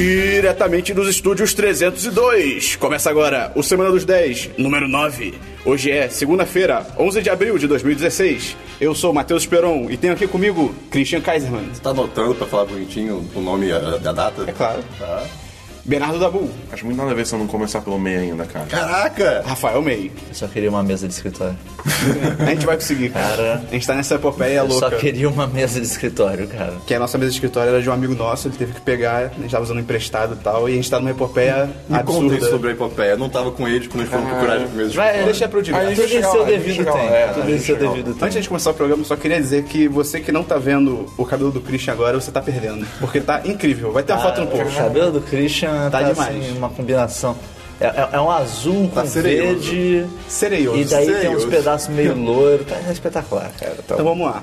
diretamente dos estúdios 302. Começa agora o Semana dos 10, número 9. Hoje é segunda-feira, 11 de abril de 2016. Eu sou Matheus Peron e tenho aqui comigo Christian Kaiserman. Você tá anotando pra falar bonitinho o nome e a, a data? É claro. Tá. Bernardo Dabu, Acho muito nada a ver se eu não começar pelo meio ainda, cara. Caraca! Rafael May. Eu só queria uma mesa de escritório. A gente vai conseguir, cara. Cara. A gente tá nessa epopeia Eu só louca. queria uma mesa de escritório, cara. Que a nossa mesa de escritório era de um amigo nosso, ele teve que pegar, a gente tava usando emprestado e tal, e a gente tá numa epopeia Me conta absurda. isso sobre a epopeia. Eu não tava com eles quando eles foram procurar as primeiras né? Ah. Vai, deixa pro Diver. Aí Tudo em chega seu lá, devido chega lá, tempo. é, Tudo em seu chega lá. devido Antes tempo. de começar o programa, só queria dizer que você que não tá vendo o cabelo do Christian agora, você tá perdendo. Porque tá incrível. Vai ter Ah, uma foto no Ah, O post. cabelo do Christian Tá tá, demais. assim, uma combinação. É, é- é um azul Tá com sereioso. verde. Sereioso, E daí tem uns sereioso. pedaços meio loiro. Tá espetacular, cara. Tá Então vamos lá.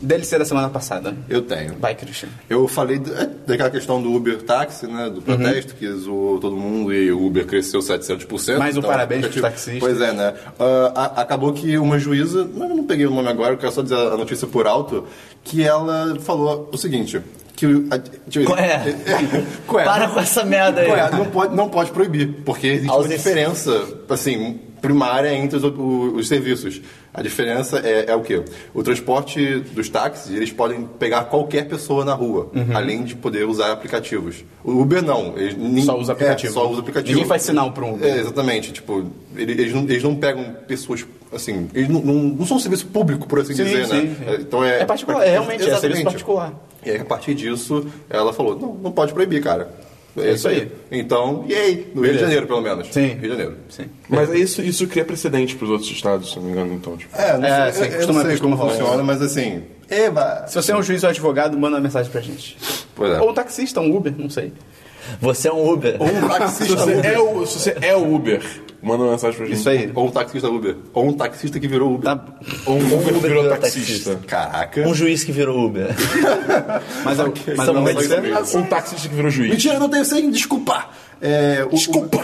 DLC da semana passada. Eu tenho. Vai, Christian. Eu falei da- daquela questão do Uber táxi, né? Uhum. Do protesto que zoou todo mundo e o Uber cresceu 700%. Mais um parabéns pros aplicativo- taxistas. então, Pois é, né? Ah, a- acabou que uma juíza, mas eu não peguei o nome agora, eu quero só dizer a notícia por alto, que ela falou o seguinte. Que, o- a, tio- Qual é? Qual é? Para com essa merda aí. Qual é? Não pode, não pode proibir, porque existe uma Aos- diferença, assim, primária entre os, o- os serviços. A diferença é, é o quê? O transporte dos táxis, eles podem pegar qualquer pessoa na rua, Uhum. além de poder usar aplicativos. O Uber não. Eles, nin- Só usa é, aplicativo. só usa aplicativo. Ninguém faz sinal pra um Uber. É, exatamente. Tipo, ele- eles, não, eles não pegam pessoas, assim, eles não, não, não são um serviço público, por assim Sim, dizer, sim, né? sim. É, Então é... É particular, é realmente, é serviço Exatamente. particular. E aí, a partir disso, ela falou: não, não pode proibir, cara. É, É isso isso aí. aí. Então, e aí? No Rio de Beleza. Janeiro, pelo menos. Sim. Rio de Janeiro. Sim. Mas isso, isso cria precedente pros outros estados, se não me engano, então. Tipo, É, não É, sei, sim, eu- eu costuma- não sei costuma como rolar. funciona, mas assim. Eba! Se você é um juiz ou advogado, manda uma mensagem pra gente. Pois é. Ou um taxista, um Uber, não sei. Você é um Uber. Ou um se, taxista você Uber. é o, se você é o Uber, manda uma mensagem pra gente. Isso aí. Ou um taxista Uber. Ou um taxista que virou Uber. Tá- Ou um Uber Uber virou virou taxista. Caraca. Um juiz que virou Uber. Mas, é o- mas São não vai dois dizer mesmo. nada. Um taxista que virou juiz. Mentira, eu não tenho sem desculpar. É, o- Desculpa.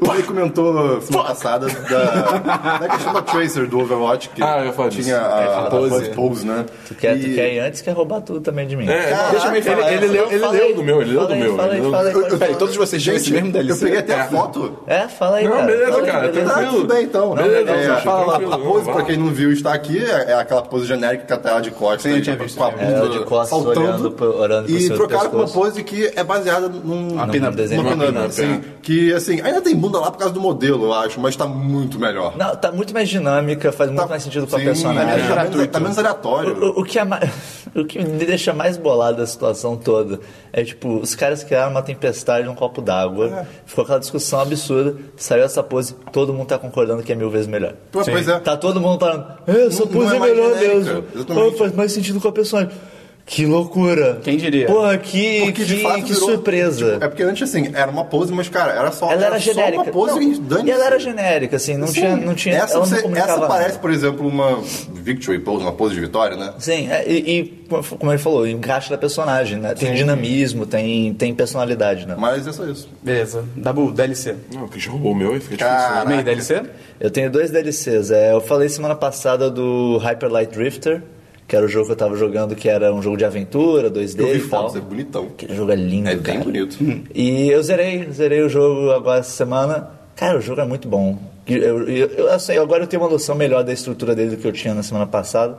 O Rui comentou semana passada da, da questão da Tracer do Overwatch, que Ah, eu ia falar disso. tinha Eu ia a, falar a da É, pose. pose. pose, né? Tu quer, tu E- quer ir antes, quer roubar tudo também de mim. É, Caraca, deixa eu ela- ele, ele leu, ele Fala leu aí, do meu, ele leu fala do aí, meu. Fala ele aí, leu- fala aí, fala aí. Peraí, todos vocês têm esse mesmo Eu DLC? peguei até a É. foto. É, fala aí, Não, cara. beleza, Fala aí, cara, beleza. Ah, tranquilo. tudo bem, então. Não, beleza, É, gente, fala lá, tranquilo, a pose, vá. pra quem não viu, está aqui, é, é aquela pose genérica que tá ela de costas. Sim, eu tinha com a- visto. Com a É, bunda ela de costas, saltando, olhando pro- olhando pro E seu trocaram com uma pescoço. pose que é baseada num... Uma pin-up. desenho. Uma num pin-up, pin-up, assim, é. Que, assim, ainda tem bunda lá por causa do modelo, eu acho, mas tá muito melhor. Tá Não, tá muito mais dinâmica, faz Tá muito mais sentido com a Sim, personagem. é, Tá menos, gratuito. tá menos aleatório. O, o que é ma- o que me deixa mais bolado da situação toda é tipo, os caras criaram uma tempestade num copo d'água, É. ficou aquela discussão absurda, saiu essa pose, todo mundo tá concordando que é mil vezes melhor. Pô, Pois é. Tá todo mundo falando, "É, essa Não- pose não é é mais melhor genérica, mesmo. exatamente. Pô, faz mais sentido com a personagem. Que loucura! Quem diria? Porra, que, Porque, de que- fato, que virou- surpresa! É porque antes, assim, era uma pose, mas, cara, era só, ela era só genérica. uma pose Não, e dane e ela era genérica, assim, não tinha. Não tinha essa, ela você- não essa comunicava parece, nada. por exemplo, uma victory pose, uma pose de vitória, né? Sim, é, e, e, como ele falou, o encaixe da personagem, né? Tem dinamismo, tem, tem personalidade, né? Mas é só isso. Beleza. Dabu, DLC. Não, o Christian roubou o meu e fica difícil. Caraca. Meio DLC? Eu tenho dois DLCs. É, eu falei semana passada do Hyper Light Drifter, que era o jogo que eu tava jogando, que era um jogo de aventura, 2D Eu vi e tal. fotos, é bonitão. Aquele jogo é lindo, É cara. Uhum. bem bonito. Hum. E eu zerei, zerei o jogo agora essa semana. Cara, o jogo é muito bom. Eu, eu, eu- eu sei, agora eu tenho uma noção melhor da estrutura dele do que eu tinha na semana passada.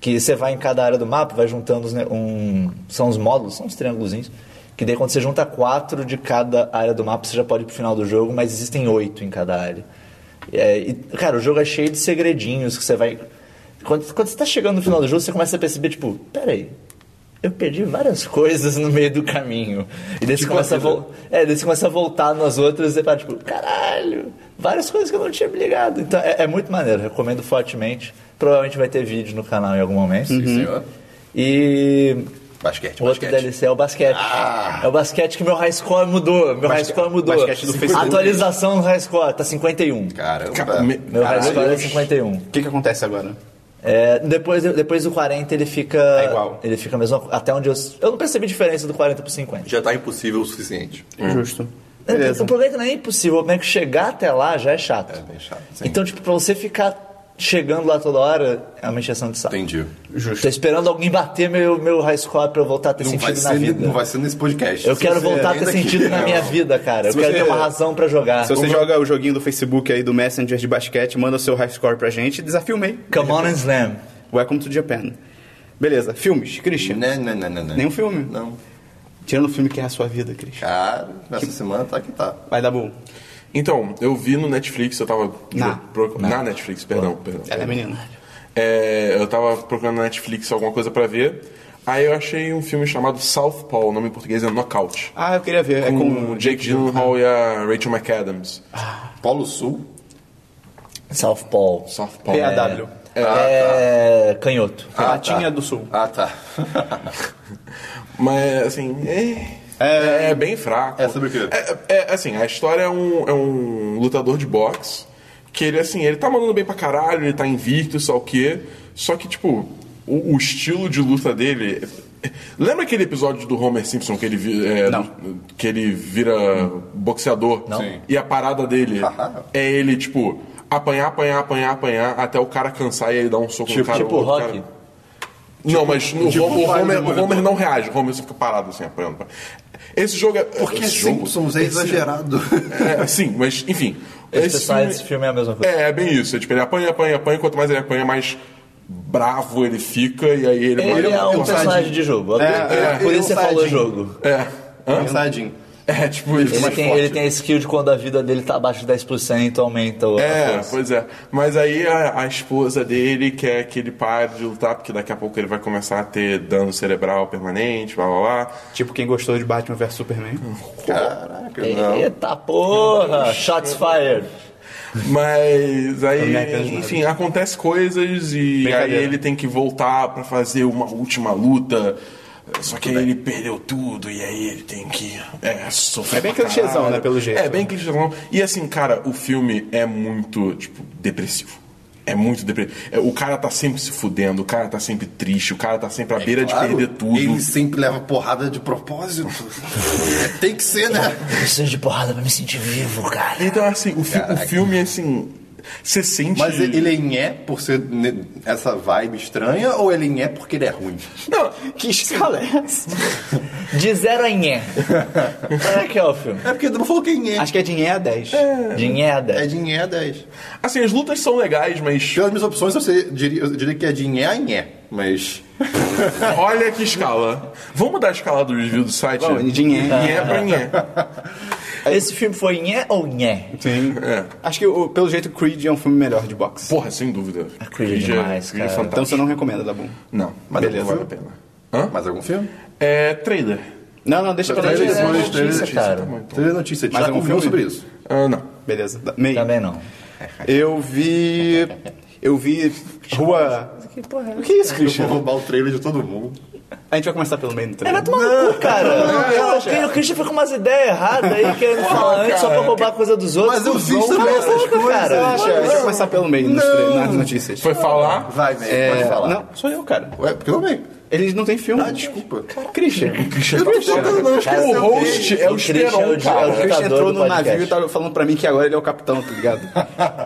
Que você vai em cada área do mapa, vai juntando os, ne- um. São os módulos, são os triângulozinhos. Que daí quando você junta quatro de cada área do mapa, você já pode ir pro final do jogo, mas existem oito em cada área. É, e, cara, o jogo é cheio de segredinhos que você vai. Quando, quando você tá chegando no final do jogo, você começa a perceber, tipo, peraí, eu perdi várias coisas no meio do caminho. E daí você, começa a, vol- é, daí você começa a voltar nas outras e fala, tipo, caralho, várias coisas que eu não tinha me ligado. Então é, é muito maneiro, recomendo fortemente. Provavelmente vai ter vídeo no canal em algum momento. Senhor. E Basquete, o outro Uhum. basquete. DLC é o basquete. É o basquete que meu high score mudou. Meu high score mudou. basquete do Facebook. Atualização do high score, tá 51. Caramba. Cara, me- Meu high Caralho. score é 51. O que, que acontece agora? É, depois, depois do 40 ele fica. É igual. Ele fica a mesma Até onde eu. Eu não percebi diferença do 40 pro 50. Já tá impossível o suficiente. Justo. Então, Beleza. O problema é que não é impossível, como é que chegar até lá já é chato. É bem chato, sim. então, tipo, pra você ficar chegando lá toda hora é uma encheção de saco. Entendi. Tô esperando alguém bater meu, meu high score pra eu voltar a ter Não vai, sentido na ser, vida. não vai ser nesse podcast. Eu Se quero você voltar a ter ainda aqui- sentido na minha vida, cara. Eu Se quero você- ter uma razão pra jogar. Se você joga o joguinho do Facebook aí, do Messenger de basquete, manda o seu high score pra gente. Desafio meio. Come on and slam. Welcome to Japan. Beleza, filmes, Christian. Né, né, né, né, né. Nenhum filme. Não. Tirando o filme que é a sua vida, Christian. Cara, nessa semana tá que tá. Vai dar bom. Então, eu vi no Netflix, eu tava. Na. pro- na Netflix, perdão, perdão. Ela é menina. É, eu tava procurando na Netflix alguma coisa pra ver. Aí eu achei um filme chamado Southpaw, o nome em português é Knockout. Ah, eu queria ver. É com, com o Jake Gyllenhaal e a Rachel McAdams. Polo Sul, South Paul. Southpaw. PAW. É. Canhoto. Latinha do Sul. Ah, tá. Mas, assim, é, é bem fraco. É sobre o quê? É, é, assim, a história é um, é um lutador de boxe que ele, assim, ele tá mandando bem pra caralho, ele tá invicto, só o quê. Só que, tipo, o, o estilo de luta dele... Lembra aquele episódio do Homer Simpson que ele, vi- é, Não. do- que ele vira boxeador? Não. Sim. E a parada dele é ele, tipo, apanhar, apanhar, apanhar, apanhar, até o cara cansar e ele dar um soco no Tipo- cara. tipo o outro Rocky. cara- não, mas no tipo Homer- o o, pai do Homer, o Demolidor. Homer não reage, o Homer só fica parado assim, apanhando. Esse jogo é. Porque esse jogo? Simpsons é exagerado. É, sim, mas enfim. Esse esse pessoal, filme- esse filme é a mesma coisa. É, é bem isso. É, tipo, ele apanha, apanha, apanha, quanto mais ele apanha, mais bravo ele fica, e aí ele. Ele é um um personagem sardinha. de jogo. ok? é, Por ele é um isso você falou sardinha. jogo. É. Hã? Pensadinho. É, tipo isso. Ele tem, forte. ele tem a skill de quando a vida dele tá abaixo de 10%, aumenta o. a É, força. pois é. Mas aí a, a esposa dele quer que ele pare de lutar, porque daqui a pouco ele vai começar a ter dano cerebral permanente, blá blá blá. Tipo quem gostou de Batman vs Superman. Hum. Caraca, não. Eita porra! Shots fired! Mas Americanos aí, enfim, acontece coisas e aí Brincadeira. ele tem que voltar pra fazer uma última luta. Só que aí ele perdeu tudo e aí ele tem que é, sofrer. É bem pra clichêzão, caralho. né, pelo jeito. É bem clichêzão. E assim, cara, o filme é muito, tipo, depressivo. É muito depressivo. É, o cara tá sempre se fudendo, o cara tá sempre triste, o cara tá sempre É à beira Claro, de perder tudo. Ele sempre leva porrada de propósito. É, Tem que ser, né? Eu preciso de porrada pra me sentir vivo, cara. Então, assim, o, fi- o filme, assim, você sente. Mas ele ele é nhé por ser ne- essa vibe estranha ou ele é nhé porque ele é ruim? Não, Que escala é essa? De zero a nhé. Como é que é o filme? É porque não falou que é nhé. Acho que é de Nhé a 10. De nhé a É 10. de nhé a 10. assim, as lutas são legais, mas. Pelas minhas opções, eu, sei- diria, eu diria que é de nhé a nhé. Mas Olha que escala. Vamos mudar a escala do review do site? é Bom, de nhé. Nhé pra nhé. Esse filme foi nhé ou nhé? Sim. É. Acho que, o- pelo jeito, Creed é um filme melhor de boxe. Porra, sem dúvida. Creed é- demais, Creed é cara. Então fantástico. você não recomenda, tá bom? Não, mas Beleza. não vale a pena. Hã? mais algum filme? É trailer. Não, não, deixa pra Tá lá. Três Trailer é edições, notícia, três edições. cara. Teve notícia, Mais já algum confirmou filme? sobre isso. Ah, não. Beleza. Da- Meio. Também não. Eu vi... Eu vi Rua... O que é isso, Eu vou Christian? roubar o trailer de todo mundo. A gente vai começar pelo meio do É, vai trailer. tomar no cu, cara. Não, quem- o Christian foi com umas ideias erradas aí, querendo falar antes só pra roubar a coisa dos outros. Mas eu Cuzão, fiz também cala a essas boca, coisas, Relaxa, cara. a gente vai começar pelo meio nos tra- nas notícias. É, Foi falar. Vai, velho, pode falar. Não, sou eu, cara. Ué, porque eu também. Eles não têm filme. Ah, desculpa. Christian. Eu não tá tô dando, não, acho que Cara, eu O host é o O Christian é o Esperon, de- Ah, cara. o Christian ditador entrou do no podcast. navio e tá tava falando pra mim que agora ele é o capitão, tá ligado?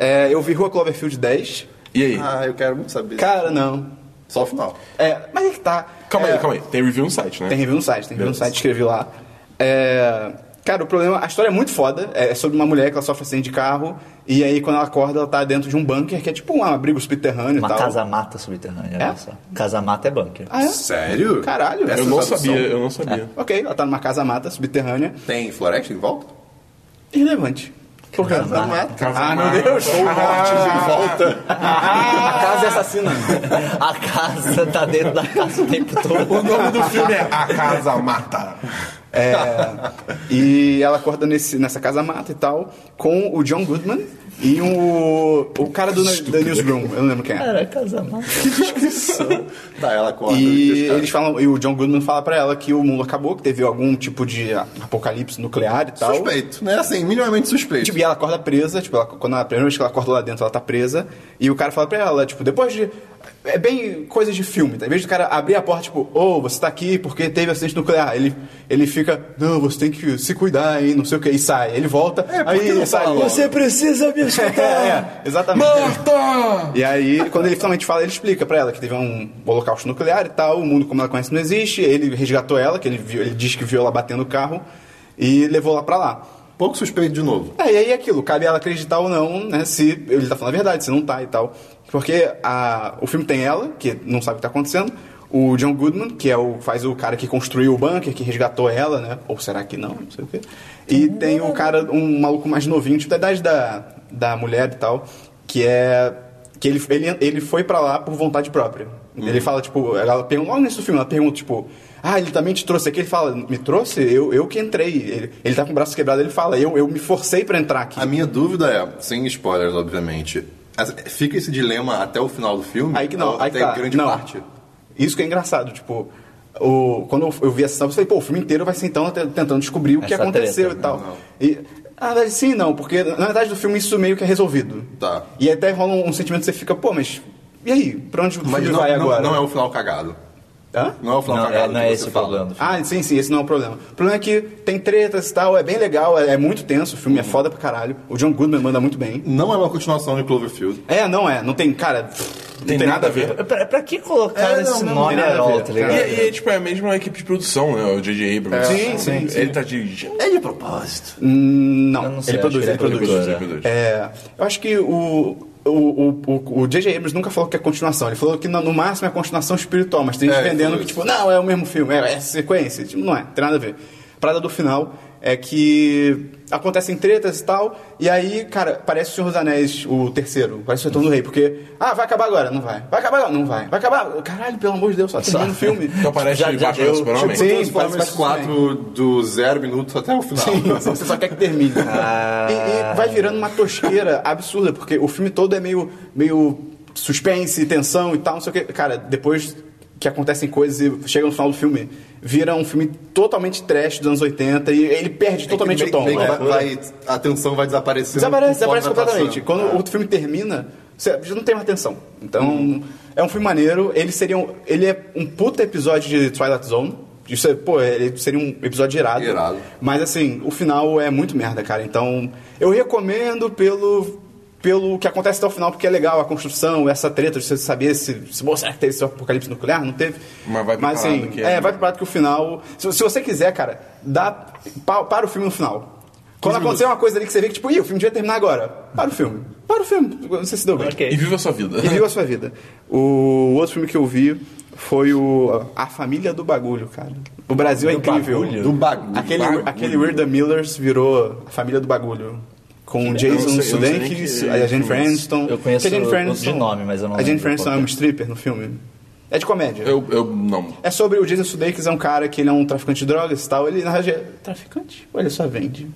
É, eu vi Rua Cloverfield 10. E aí? Ah, eu quero muito saber. Cara, não. Só o final. É, mas é que tá. Calma É, aí, calma aí. Tem review no site, né? Tem review no site, tem review no Beleza. site, escrevi lá. É, cara, o problema. A história é muito foda. É sobre uma mulher que ela sofre acidente de carro. E aí, quando ela acorda, ela tá dentro de um bunker que é tipo um abrigo subterrâneo e Uma tal. casa-mata subterrânea, É? olha só. Casa-mata é bunker. Ah, é? Sério? Caralho. Essa Eu não tradução. sabia, eu não sabia. Ok, ela tá numa casa mata subterrânea. Tem floresta em volta? Irrelevante. Por quê? Casa mata. Ah, meu Deus. Ou mortes em volta? A casa é assassina. A casa tá dentro da casa o tempo todo. O nome do filme é A Casa Mata. É, e ela acorda nesse, nessa casa mata e tal, com o John Goodman e o, o cara do da Newsroom, eu não lembro quem é. Cara, casa-mata. Tá, ela acorda. E os caras- eles falam, e o John Goodman fala pra ela que o mundo acabou, que teve algum tipo de apocalipse nuclear e tal. Suspeito, né? Assim, minimamente suspeito. Tipo, e ela acorda presa, tipo, ela, quando ela, a primeira vez que ela acorda lá dentro, ela tá presa. E o cara fala pra ela, tipo, depois de. É bem coisa de filme, tá? Em vez do cara abrir a porta, tipo, ô, você tá aqui porque teve acidente nuclear. Ele, ele, fi- fica, não, você tem que se cuidar, hein, não sei o que, e sai. Ele volta, aí É, que não sai. fala? logo. Você precisa me É, escutar! é, exatamente. Morta! E aí, quando ele finalmente fala, ele explica pra ela que teve um holocausto nuclear e tal, o mundo como ela conhece não existe, ele resgatou ela, que ele, viu- ele diz que viu ela batendo o carro, e levou lá pra lá. Pouco suspeito de novo. É, e aí é aquilo, cabe ela acreditar ou não, né? Se ele tá falando a verdade, se não tá e tal. Porque a, o filme tem ela, que não sabe o que tá acontecendo, o John Goodman, que é o, faz o cara que construiu o bunker, que resgatou ela, né? Ou será que não? Não sei o quê. E tem o cara, um maluco mais novinho, tipo da idade da, da mulher e tal, que é. que ele, ele, ele foi pra lá por vontade própria. Uhum. Ele fala, tipo, ela pergunta, logo nesse filme, ela pergunta, tipo, ah, ele também te trouxe aqui. Ele fala, me trouxe? Eu, eu que entrei. Ele, ele tá com o braço quebrado, ele fala, eu, eu me forcei pra entrar aqui. A minha dúvida é, sem spoilers, obviamente, as- fica esse dilema até o final do filme? Aí que não, Ou aí que até tá. grande não. parte. Isso que é engraçado, tipo, o, quando eu- eu vi essa eu falei, pô, o filme inteiro vai ser então te- tentando descobrir o que Essa aconteceu treta, né? e tal. E, na verdade, sim, e não, porque na verdade do filme isso meio que é resolvido. Tá. E até rola um, um sentimento que você fica, pô, mas e aí? Pra onde o Mas filme não, vai não- agora? não é o final cagado. Hã? Não é o final Não, cagado. é, não que é você esse o fala. problema. do filme. Ah, sim, sim, esse não é o problema. O problema é que tem tretas e tal, é bem legal, é, é muito tenso, o filme é foda pra caralho. O John Goodman manda muito bem. Não é uma continuação de Cloverfield. É, não é, não tem, cara, pff, não tem, nada a ver. Pra, pra que colocar É, não, esse não, não nome tem nada a Herol, ver, tá cara. E, ligado? e é, tipo, é a mesma equipe de produção, né? O J.J. Abrams. É. Sim, sim, sim. Ele tá dirigindo. É de propósito. Hum, não, Eu não sei, ele acho produz, que ele ele é produz. produtor, produz. É, eu acho que o. O o- o- o J.J. Abrams nunca falou que é continuação. Ele falou que no, no máximo é continuação espiritual, mas tem gente É, ele vendendo falou que, isso. tipo, não, é o mesmo filme, é, é sequência. Tipo, não é, tem nada a ver. A Parada do final é que acontecem tretas e tal, e aí, cara, parece o Senhor dos Anéis, o terceiro, parece o Retorno do Rei, porque, ah, vai acabar agora, não vai. Vai acabar agora, não vai. Vai acabar, caralho, pelo amor de Deus, só termina o filme. Então parece Já- que já Batman deu, Super-Homem. tipo, Sim, Transformers parece- 4 do zero minutos até o final. É Sim, você só quer que termine. Ah. E, e vai virando uma tosqueira absurda, porque o filme todo é meio, meio suspense, tensão e tal, não sei o que. Cara, depois que acontecem coisas e chega no final do filme, vira um filme totalmente trash dos anos 80 e ele perde totalmente É o que tom. meio- meio né? que vai- vai- a tensão vai desaparecendo. Desaparece, conforme desaparece vai completamente. passando. Quando É. o filme termina, você já não tem mais atenção. Então, é um filme maneiro. Ele seria um, ele é um puta episódio de Twilight Zone. Isso é, pô, ele seria um episódio irado. Irado. Mas assim, o final é muito merda, cara. Então, eu recomendo pelo pelo que acontece até o final, porque é legal a construção, essa treta de você saber se, se bom, será que teve esse apocalipse nuclear, não teve. Mas vai assim, preparado que é- é, vai preparado que o final, se, se você quiser, cara, dá pa- para o filme no final. Quando 15 acontecer uma coisa ali que você vê que, tipo, ih, o filme devia terminar agora. Para o filme. Para o filme. Você se deu bem. Ok. E viva a sua vida. E viu a sua vida. O outro filme que eu vi foi o A Família do Bagulho, cara. O Brasil é Do incrível. Bagulho? Do bagulho. Aquele, Bagulho. aquele Weirda Millers virou A Família do Bagulho. Com o eu não Jason sei- eu não sei nem Sudeikis, que- a Jane Franston. é Eu conheço Que a Jane o- Franston- de nome, mas eu não A Jane lembro Franston qual é que um é. stripper no filme. É de comédia. Eu, eu não. É sobre o Jason Sudeikis, é um cara que ele é um traficante de drogas e tal. Ele, na verdade, é traficante? Ou ele só vende?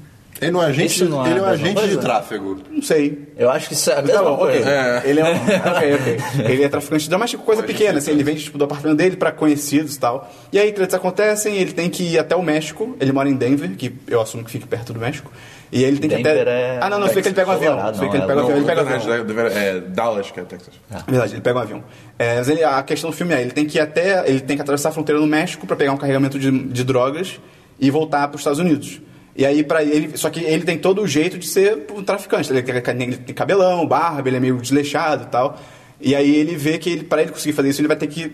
Ele não é um agente, Isso não é ele é um a mesma agente de coisa? tráfego. Não sei. Eu acho que isso é a mesma Tá bom, ok. coisa. É. Ele é um. ok, ok. Ele é traficante de drogas, mas tipo, coisa Pode pequena, assim, ser, ele vende tipo, do apartamento dele pra conhecidos e tal. E aí tretas acontecem, ele tem que ir até o México, ele mora em Denver, que eu assumo que fica perto do México. E aí ele tem que Denver até. é- Ah, não, não, sei que ele pega um avião. Colorado, sei que ele não, é pega um não avião, ele pega um na né? avião. verdade, deve- é, Dallas, que é Texas. Tá. Verdade, ele pega um avião. É, mas ele- a questão do filme é, ele tem que ir até. Ele tem que atravessar a fronteira no México pra pegar um carregamento de, de drogas e voltar pros Estados Unidos. E aí, para ele. Só que ele tem todo o jeito de ser um traficante. Ele tem, ele tem cabelão, barba, ele é meio desleixado e tal. E aí ele vê que ele, para ele conseguir fazer isso, ele vai ter que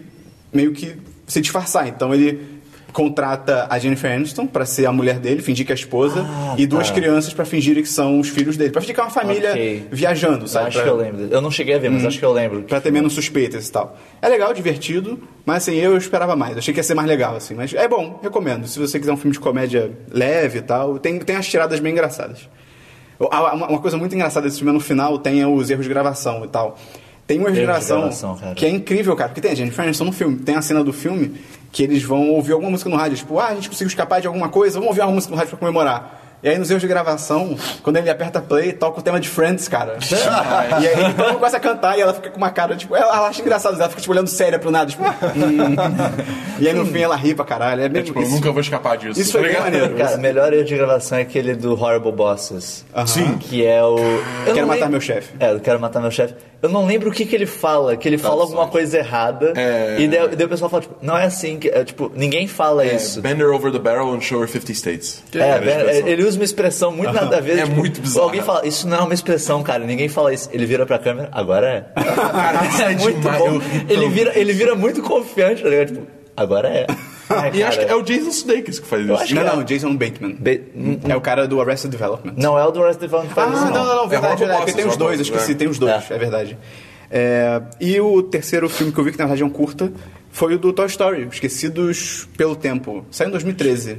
meio que se disfarçar. Então ele contrata a Jennifer Aniston pra ser a mulher dele, fingir que é a esposa, Ah, e duas tá. crianças pra fingirem que são os filhos dele. Pra fingir que é uma família Ok. viajando, Eu sabe? acho Pra- que eu lembro. Eu não cheguei a ver, mas acho que eu lembro. Pra ter menos suspeitas e tal. É legal, divertido, mas assim, eu esperava mais. Achei que ia ser mais legal, assim. Mas é bom, recomendo. Se você quiser um filme de comédia leve e tal, tem, tem as tiradas bem engraçadas. Ah, Uma uma coisa muito engraçada desse filme é no final tem os erros de gravação e tal. Tem um erro de Erro de gravação, gravação, cara. que é incrível, cara, porque tem a Jennifer Aniston no filme, tem a cena do filme que eles vão ouvir alguma música no rádio, tipo, ah, a gente conseguiu escapar de alguma coisa, vamos ouvir uma música no rádio pra comemorar. E aí nos erros de gravação, quando ele aperta play, toca o tema de Friends, cara. e aí ele todo mundo começa a cantar e ela fica com uma cara, tipo, ela, ela acha engraçado, ela fica tipo olhando séria pro nada, tipo. "Hum." e aí no fim ela ri pra caralho. É mesmo Tipo, eu isso. nunca vou escapar disso. tá Isso foi bem ligado? maneiro. Cara, o melhor erro de gravação é aquele do Horrible Bosses. Sim. Que é o. Eu Quero não Matar lembro- Meu Chefe. É, eu quero matar meu chefe. Eu não lembro o que, que ele fala, que ele fala alguma coisa errada. É. E daí, daí o pessoal fala, tipo, não é assim que. é, tipo, ninguém fala isso. É, Bender over the barrel and show her 50 states. É, bem- ele usa uma expressão muito nada a ver. É tipo, muito bizarro. Alguém fala, isso não é uma expressão, cara. Ninguém fala isso. Ele vira pra câmera, agora é. Cara, isso é, muito demais. bom. eu ri Ele tanto. vira, ele vira muito confiante, tá ligado? Tipo, agora é. Ai, E acho que cara. é o Jason Sudeikis que faz isso. acho Não, que é- não, Jason Bateman. Be- n- É o cara do Arrested Development. Não é o do Resident Evil que Ah, faz isso, não, não, não, verdade, É, verdade. Porque Robocop, tem os dois, eu Robocop, esqueci, é. tem os dois, é, verdade. É, e o terceiro filme que eu vi, que na verdade é um curta, foi o do Toy Story, Esquecidos pelo Tempo. Saiu em 2013.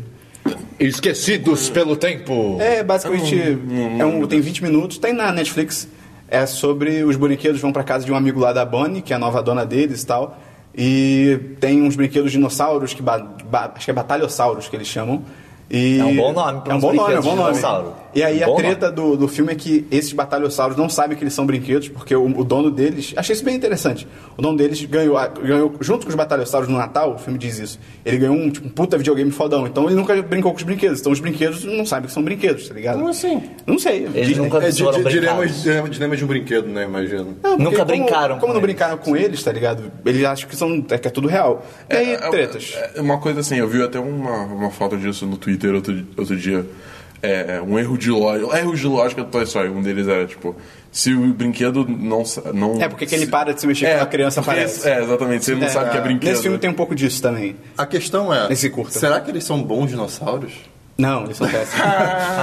Esquecidos pelo tempo. É, basicamente, é um, tem 20 minutos, tem na Netflix. É sobre os brinquedos vão pra casa de um amigo lá da Bonnie, que é a nova dona deles e tal. E tem uns brinquedos dinossauros, que ba- ba- acho que é batalhossauros que eles chamam. E É um bom nome pra é um uns bom nome, é um brinquedos bom de nome. dinossauro. Um E aí a Bom treta do, do filme é que esses batalhossauros não sabem que eles são brinquedos, porque o, o dono deles. Achei isso bem interessante. O dono deles ganhou, a- ganhou junto com os batalhossauros no Natal, o filme diz isso. Ele ganhou um, tipo, um puta videogame fodão. Então ele nunca brincou com os brinquedos. Então os brinquedos não sabem que são brinquedos, tá ligado? Como assim? Não sei. Eles Disney. nunca É di- foram di- brincados. dilemas, dilemas, dilemas de um brinquedo, né? Imagino. Não, porque Nunca como- brincaram Como com não eles. brincaram com eles, tá ligado? Eles acham que, são, é, que é tudo real. E aí, É, tretas. é, Uma coisa assim, eu vi até uma, uma foto disso no Twitter outro, outro dia. É, um erro de lógica. Erros de lógica do Toy Story. Um deles era, tipo, se o brinquedo não. sa- não É, porque que ele se- para de se mexer quando a criança porque aparece. esse- É, exatamente. Você não sabe que é brinquedo. Nesse filme tem um pouco disso também. A questão é... Esse curta. Será que eles são bons dinossauros? Não, eles são péssimos.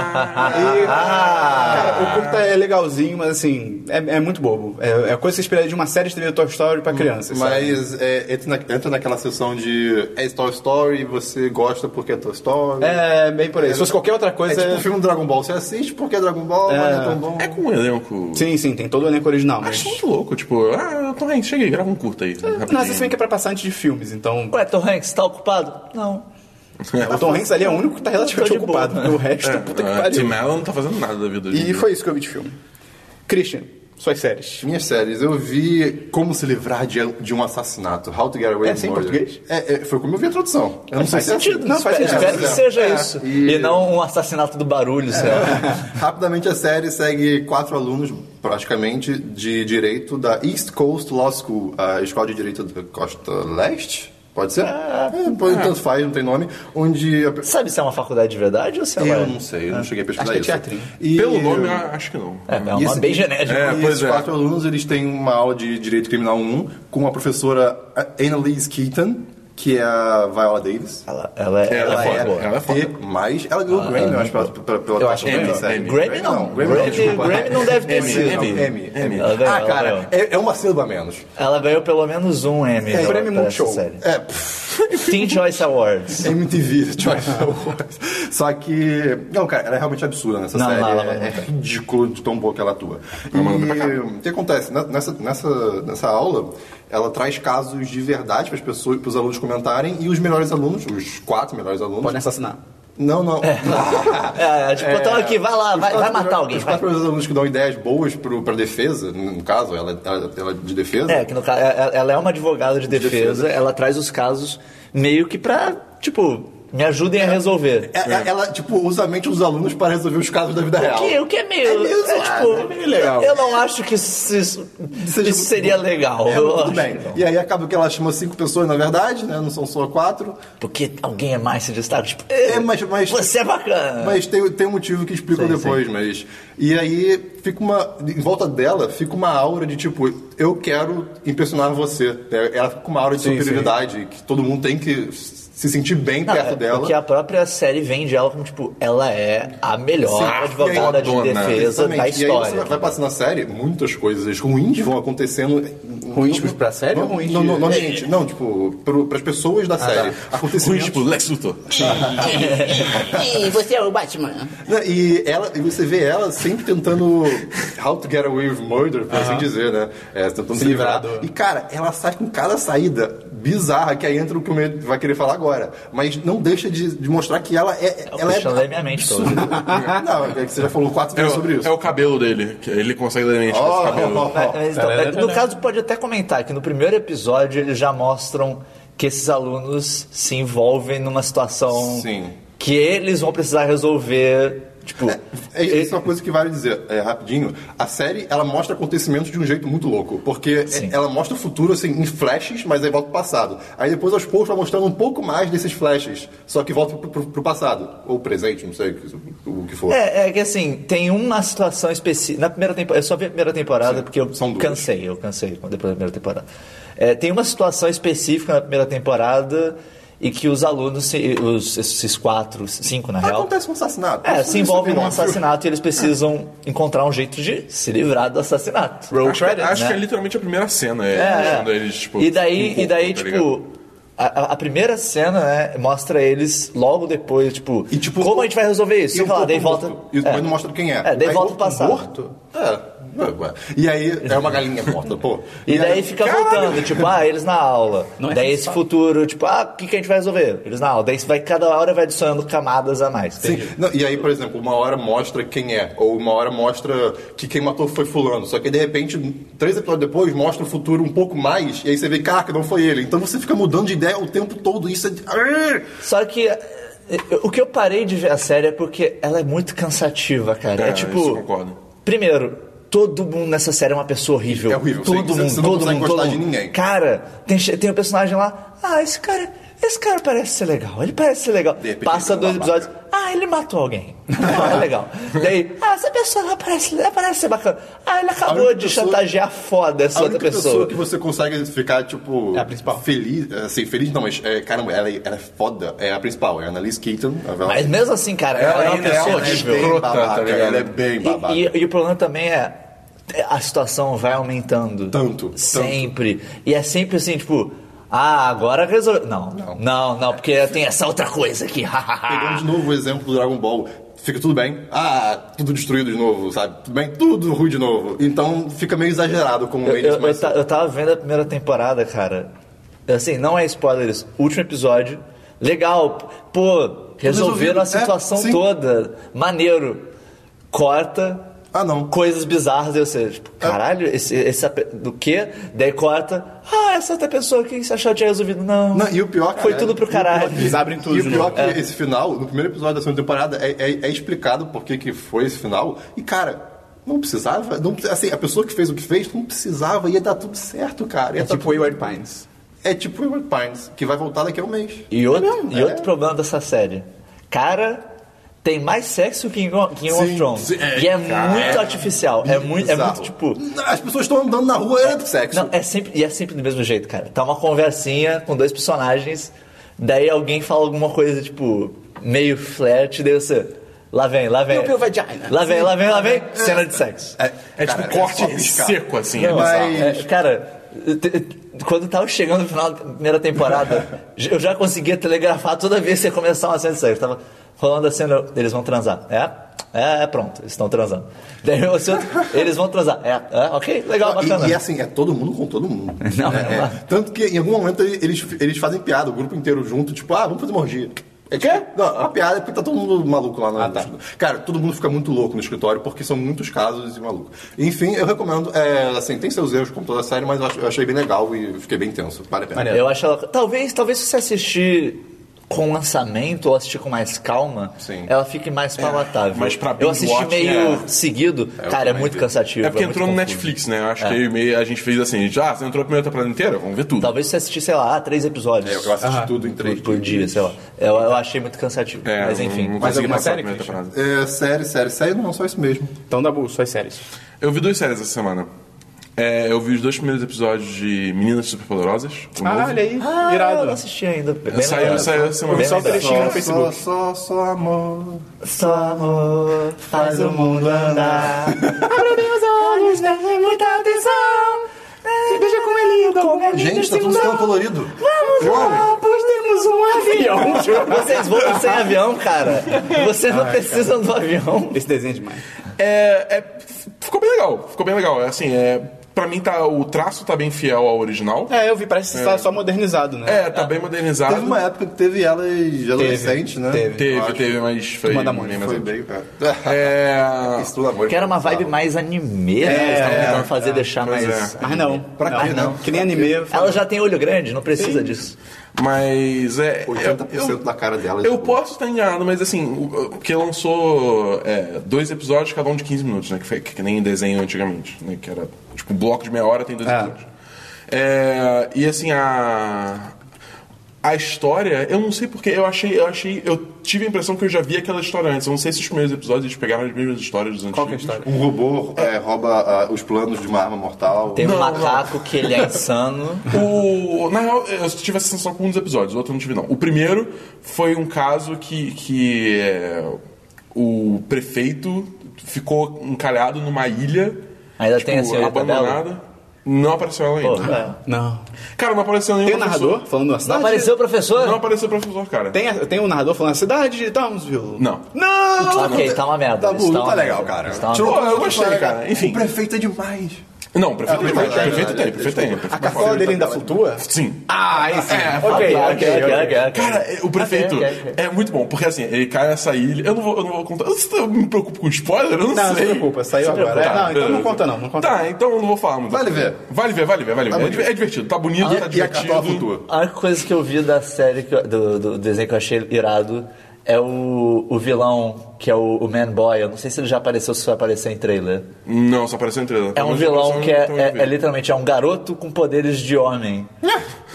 E, cara, o curta é legalzinho, mas assim, é, é muito bobo. É, é coisa que você esperaria de uma série de TV do Toy Story pra crianças. sabe? Mas é, entra, na- entra naquela sessão de... É Toy Story, você gosta porque é Toy Story. É, bem por aí. Se fosse qualquer outra É coisa. tipo o filme Dragon Ball. Você assiste porque é Dragon Ball, mas não é tão bom. É com um elenco. Sim, sim, tem todo o elenco original, mas. Acho muito louco. Tipo, ah, Tom Hanks, cheguei, grava um curto aí. rapidinho. Mas isso bem que é pra passar antes de filmes, então. Ué, Tom Hanks, tá ocupado? Não. O Tom Hanks ali é o único que tá relativamente Tô de boa. ocupado. porque O resto, É, puta que ah, Tim pariu. Allen não tá fazendo nada da vida hoje em E dia. foi isso que eu vi de filme. Christian, suas séries. Minhas séries, eu vi Como Se Livrar de, de um Assassinato, How to Get Away É with assim em Murder. português? É, é, foi como eu vi a tradução. Eu não sei faz se é sentido, assim. não, faz sentido. Espero que é. seja isso. e- E... não um assassinato do barulho, sei lá. Rapidamente, a série segue quatro alunos, praticamente, de direito da East Coast Law School, a escola de direito da Costa Leste? Pode ser? É, pode- tanto faz, não tem nome. Onde. a pe- Sabe se é uma faculdade de verdade ou se ela é Eu não sei, eu não cheguei a pesquisar Acho que é isso. teatrinho. E- Pelo nome, eu acho que não. É, é E uma esse- bem genérica. É, e pois esses é. quatro alunos, eles têm uma aula de Direito Criminal 1 com a professora Annalise Keaton, que é a Viola Davis. Ela, ela, é- Ela ela é é Ah, foda. boa. Ela é foda. E- mas ela ganhou o Grammy, eu acho, pela, pela, pela Eu acho atuação Emmy, dela, sério. Emmy. Grammy não. Grammy não, é tipo Grammy, desculpa. Grammy não deve ter Emmy, sido. Não, Emmy. Emmy, Emmy. Ela ganhou, Ah, ela cara, ganhou. é, é uma sílaba a menos. Ela ganhou pelo menos um Emmy. É, da- prêmio pra essa Multishow. série. É, pff, Teen Choice Awards. MTV, Choice Awards. Só que. Não, cara, ela é realmente absurda nessa Não, série. não, ela é, vai é muito. ridículo de tão boa que ela atua. manda pra E o que acontece? Na- Nessa, nessa, nessa aula, ela traz casos de verdade para as pessoas, para os alunos comentarem, e os melhores alunos, os quatro melhores alunos. Podem assassinar. Não, não. É, tipo, então aqui, vai lá, vai, vai matar alguém. Os vai. quatro primeiros alunos que dão ideias boas pro, pra defesa, no caso, ela, ela, ela de defesa. É, que no caso, ela ela é uma advogada de defesa, defesa. ela traz os casos meio que pra, tipo, me ajudem a resolver. É, é, Ela, tipo, usa a mente dos alunos para resolver os casos da vida real. O que, o que é meio. É meio é, zoado, tipo, é meio legal. Eu não acho que isso, isso- Seja isso muito seria legal. É, eu tudo acho. bem. E aí acaba que ela chama cinco pessoas, na verdade, né? Não são só quatro. Porque alguém é mais se destaca. Tipo, É, mas- mas- Você é bacana. Mas tem, tem um motivo que explico Sim, depois, mas. E aí fica uma. Em volta dela fica uma aura de tipo, eu quero impressionar você. né? Ela fica com uma aura de superioridade, que todo mundo tem que se sentir bem Não, perto é dela. Porque a própria série vende ela como, tipo, ela é a melhor Sim, é advogada e aí- de defesa Exatamente. da E aí história. você vai passando a série, muitas coisas ruins vão acontecendo. Ruins pra série não, ou ruins Não, não, de- não, gente, não, tipo, pro, pras pessoas da série. Ruim, Acontecimentos... tipo, Lex Luthor. Ih, você é o Batman. Não, Né, E, ela, e você vê ela sempre tentando how to get away with murder, por assim dizer, né? É, tentando se, livrar. livrar do- E, cara, ela sai com cada saída bizarra, que aí entra o que o Medo vai querer falar agora. Mas não deixa de, de mostrar que ela é. Ela é Deixa eu ler minha mente toda. não, é que você já falou quatro É vezes o, sobre isso. é o cabelo dele, que ele consegue ler a mente com Oh, esse cabelo. oh, oh. Mas, então, é, no caso, pode até comentar que no primeiro episódio eles já mostram que esses alunos se envolvem numa situação Sim. que eles vão precisar resolver. Tipo, É, isso é uma coisa que vale dizer é, rapidinho. A série ela mostra acontecimentos de um jeito muito louco, porque Sim. é- ela mostra o futuro assim em flashes, mas aí volta pro passado. Aí depois aos poucos vai mostrando um pouco mais desses flashes, só que volta pro, pro- pro passado ou presente, não sei o que- o que for. É, é que assim, tem uma situação específica. Na primeira temporada, eu só vi a primeira temporada porque eu são duas. cansei, eu cansei depois da primeira temporada. É, tem uma situação específica na primeira temporada e que os alunos, se- os, esses quatro, cinco na real. Acontece um assassinato. É, Isso se envolvem num óbvio. assassinato e eles precisam encontrar um jeito de se livrar do assassinato. Acho, que- acho que né? é literalmente a primeira cena. É, mostrando eles, tipo, e daí, com e daí roupa, tá ligado? tipo, a, a- a primeira cena, né, mostra eles logo depois, tipo, E, tipo, como a gente vai resolver isso? E Sei o lá, corpo daí morto. volta. E depois é. não mostra quem é. É, daí Aí volta o pro passado. Morto? É. ué, ué. E aí é uma galinha morta, pô. E daí aí- fica Caralho! voltando, tipo, ah, eles na aula. Não é daí assim esse que futuro, tipo, ah, o que, que a gente vai resolver? Eles na aula. Daí você vai, cada hora vai adicionando camadas a mais. Sim. Não, e aí, por exemplo, uma hora mostra quem é, ou uma hora mostra que quem matou foi fulano. Só que de repente, três episódios depois, mostra o futuro um pouco mais, e aí você vê, caraca, não foi ele. Então você fica mudando de ideia o tempo todo, isso é. de- Arr! Só que eh, o que eu parei de ver a série é porque ela é muito cansativa, cara. Ah, É, É, tipo. isso eu concordo. Primeiro, todo mundo nessa série é uma pessoa horrível. É horrível, sim. Todo Você- mundo, você não todo consegue mundo, todo gostar mundo. de ninguém. Cara, tem, che- tem um personagem lá. Ah, esse cara. Esse cara parece ser legal, ele parece ser legal. repente Passa ele é um dois babaca. episódios. Ah, ele matou alguém. Ah, é legal. Daí, ah, essa pessoa lá parece, ela parece ser bacana. Ah, ele acabou única de pessoa- chantagear foda essa A outra única pessoa. pessoa. que você consegue ficar, tipo, É a principal. feliz, assim, feliz não, mas, é, caramba, ela, é- ela é foda, é a principal, é a Annalise Keaton. ela- Mas mesmo assim, cara, ela, é uma ainda pessoa ela horrível. bem Escrota, tá babaca, ligado? Ela é bem babaca. E, e- e o problema também é a situação vai aumentando. Tanto, Sempre. E é sempre assim, tipo, ah, agora resolveu. Não, não, não, porque tem essa outra coisa aqui. Pegando Ah. de novo o exemplo do Dragon Ball. Fica tudo bem. Ah, tudo destruído de novo, sabe? Tudo bem? Tudo ruim de novo. Então fica meio exagerado como eu, eles, eu, eu, mas... ta- eu tá- tava vendo a primeira temporada, cara. Assim, não é spoiler isso. Último episódio. Legal. Pô, resolvido. resolveram a situação É, sim. toda. Maneiro. Corta. Ah, não. Coisas bizarras, eu sei, tipo, Ah. caralho, esse, esse ape- do quê? Daí corta. Ah, essa outra pessoa que você achou que tinha resolvido. Não. Não, e o pior Foi cara, tudo pro e o pior caralho. que- Eles abrem tudo E o de pior novo. que É. esse final, no primeiro episódio da segunda temporada, é, é- é explicado por que que foi esse final. E, cara, não precisava. Não, precis- assim, a pessoa que fez o que fez não precisava. Ia dar tudo certo, cara. Ia É dar tipo Wayward Pines. tudo- é tipo o Pines, que vai voltar daqui a um mês. E outro, e É. outro problema dessa série. Cara, tem mais sexo que em Go- que em Game of Sim, Thrones. sim, é, e é cara, muito é artificial. É muito, é Bizarro. muito tipo. As pessoas estão andando na rua, é sexo. Não, é sempre, e é sempre do mesmo jeito, cara. Tá uma conversinha com dois personagens, daí alguém fala alguma coisa, tipo, meio flat, daí você. Lá vem, lá vem. Piu, piu, vagina. Lá vem, lá vem, lá vem. Cena de sexo. É tipo Cara, corte é só piscar. seco, assim. é Não, bizarro. é, cara, te- te- quando eu tava chegando no final da primeira temporada, j- eu já conseguia telegrafar toda vez que ia começar uma cena de sexo. Tava rolando a cena, eu, eles vão transar. É? É, é, pronto, eles estão transando. Daí eu, assim, eles vão transar. É, é, ok, legal, Não, e- bacana. E, assim, é todo mundo com todo mundo. Não, É, não é. dá. Tanto que em algum momento eles, eles fazem piada, o grupo inteiro junto, tipo, ah, vamos fazer uma orgia. É tipo, Não, é uma piada porque tá todo mundo maluco lá no Ah, tá. escritório. Cara, todo mundo fica muito louco no escritório porque são muitos casos e maluco. Enfim, eu recomendo, é, assim, tem seus erros como toda série, mas eu, acho- eu achei bem legal e fiquei bem tenso. Vale a pena. É. Eu acho ela. Talvez, talvez se você assistir com lançamento ou assistir com mais calma, Sim. ela fique mais palatável. É, mas pra Eu assisti binge-watch, meio é. seguido, cara, é também muito vi. cansativo. É porque muito É. entrou no confuso. Netflix, né? Eu acho que aí meio- a gente fez assim, a gente, ah, você entrou a primeira temporada inteira? Vamos ver tudo. Talvez se você assistir, sei lá, três É, episódios. É, Eu, eu assisti Ah, tudo em três por, por dia, sei lá. Eu, eu achei muito cansativo. É, mas não- enfim. Não, Mais consegui alguma passar a série, primeira Christian? temporada. É, série, série, série, não, só isso mesmo. Então, Dabu, suas séries. Eu vi duas séries essa semana. É, eu vi os dois primeiros episódios de Meninas Superpoderosas. o Ah, novo. olha aí, Ah, eu não irado. assisti ainda. Bem Saiu, lembrado. saiu essa semana. Bem Só o lembrado. trechinho no Só, Facebook. só, só amor. Só amor faz o mundo andar. Gente, tá tudo ficando colorido. Vocês voam sem avião, cara. Vocês não precisam do avião. Esse desenho é demais. É, é, f- ficou bem legal, ficou bem legal. É Assim, é, Pra mim, tá, o traço tá bem fiel ao original. É, eu vi, parece que tá só modernizado, né? É, tá bem modernizado. Teve uma época que teve elas adolescentes, né? teve. Eu Teve, acho. teve, mas foi. Turma da nem Mônica mais Foi antigo. bem. É. Isso tudo amor. Que era uma vibe mais anime, né? Eles estavam tentando fazer deixar pois mais. é. Mas não. Pra não, quê, não? Que nem anime. eu falo- Ela já tem olho grande, não precisa disso. Mas é. 80% eu- eu- da cara dela. tipo, Eu posso estar enganado, mas assim, o- o- porque lançou é, dois episódios, cada um de 15 minutos, né? Que, foi, que nem desenho antigamente, né? Que era tipo bloco de meia hora tem Ah. dois episódios. É, e assim, a. A história, eu não sei porque, eu achei, eu achei. Eu tive a impressão que eu já vi aquela história antes. Eu não sei se os primeiros episódios eles pegaram as mesmas histórias dos antigos. Qual que é a história? Um robô é, rouba ah, os planos de uma arma mortal. Tem Não, um macaco que ele é insano. O, na real, eu tive essa sensação com um dos episódios, o outro eu não tive, não. O primeiro foi um caso que, que é, o prefeito ficou encalhado numa ilha. tipo, Ainda tem a senhorita abandonada. Não apareceu ela ainda. Porra. é. Não. Cara, não apareceu nenhum Tem o professor. narrador falando a Não cidade? apareceu o professor? Não apareceu o professor, cara. Tem, a- tem o narrador falando a cidade de Townsville? Não. Não! Ok, tá uma merda. Tá isso bom, não uma tá merda, legal, cara. isso tá uma Tirou- merda. Pô, eu gostei, cara. Enfim. O prefeito é demais. Não, o prefeito Ah, tem. verdade, Prefeito verdade, tem, prefeito tem. desculpa. A prefeito cartola tem. dele ainda flutua? Sim. É, Ah, aí sim. ok, Ah, ok, ok, ok. ok, ok. Cara, É, o prefeito Ok, ok, ok. é muito bom, porque assim, ele cai nessa ilha. Eu não vou, eu não vou contar. Eu me preocupo com spoiler, eu não, Não, não se sei. preocupa, saiu preocupa. agora. É, não, então não beleza. conta não, não conta. Tá, então eu não vou falar muito. Vale ver. Vale ver, vale ver, vale ver. É bonito. di- é divertido, tá bonito, Ah, tá e, e a divertido. capa flutua. A única coisa que eu vi da série, que eu- do, do desenho que eu achei irado, é o, o vilão, que é o, o Man Boy. Eu não sei se ele já apareceu ou se vai aparecer em trailer. Não, só apareceu em trailer. É um Mas vilão apareceu que é, no- é- é literalmente é um garoto com poderes de homem.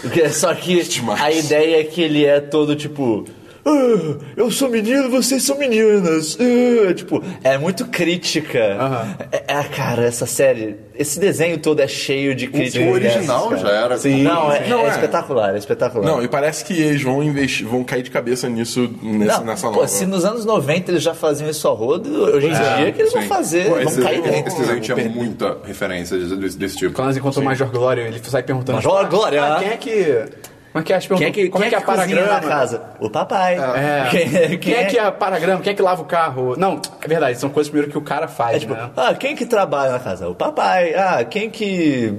Porque- Só que Demais. a ideia é que ele é todo tipo. "Ah, eu sou menino, vocês são meninas. Ah", tipo, é muito crítica. É, é, cara, essa série, esse desenho todo é cheio de crítica. O original já era. Sim. Não, é, Não, é é. espetacular, é espetacular. Não, e parece que eles vão investir, vão cair de cabeça nisso nessa, Não, nessa pô, nova. se nos anos 90 eles já faziam isso a rodo, hoje em dia é que eles vão sim. fazer, Pô, vão esse, cair esse dentro. desenho tinha muita referência desse, desse tipo. Quando eles encontram o Major Glória, ele sai perguntando... Major tipo, Glória! Ah, quem é que... Como é que é as Quem é perguntas? que, Como é que é a cozinha na paragrama? casa? O papai. É. Quem, quem Quem é que é paragrama? Quem é que lava o carro? Não, é verdade, são coisas primeiro que o cara faz, É tipo, né? ah, quem que trabalha na casa? O papai. Ah, quem que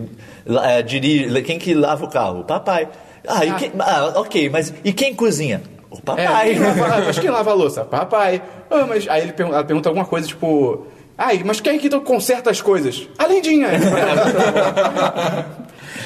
la- eh, dirige, quem que lava o carro? O papai. Ah, e quem- ah, ok, mas e quem cozinha? O É, papai. quem lava- mas quem lava a louça? Papai. Ah, mas aí ele pergun- ela pergunta alguma coisa, tipo... Ai, mas quem é que conserta as coisas? A Lindinha!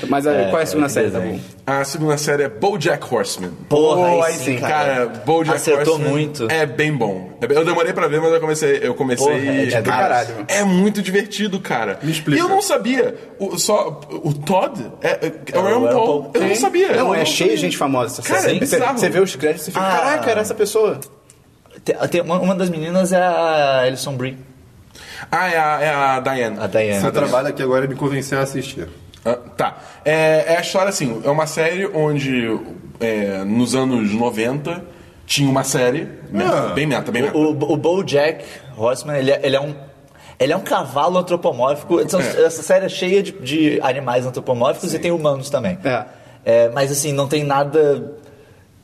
mas aí, qual é a segunda que série, tá desenho. bom? A segunda série é BoJack Horseman. Porra, Pô, aí aí sim, sim, cara. Cara, BoJack Acertou Horseman muito. É bem bom. É bem- Eu demorei pra ver, mas eu comecei. Eu comecei Porra, é de cara, caralho. É muito divertido, cara. Me explica. E eu não sabia. O, só o Todd é, é, é o Aaron Aaron Paul. Paul. Eu não Sim. sabia. eu Não, é não cheio de sabia. gente famosa essa Cara, série. é Você- bizarro. Você vê os créditos e fica, Ah. caraca, era essa pessoa. Tem- tem uma, uma das meninas é a Alison Brie. Ah, é a, é a Diane. A Diane. Seu trabalho aqui agora é me convencer a assistir. Ah, tá. É, é a história assim, é uma série onde é, nos anos 90 tinha uma série. meta, Bem meta, bem meta. O, o BoJack Horseman, ele é, ele é um... Ele é um cavalo antropomórfico. Então, É. Essa série é cheia de, de animais antropomórficos e tem humanos também. É. É, mas assim, não tem nada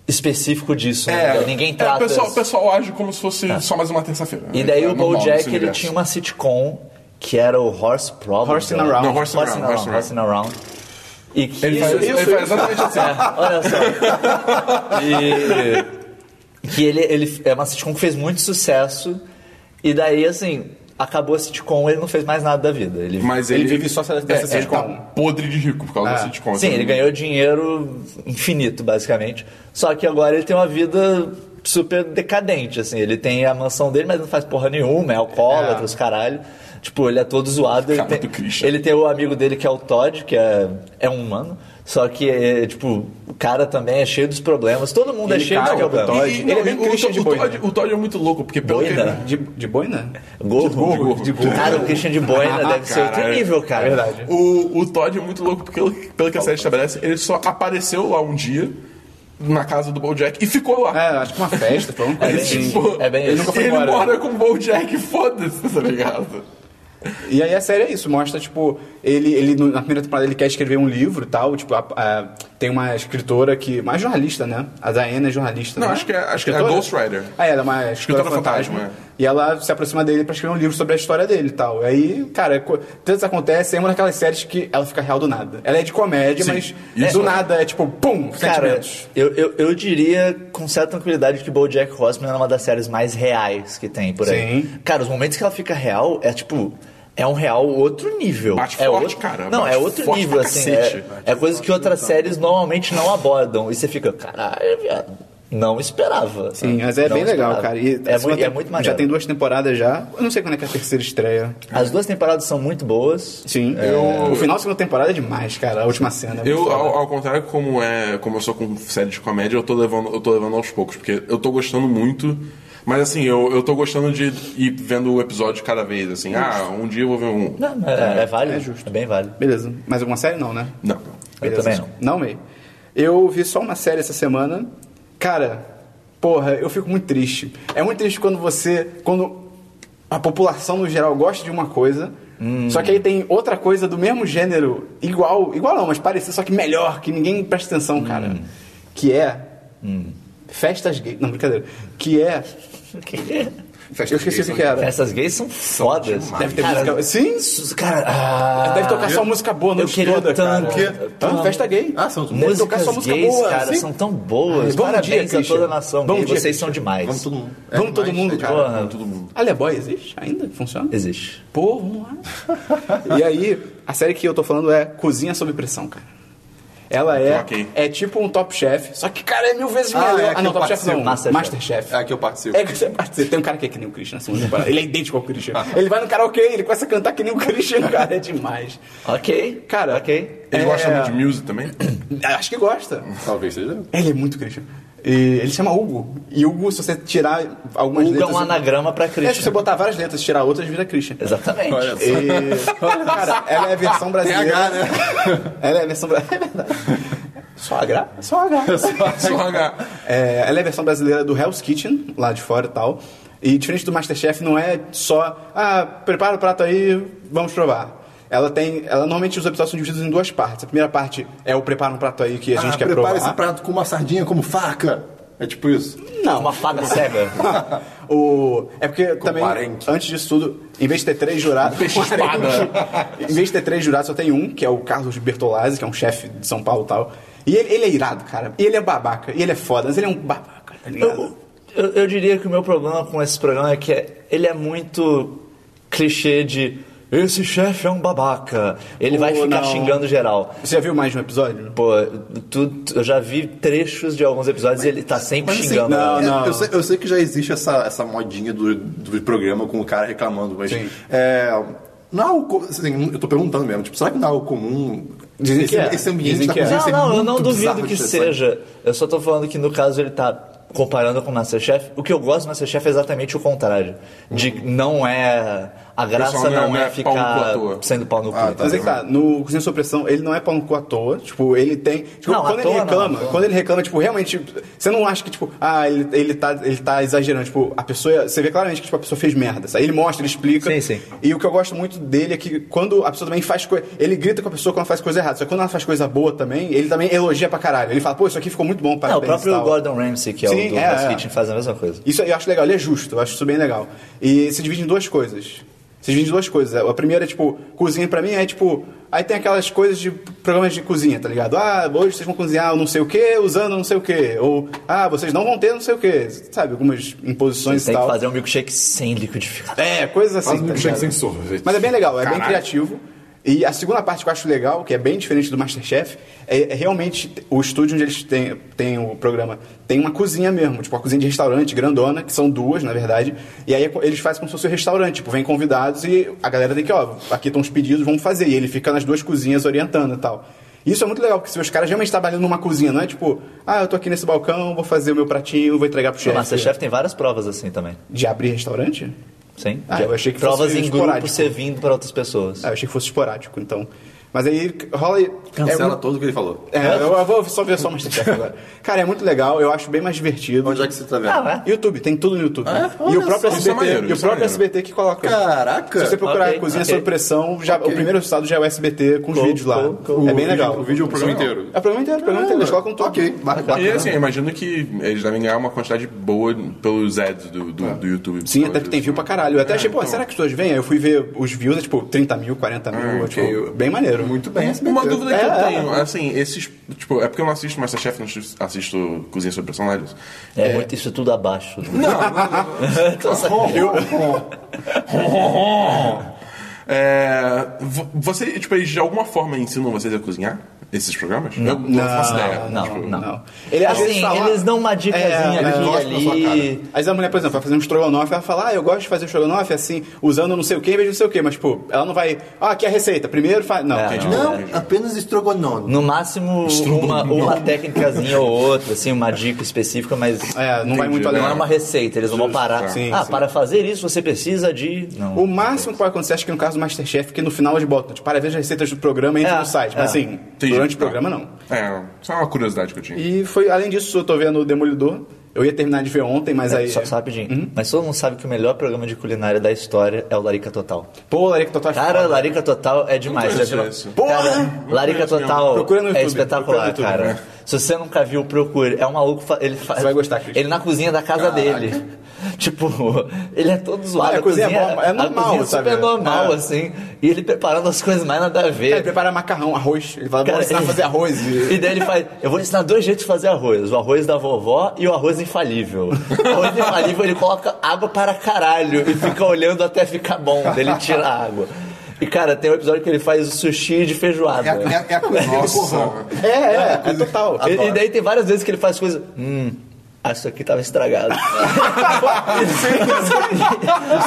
específico disso. né? Ninguém trata... É, Tá. o, pessoal, o pessoal age como se fosse só mais uma terça-feira. E daí É o normal BoJack, nesse ele universo. tinha uma sitcom que era o Horse Problem. Horse in sei lá. Around. Não, Horse in Around, Around, Horse in Around. Horse in Around. E que... Ele faz, Isso, ele isso, faz isso. exatamente assim. É, olha só. E... Que ele, ele é uma sitcom que fez muito sucesso. E daí, assim, acabou a sitcom ele não fez mais nada da vida. Ele... Mas ele, Ele vive só dessa é, Ele sitcom. tá podre de rico por causa da sitcom. assim. Sim, ele ganhou dinheiro infinito, basicamente. Só que agora ele tem uma vida super decadente, assim. Ele tem a mansão dele, mas não faz porra nenhuma, é alcoólatra, os caralho. Tipo, ele é todo zoado. Ele Cara tem, do Christian. ele tem o amigo dele que é o Todd, que é, é um humano. Só que, é, tipo, o cara também é cheio dos problemas. Todo mundo é Ele cheio caga de pro problemas. Todd. E, Ele é bem o, Christian o, de o boina. né? Todd, o Todd é muito louco, porque pelo que Boina? ele- De, de né? boina? Gorro. gorro, de gorro. Cara, o Christian de Boina Ah, deve ser outro caralho. nível, cara. Verdade. O, o Todd é muito louco, porque ele- pelo que a série estabelece, ele só apareceu lá um dia, na casa do BoJack, e ficou lá. Tipo, É, acho que uma festa, foi um É bem coisa. isso. É bem ele isso. nunca foi Ele embora. mora mora com o BoJack, foda-se, tá ligado? E aí a série é isso, mostra, tipo, ele, ele no- na primeira temporada ele quer escrever um livro e tal, tipo, a- a- Tem uma escritora que. Mais jornalista, né? A Diana é jornalista. Não, né? acho que é- acho que é Escritora? Ghost Rider. Ah, ela é uma escritora, Escritora fantasma. fantasma, é. E ela se aproxima dele pra escrever um livro sobre a história dele e tal. E aí, cara, co- tudo isso acontece. É uma daquelas séries que ela fica real do nada. Ela é de comédia, Sim, mas isso do é. nada é tipo, pum, Cara, é sentimentos. eu, eu, eu diria com certa tranquilidade que BoJack Horseman é uma das séries mais reais que tem por aí. Sim. Cara, os momentos que ela fica real é tipo... É um real outro nível. Bate é forte, outro... cara, Não, bate é outro forte nível, pra assim. cacete. É, é coisa que outras séries normalmente não abordam. E você fica, caralho, viado. Não esperava. Sim, mas é Não bem legal, esperava. cara. E a é, segunda muito, é tem- muito Já maneiro. tem duas temporadas já. Eu não sei quando é que a terceira estreia. As duas temporadas são muito boas. Sim. O final da segunda temporada é demais, cara. A última cena. é Eu, muito ao, foda. ao contrário, como é, como eu sou com série de comédia, eu tô levando, eu tô levando aos poucos, porque eu tô gostando muito. Mas assim, eu, eu tô gostando de ir vendo o episódio cada vez, assim. Ah, um dia eu vou ver um. Não, é, é válido. é É justo. bem válido. Beleza. Mais alguma série? Não, né? Não. Eu Beleza. também não. Não, May. Eu vi só uma série essa semana. Cara, porra, eu fico muito triste. É muito triste quando você. Quando a população no geral gosta de uma coisa. Só que aí tem outra coisa do mesmo gênero, igual, igual não, mas parecido, só que melhor, que ninguém presta atenção, cara. Que é. Festas gays. Não, brincadeira. Que é. Festas eu esqueci gays o que são que era. Essas gays são fodas. Deve ter Cara, música. Sim! Isso, Cara, ah, Deve tocar só música boa a eu noite queria toda, tanto. cara. O quê? Tá Hã? Festa gay. Ah, são tudo. Deve Músicas tocar só música gays, boa, cara, sim. são tão boas. Ai, bom Parabéns dia, a toda Christian. a nação Bom gay. dia, Vocês Christian. são demais. Vamos todo mundo. É Vamos todo demais, mundo, é cara. demais. Porra. Ale Boy existe ainda? Funciona? Existe. Pô, vamos lá. e aí, a série que eu tô falando é Cozinha Sob Pressão, cara. Ela é, Ok. é tipo um Top Chef, só que, cara, é mil vezes Ah, melhor. é, que ah, não, eu Top Chef não. participo. Masterchef. É que eu participo. É que você participa. Tem um cara que é que nem o Christian na segunda temporada. Ele é idêntico ao Christian. Ele vai no karaokê, ele começa a cantar que nem o Christian, cara. É demais. Ok. Cara, ok. É. Eles gostam muito de music também? Acho que gosta. Talvez seja. Ele é muito Christian. E ele chama Hugo. E Hugo, se você tirar algumas Hugo é letras. um anagrama pra É, se você Christian. botar várias letras e tirar outras, vira Christian. Exatamente. É Olha só. E, cara, ela é a versão brasileira. Tem H, né? Ela é a versão brasileira. É verdade. Só H? Só H. Só H. É, ela é a versão brasileira do Hell's Kitchen, lá de fora e tal. E diferente do Masterchef, não é só, ah, prepara o prato aí, vamos provar. Ela tem. Ela normalmente os episódios são divididos em duas partes. A primeira parte é o prepara um prato aí que a gente ah, quer prepara provar. esse prato com uma sardinha como faca. É tipo isso. Não, Uma fada cega. o... É porque também, parente. antes disso tudo, em vez de ter três jurados. Peixe espada. em vez de ter três jurados, só tem um, que é o Carlos Bertolazzi, que é um chefe de São Paulo e tal. E ele, ele é irado, cara. E ele é babaca. E ele é foda, mas ele é um babaca, tá ligado? Eu, eu- eu diria que o meu problema com esse programa é que é- ele é muito clichê de esse chefe é um babaca. Ele vai Ou ficar não. xingando geral. Você já viu mais de um episódio? Pô, tu- tu- eu já vi trechos de alguns episódios e ele tá sempre xingando. não, ela. É, Eu, sei, eu sei que já existe essa, essa modinha do, do programa com o cara reclamando, mas. Sim. É, não é algo co- assim, eu tô perguntando mesmo, tipo, será que não é algo comum Dizem esse, que é. esse ambiente Dizem da que é. cozinha Não, ser não, eu não muito duvido bizarro que de ser, seja. Eu só tô falando que no caso ele tá comparando com o Masterchef. O que eu gosto do Masterchef é exatamente o contrário. De não é. A graça Pessoal, não é- não, não é, é pau no cu à ficar toa. sendo pau no cu. Ah, tá. Mas é que tá, no Cozinha Sob Pressão, ele não é pau no cu à toa. Tipo, ele tem. Tipo, Não, à quando ele toa não, reclama, à toa. quando ele reclama, tipo, realmente. Você não acha que, tipo, ah, ele, ele, tá, ele tá exagerando. Tipo, a pessoa. Você vê claramente que tipo, a pessoa fez merda. Sabe? Ele mostra, ele explica. Sim, sim. E o que eu gosto muito dele é que quando a pessoa também faz coisa. Ele grita com a pessoa quando ela faz coisa errada. Só que quando ela faz coisa boa também, ele também elogia pra caralho. Ele fala, pô, isso aqui ficou muito bom, Não, parabéns. É, o próprio e tal. Gordon Ramsay, que é Sim, o do é, Hell's é. Kitchen, faz a mesma coisa. Isso eu acho legal, ele é justo, eu acho isso bem legal. E se divide em duas coisas. Se divide em duas coisas. A primeira é, tipo, cozinha pra mim é, tipo... Aí tem aquelas coisas de programas de cozinha, tá ligado? Ah, hoje vocês vão cozinhar não sei o quê usando não sei o quê. Ou, ah, vocês não vão ter não sei o quê. Sabe, algumas imposições e Tem que tal. fazer um milkshake sem liquidificador. É, coisas assim. Faz um tá milkshake ligado? sem sorvete. Mas é bem legal, é bem Caralho. criativo. E a segunda parte que eu acho legal, que é bem diferente do Masterchef, é, é realmente o estúdio onde eles têm, têm o programa. Tem uma cozinha mesmo, tipo uma cozinha de restaurante grandona, que são duas, na verdade. E aí eles fazem como se fosse um restaurante, tipo, vem convidados e a galera tem que, ó, aqui estão os pedidos, vamos fazer. E ele fica nas duas cozinhas orientando e tal. Isso é muito legal, porque se os caras realmente trabalhando numa cozinha, não é tipo, ah, eu tô aqui nesse balcão, vou fazer o meu pratinho, vou entregar pro O chefe. Masterchef tem várias provas assim também. De abrir restaurante? Sim? Ah, De- eu achei que provas fosse em grupo esporádico. É. servindo para outras pessoas. Ah, eu achei que fosse esporádico, então. Mas aí rola. e- Cancela é, mu- tudo o que ele falou. É, eu, eu vou só ver só Masterchef agora. Cara, é muito legal, eu acho bem mais divertido. Onde é que você tá vendo? Ah, é? YouTube, tem tudo no YouTube. e Olha o próprio só. SBT, Isso é e maneiro, o isso próprio é maneiro. SBT que coloca. Caraca! Se você procurar Ok, Cozinha ok. Sob Pressão, já, o primeiro resultado já é o SBT com os vídeos lá. O É bem vídeo- legal. O vídeo é o programa inteiro. É o programa inteiro, o programa inteiro. Eles colocam tudo. Ok, ba- E bacana. assim, eu imagino que eles devem ganhar uma quantidade boa pelos ads do, do, do YouTube. É. Sim, até que tem view pra caralho. Eu até achei, pô, então. será que as pessoas vêm? Aí eu fui ver os views, é tipo 30 mil, 40 mil, Ah, tipo, ok. bem maneiro. Muito bem, SBT. Uma dúvida que É, eu é. tenho, assim, esses. Tipo, é porque eu não assisto Masterchef, não assisto Cozinha sobre Personagens. É, muito isso tudo abaixo. do- Não, não, não. Eu. É, vo- você, tipo, eles de alguma forma ensinam vocês a cozinhar? Esses programas? Não, eu não, faço ideia. não, tipo, não. Ele, às vezes, Assim, fala- eles dão uma dicasinha É, eles gostam da sua aqui e ali. Às vezes a mulher, por exemplo, vai fazer um estrogonofe, ela fala, ah, eu gosto de fazer um estrogonofe assim, usando não sei o que, em vez de não sei o que, mas, tipo, ela não vai, ah, aqui é a receita, primeiro faz. Não, É, entendi. Não, apenas estrogonofe. No máximo, uma, uma técnicazinha ou outra, assim, uma dica específica, mas É, não vai muito né? além. não é uma receita, eles não vão parar. Sim, ah, sim. para fazer isso você precisa de. Não. O máximo que pode acontecer, acho que no caso do Masterchef, que no final eles botam, tipo, para ver as receitas do programa e entra É, no site. Mas é. assim, Entendi. durante o programa não. É, só uma curiosidade que eu tinha. E foi, além disso, eu tô vendo o Demolidor. Eu ia terminar de ver ontem, mas aí. É, Hum? Só, só rapidinho. Mas todo mundo sabe que o melhor programa de culinária da história é o Larica Total. Pô, Larica Total. é Cara, foda. Larica Total é demais. Não conheço Você- esse. Porra! Cara, Larica conheço Total mesmo. Procura no é YouTube, espetacular, procura no YouTube. né? cara. Se você nunca viu, procure. É um maluco, fa- ele faz. Você vai gostar, Cris. Ele na cozinha da casa dele. Tipo, ele é todo zoado. Olha, a cozinha é norma- é normal, a cozinha é sabe? super normal, É. assim. E ele preparando as coisas mais nada a ver. Ele prepara macarrão, arroz. Ele fala, vou Cara, ensinar a ele- fazer arroz. E daí ele faz. Eu vou ensinar dois jeitos de fazer arroz: o arroz da vovó e o arroz infalível. O arroz infalível ele coloca água para caralho e fica olhando até ficar bom. Daí ele tira a água. E cara, tem um episódio que ele faz o sushi de feijoada. É, a- é, a- é a coisa do corrão. É, é, é total. E- e, daí tem várias vezes que ele faz coisa. Hum. ah, Isso aqui tava estragado.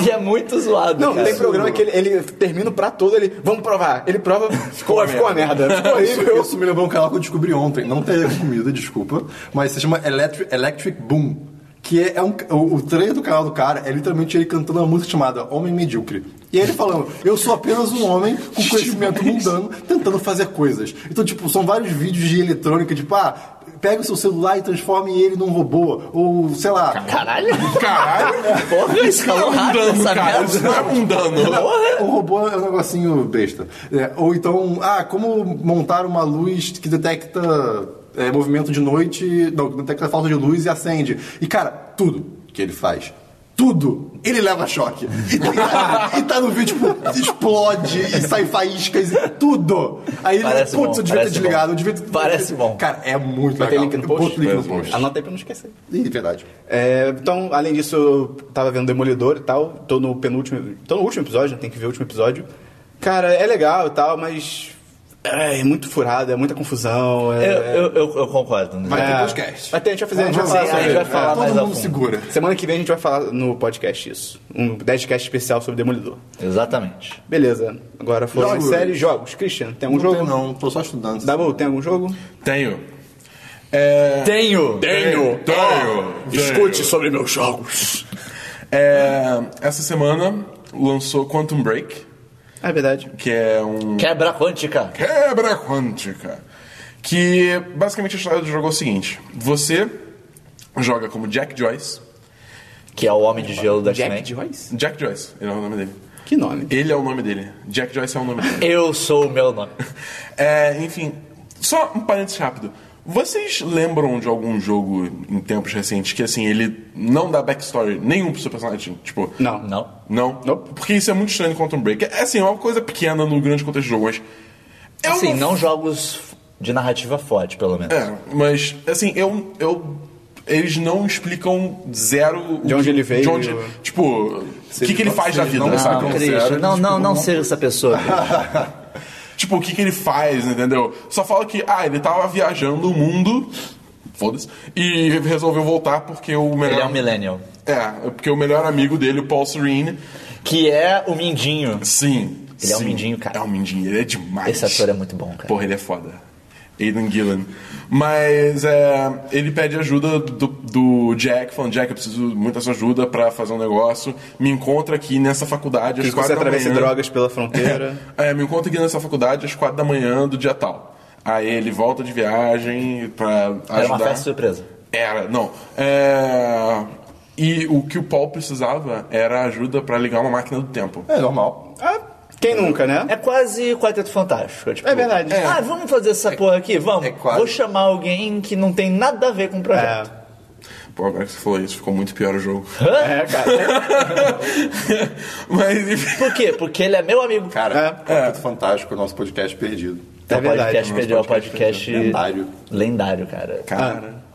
e é muito zoado. Não, cara. tem programa que ele, ele termina o prato todo, ele, vamos provar. Ele prova, ficou, ficou uma merda. Ficou Isso, horrível. isso me lembrou um canal que eu descobri ontem. Não teve comida, desculpa. Mas se chama Electric, Electric Boom. Que é, é um, o, o trailer do canal do cara é literalmente ele cantando uma música chamada Homem Medíocre. E ele falando, eu sou apenas um homem com conhecimento mundano tentando fazer coisas. Então, tipo, são vários vídeos de eletrônica, tipo, ah, pega o seu celular e transforme ele num robô. Ou, sei lá, Caralho! Caralho! Porra, escalou rápido essa cara. Isso não Tá merda. é um dano. Porra! O robô é um negocinho besta. É, ou então, ah, como montar uma luz que detecta é, movimento de noite, não, que detecta falta de luz e acende. E, cara, tudo que ele faz. Tudo! Ele leva choque. E tá, e tá no vídeo, tipo, explode e sai faíscas e tudo. Aí ele, Parece putz, bom, eu devia ter parece bom. desligado, eu devia ter... Parece bom. Cara, é muito Vai ter legal. link no Eu post? boto link no Vai no post. Anota aí pra não esquecer. Ih, verdade. É, então, além disso, eu tava vendo Demolidor e tal. Tô no penúltimo. Tô no último episódio, né? Tem que ver o último episódio. Cara, é legal e tal, mas. É, é muito furado, é muita confusão. Eu, É, eu, eu, eu concordo. Né? Vai é, ter podcast. Vai ter, a gente vai fazer. é. A gente vai Sim, falar a gente sobre- vai falar mais É, Todo a mundo fundo. segura. Semana que vem a gente vai falar no podcast isso. Um 10cast especial sobre Demolidor. Exatamente. Beleza. Agora foram as Jogos. séries jogos. Christian, tem algum Não jogo? tem, não, tô só estudando. Dabu, tem algum jogo? Tenho. É, Tenho! Tenho! Tenho! Escute sobre meus jogos. essa semana lançou Quantum Break, Ah, É verdade. que é um Quebra quântica. quebra quântica. Que basicamente a história do jogo é o seguinte: você joga como Jack Joyce. Que é o homem de gelo da Jack X-Men. Joyce? Jack Joyce, ele é o nome dele. Que nome? Ele é o nome dele. Jack Joyce é o nome dele. Eu sou o meu nome. É, enfim, só um parênteses rápido. Vocês lembram de algum jogo em tempos recentes que assim, ele não dá backstory nenhum pro seu personagem? Tipo, Não. Não. Não? Nope. Porque isso é muito estranho em Quantum Break. É assim, é uma coisa pequena no grande contexto do jogo, mas. Eu Assim, não jogos de narrativa forte, pelo menos. É, mas assim, eu. eu eles não explicam zero. o De onde que- ele veio. de onde- tipo, o que, que ele faz da vida, não sabe? explicam Zero. Ah, Christian, não, não, não seja essa pessoa. Christian. Tipo, o que, que ele faz, entendeu? Só fala que, ah, ele tava viajando o mundo. Foda-se. E resolveu voltar porque o melhor. Ele é um millennial. É, porque o melhor amigo dele, o Paul Serene. Que é o Mindinho. Sim. Ele é um sim, mindinho, cara. É um mindinho, ele é demais. Esse ator é muito bom, cara. Porra, ele é foda. Aidan Gillen. Mas é, ele pede ajuda do, do Jack, falando: Jack, eu preciso muito da sua ajuda pra fazer um negócio. Me encontra aqui nessa faculdade às Que você quatro da atravessa manhã. drogas pela fronteira. É, me encontra aqui nessa faculdade às quatro da manhã do dia tal. Aí ele volta de viagem pra ajudar. Era uma festa surpresa. Era, não. É, E o que o Paul precisava era ajuda pra ligar uma máquina do tempo. É normal. Ah, quem nunca, né? É quase Quarteto Fantástico. tipo, É verdade. Ah, vamos fazer essa porra aqui? Vamos. é quase. Vou chamar alguém que não tem nada a ver com o projeto. É, Pô, agora que você falou isso, ficou muito pior o jogo. é cara. Mas enfim. Por quê? Porque ele é meu amigo. É. Cara, Quarteto Fantástico, nosso podcast perdido. É o verdade, podcast nosso perdeu, é o podcast podcast Lendário. lendário, cara. Cara.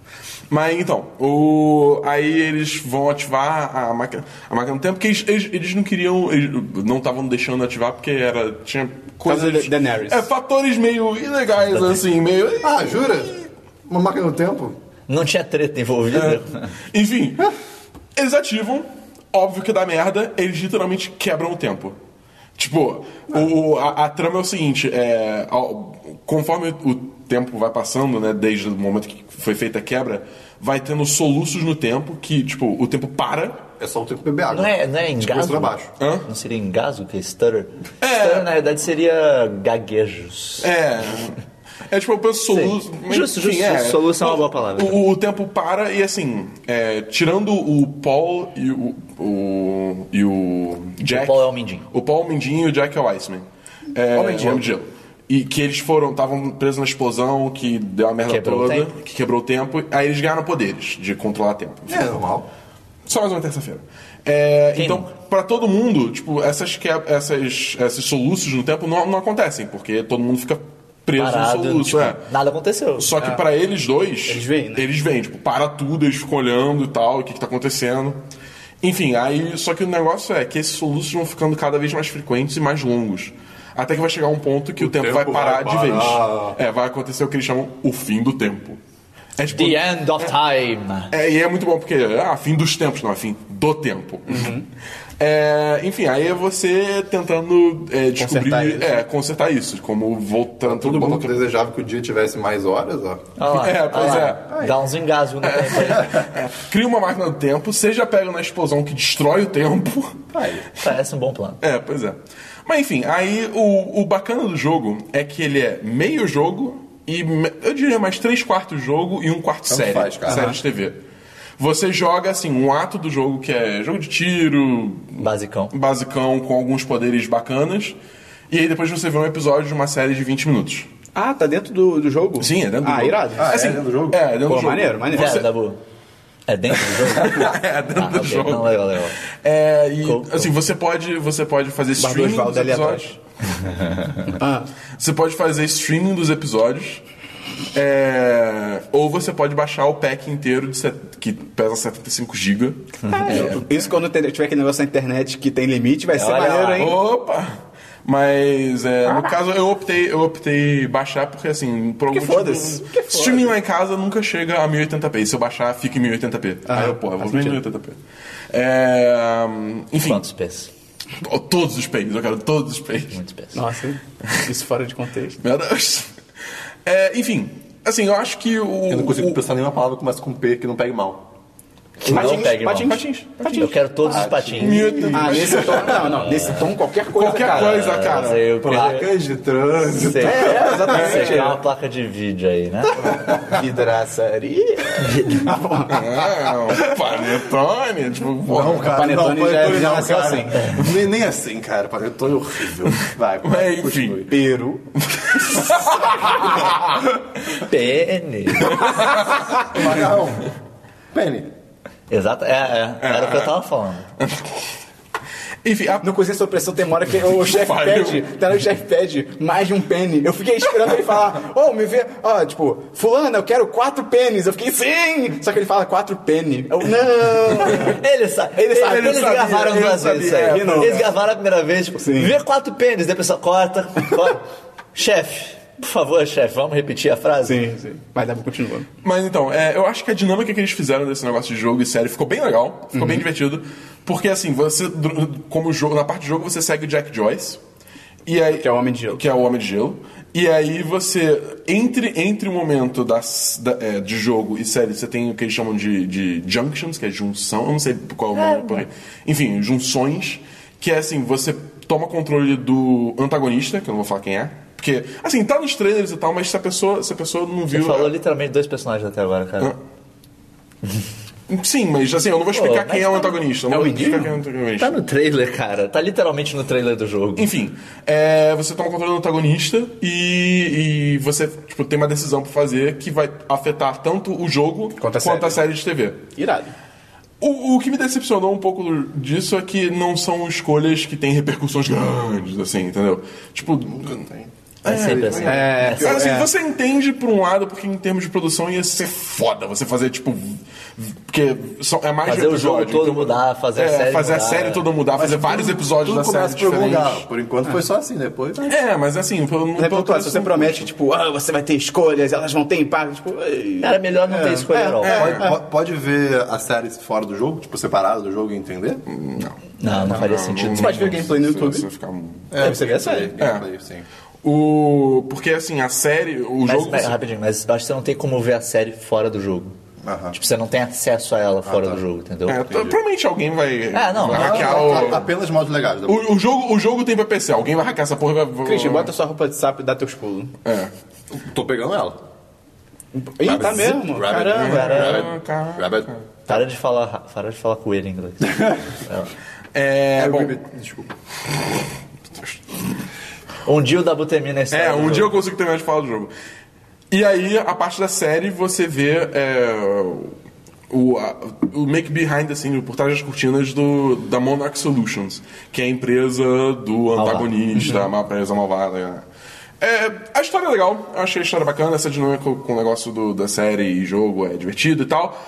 Mas então, o... aí eles vão ativar a máquina, a máquina do tempo, porque eles, eles, eles não queriam, eles não estavam deixando ativar porque era, tinha coisas. da Daenerys. É, fatores meio ilegais, assim, meio. Ah, jura? Uma máquina do tempo? Não tinha treta envolvida. É. Enfim, eles ativam, óbvio que dá merda, eles literalmente quebram o tempo. Tipo, o, a, a trama é o seguinte, é, ao- conforme o tempo vai passando, né, desde o momento que foi feita a quebra, vai tendo soluços no tempo que, tipo, o tempo para. É só o tempo beber água. Tipo, Não é, não é Depois engasgo? pra baixo. Hã? Não seria engasgo, que é stutter? Stutter, na verdade, seria gaguejos. É. É tipo, eu penso soluço. Sim. mas, Justo, justo, justo. Soluço é uma boa palavra. O, o tempo para e assim, é, tirando o Paul e o. o- e o Jack. O Paul é o Mindinho. O Paul é o Mindinho e o Jack é o Iceman. É, Homem de Homem de Gelo. E que eles foram, estavam presos na explosão, que deu a merda Quebrou o toda, tempo. que quebrou o tempo, aí eles ganharam poderes de controlar tempo. É normal. Só mais uma terça-feira. É, Quem então, nunca? pra todo mundo, tipo, essas, que, essas, esses soluços no tempo não, não acontecem, porque todo mundo fica preso Parado, no soluço. tipo, é. é. nada aconteceu. Só que pra eles dois. Eles veem, né? Eles veem, tipo, para tudo, eles ficam olhando e tal, o que, que tá acontecendo. Enfim, aí. Só que o negócio é que esses soluços vão ficando cada vez mais frequentes e mais longos. Até que vai chegar um ponto que o, tempo, vai tempo parar, vai de vez. parar. É, vai acontecer o que eles chamam o fim do tempo. É tipo. The end of time. É, e é muito bom porque ah, fim dos tempos, não, é fim do tempo. Uhum. É, enfim, aí é você tentando é, descobrir, Consertar isso. é, consertar isso, como voltando Então, Todo mundo desejava que o dia tivesse mais horas, ó. Olha lá, É, pois olha lá. Dá uns engasgos no tempo. é. Cria uma máquina do tempo, seja pega na explosão que destrói o tempo. Parece um bom plano. É, pois é. Mas enfim, aí o, o bacana do jogo é que ele é meio jogo e me- eu diria mais três quartos jogo e um quarto série. faz, cara. Série de TV. Você joga assim um ato do jogo que é jogo de tiro, Basicão. basicão com alguns poderes bacanas. E aí depois você vê um episódio de uma série de 20 minutos. Ah, tá dentro do, do jogo? Sim, é dentro do ah, jogo. irado. Ah, é Assim, dentro do jogo? É, dentro Pô, do jogo. maneiro, maneiro. Sério, Você- Dabu? É dentro do jogo? é, dentro Ah, do ok. jogo. Não, legal, legal. É, e Cool, cool. assim, você pode, você pode fazer Bardo streaming Osvaldo dos ali episódios. atrás. Ah, Você pode fazer streaming dos episódios. é, ou você pode baixar o pack inteiro de set- que pesa 75 GB. É. Isso quando tem- tiver aquele negócio na internet que tem limite, É, vai ser Olha maneiro, lá. hein? Opa! Mas é, no caso eu optei, eu optei baixar porque assim, por algum foda-se, tipo, que foda-se. streaming lá em casa nunca chega a 1080p. E se eu baixar, fica em 1080p. Ah, Aí eu, porra, vou faz ver em sentido. 1080p. É, enfim, Quantos pés? to- todos os peitos, eu quero todos os peitos. Muitos pés. Nossa, isso fora de contexto. Meu Deus. É, enfim, assim, eu acho que o. Eu não consigo o- pensar nenhuma palavra que começa com P que não pegue mal. Que não pegue mal. patins, patins, Eu patins. quero todos os patinhos. 1080p. Ah, nesse tom, não, não. Nesse tom, qualquer coisa, Qualquer cara. coisa, cara. Mas eu queria- Placas de trânsito. Sei. é exatamente. Sei, dá é uma placa de vídeo aí, né? Vidraçaria. Ah, panetone, tipo, porra. Não, cara, Panetone não, já- é é panetone já um não, nasceu cara. assim. Nem, nem assim, cara. Panetone é horrível. Vai, Mas, vai, enfim. continue. Peru. Pene. Macarrão. Penny. Exato, é, é. Era o que eu tava falando. Enfim, a- No Cozinha Sob Pressão tem uma hora que o chefe Valeu. pede, tá no chefe pede mais de um pene. Eu fiquei esperando ele falar, ô, me vê, ó, tipo, fulano, eu quero quatro pênis. Eu fiquei, sim! Só que ele fala quatro pene. Eu, não! Ele sabe. Ele sabe, eles ele sabia, gravaram ele duas sabia, vezes isso aí. é, não. eles gravaram a primeira vez, tipo, vê quatro pênis, depois só corta, corta. chefe, por favor, chefe, vamos repetir a frase? sim, sim. Mas dá pra continuar. Mas então, é, eu acho que a dinâmica que eles fizeram desse negócio de jogo e série ficou bem legal, ficou Uhum. bem divertido. Porque assim, você, dur- como jogo, na parte do jogo, você segue o Jack Joyce. E aí, Que é o Homem de Gelo. Que é o Homem de Gelo. E aí você, entre, entre o momento das, da- é, de jogo e série, você tem o que eles chamam de, de junctions, que é junção, eu não sei qual é o nome. por aí. Enfim, junções, que é assim, você toma controle do antagonista, que eu não vou falar quem é, porque, assim, tá nos trailers e tal, mas se a pessoa, se a pessoa não Você viu... falou é- literalmente dois personagens até agora, Ah, cara. Sim, mas assim, eu não vou explicar Pô, quem mas é o tá- antagonista. eu não é o vou explicar menino? quem é o antagonista. Tá no trailer, cara. Tá literalmente no trailer do jogo. Enfim, é, você toma controle do antagonista e, e você tipo, tem uma decisão pra fazer que vai afetar tanto o jogo Quanto a série. a série de TV. Irado. O, o que me decepcionou um pouco disso é que não são escolhas que têm repercussões grandes, assim, entendeu? Tipo. É sempre assim. É, Cara, assim, é. você entende por um lado, porque em termos de produção ia ser foda você fazer, tipo. v- v- Porque só- é mais Fazer o jogo episódio, é, todo mudar, fazer a série Fazer mudar. é. a série toda mudar, fazer vários episódios Tudo da série começa por algum diferentes. lugar. Por enquanto foi só assim, depois... É, mas assim, pelo, Mas é pelo- pontual, se você promete, tipo, ah, você vai ter escolhas, elas vão ter impacto, tipo... ai. Cara, é melhor É, não ter escolha, não. Pode, po- pode ver a série fora do jogo, tipo, separada do jogo e entender? Não, não faria sentido. Você pode ver gameplay no assim, Você- YouTube? você fica- É, você vê a série. Gameplay, sim. O... Porque assim, a série, o Mas, jogo. mas, você- rapidinho, mas eu acho que você não tem como ver a série fora do jogo. Aham. Tipo, você não tem acesso a ela Ah, fora tá. do jogo, entendeu? É, t- provavelmente alguém vai. Ah, não, vai não, é hackear A- tá, Apenas modos legais. o... O, o jogo, o jogo tem pra PC, alguém vai hackear essa porra e vai- vai. Christian, bota sua roupa de sapo e dá teus pulos. É. Tô pegando ela. Ih, tá mesmo? Rabbit, Caramba. Caramba, caramba. Rabbit. Para de falar, para de falar coelho em inglês. É, bom, Desculpa. um dia o Dabu termina a história. é, do um dia eu jogo. consigo terminar de falar do jogo. E aí, a parte da série, você vê é, o, a- o make behind, assim, por trás das cortinas do, da Monarch Solutions, que é a empresa do antagonista, uma empresa malvada. É, a história é legal, eu achei a história bacana, essa dinâmica com o negócio do- da série e jogo é divertido e tal.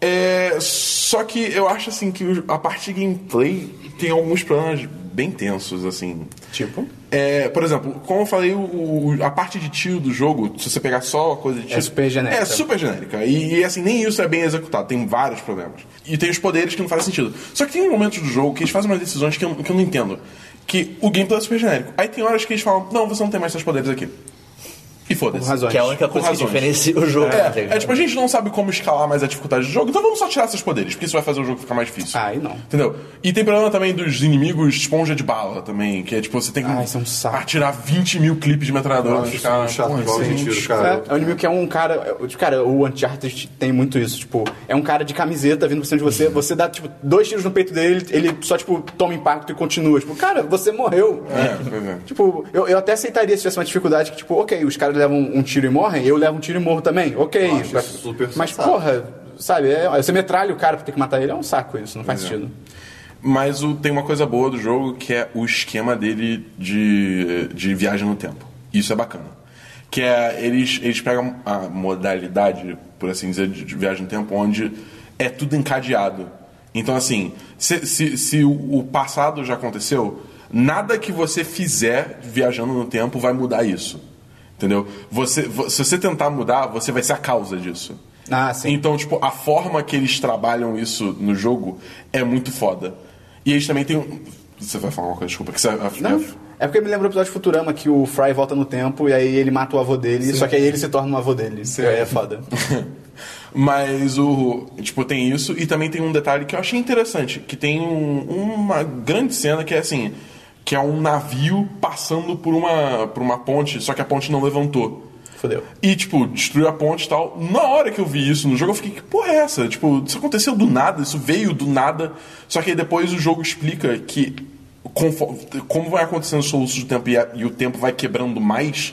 É, só que eu acho assim que o- a parte de gameplay tem alguns problemas bem tensos, assim. Tipo? É, por exemplo, como eu falei, o- o- a parte de tiro do jogo, se você pegar só a coisa de tiro. super genérica. É super genérica. E, e, assim, nem isso é bem executado. Tem vários problemas. E tem os poderes que não fazem sentido. Só que tem momentos do jogo que eles fazem umas decisões que eu, que eu não entendo. Que o gameplay é super genérico. Aí tem horas que eles falam: não, você não tem mais seus poderes aqui. E foda-se. razões. Que é a única Com coisa que razões. diferencia o jogo. né, tá É, ligado? é tipo, a gente não sabe como escalar mais a dificuldade do jogo, então vamos só tirar seus poderes, porque isso vai fazer o jogo ficar mais difícil. Ah, e não. Entendeu? E tem problema também dos inimigos esponja de bala também, que é tipo, você tem que Ah, isso é um saco. atirar 20 mil clipes de metralhadora Nossa, nos caras. isso é um chato Porra, igual isso é de um tiro, ch- cara. É, é um inimigo que é um cara. é, tipo, Cara, o Uncharted tem muito isso. Tipo, é um cara de camiseta vindo pra cima de você. Você dá, tipo, dois tiros no peito dele, ele só, tipo, toma impacto e continua. Tipo, cara, você morreu. É, pois é. Tipo, eu, eu até aceitaria se tivesse uma dificuldade que, tipo, ok, os caras levam um tiro e morrem, eu levo um tiro e morro também. Ok. Eu acho Mas- isso super mas, sensato. porra, sabe, é, você metralha o cara pra ter que matar ele, é um saco isso, não faz sentido. Mas o- tem uma coisa boa do jogo que é o esquema dele de, de viagem no tempo. Isso é bacana. Que é, eles, eles pegam a modalidade, por assim dizer, de, de viagem no tempo, onde é tudo encadeado. Então, assim, se, se, se o o passado já aconteceu, nada que você fizer viajando no tempo vai mudar isso. Entendeu? Você, vo- se você tentar mudar, você vai ser a causa disso. Ah, sim. Então, tipo, a forma que eles trabalham isso no jogo é muito foda. E eles também têm um. Você vai falar uma coisa, desculpa. Que você... Não. É porque me lembra o episódio de Futurama que o Fry volta no tempo e aí ele mata o avô dele, só que aí ele se torna um avô dele. Isso aí é foda. Mas o. Tipo, tem isso. E também tem um detalhe que eu achei interessante. Que tem um- uma grande cena que é assim. Que é um navio passando por uma, por uma ponte, só que a ponte não levantou. Fodeu. E, tipo, destruiu a ponte e tal. Na hora que eu vi isso no jogo, eu fiquei, que porra é essa? Tipo, isso aconteceu do nada, isso veio do nada. Só que aí depois o jogo explica que confo- como vai acontecendo os soluços do tempo e, a- e o tempo vai quebrando mais,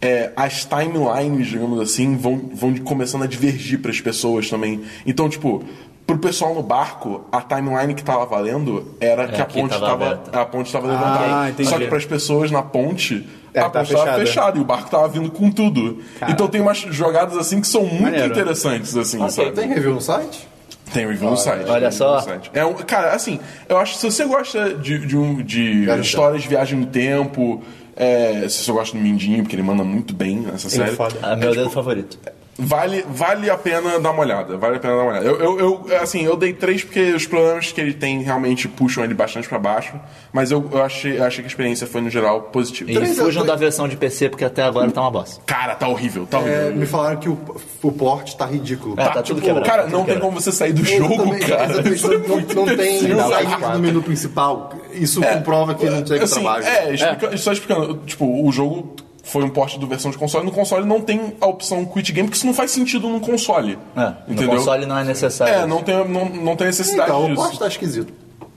é, as timelines, digamos assim, vão, vão de- começando a divergir para as pessoas também. Então, tipo, pro pessoal no barco, a timeline que tava valendo era que a É, que ponte tava tava, aberta. a ponte tava levantada. Ah, entendi. Só que para as pessoas na ponte, É, a tá ponte tava fechada. fechada e o barco tava vindo com tudo. Então tem umas jogadas assim que são muito Maneiro. interessantes, assim, sabe? Tem review no site? Tem review no site. olha tem review no só. site. É um, cara, assim, eu acho que se você gosta de, de, um- de histórias de viagem no tempo, é, se você gosta do Mindinho, porque ele manda muito bem nessa série. foda. Ah, meu dedo favorito. Vale, vale a pena dar uma olhada. Vale a pena dar uma olhada. Eu, eu, eu, assim, eu dei três porque os problemas que ele tem realmente puxam ele bastante pra baixo. Mas eu, eu achei, eu achei que a experiência foi, no geral, positiva. E né? fujam da versão de PC, porque até agora tá uma bosta. Cara, tá horrível, É, tá horrível. me falaram que o, o porte tá ridículo. É, tá tudo quebrado, tipo, Cara, tá tudo não tem quebrado. como você sair do Eu jogo, também- cara. exatamente, Isso é não, muito é não é tem imbecil. saída do menu principal. Isso comprova que não teve Assim, trabalho. É, explica, só explicando. Tipo, o jogo foi um porte do versão de console. No console não tem a opção quit game, porque isso não faz sentido num console. É, entendeu? No console não é necessário. É, não tem, não, não tem necessidade Então, o disso. porte tá esquisito.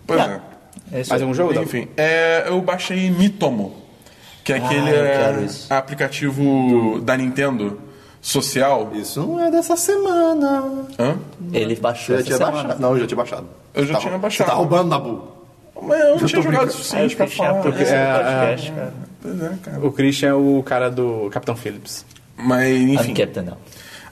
Pois é. É isso Mais aí. um jogo, Dabu? Enfim, é, eu baixei Mitomo, que é aquele Ah, eu quero é, isso. aplicativo da Nintendo social. Isso não é dessa semana. Hã? Ele baixou é já essa tinha semana. baixado. Não, eu já tinha baixado. Eu já Tá- tinha Você baixado. tá roubando, Nabu. Mas eu não tinha jogado o Aí É, eu suficiente pra fiquei chato, falar. né? porque esse é o podcast, cara. Pois é, cara. O Christian é o cara do Capitão Phillips. Mas, I'm enfim. Captain Now.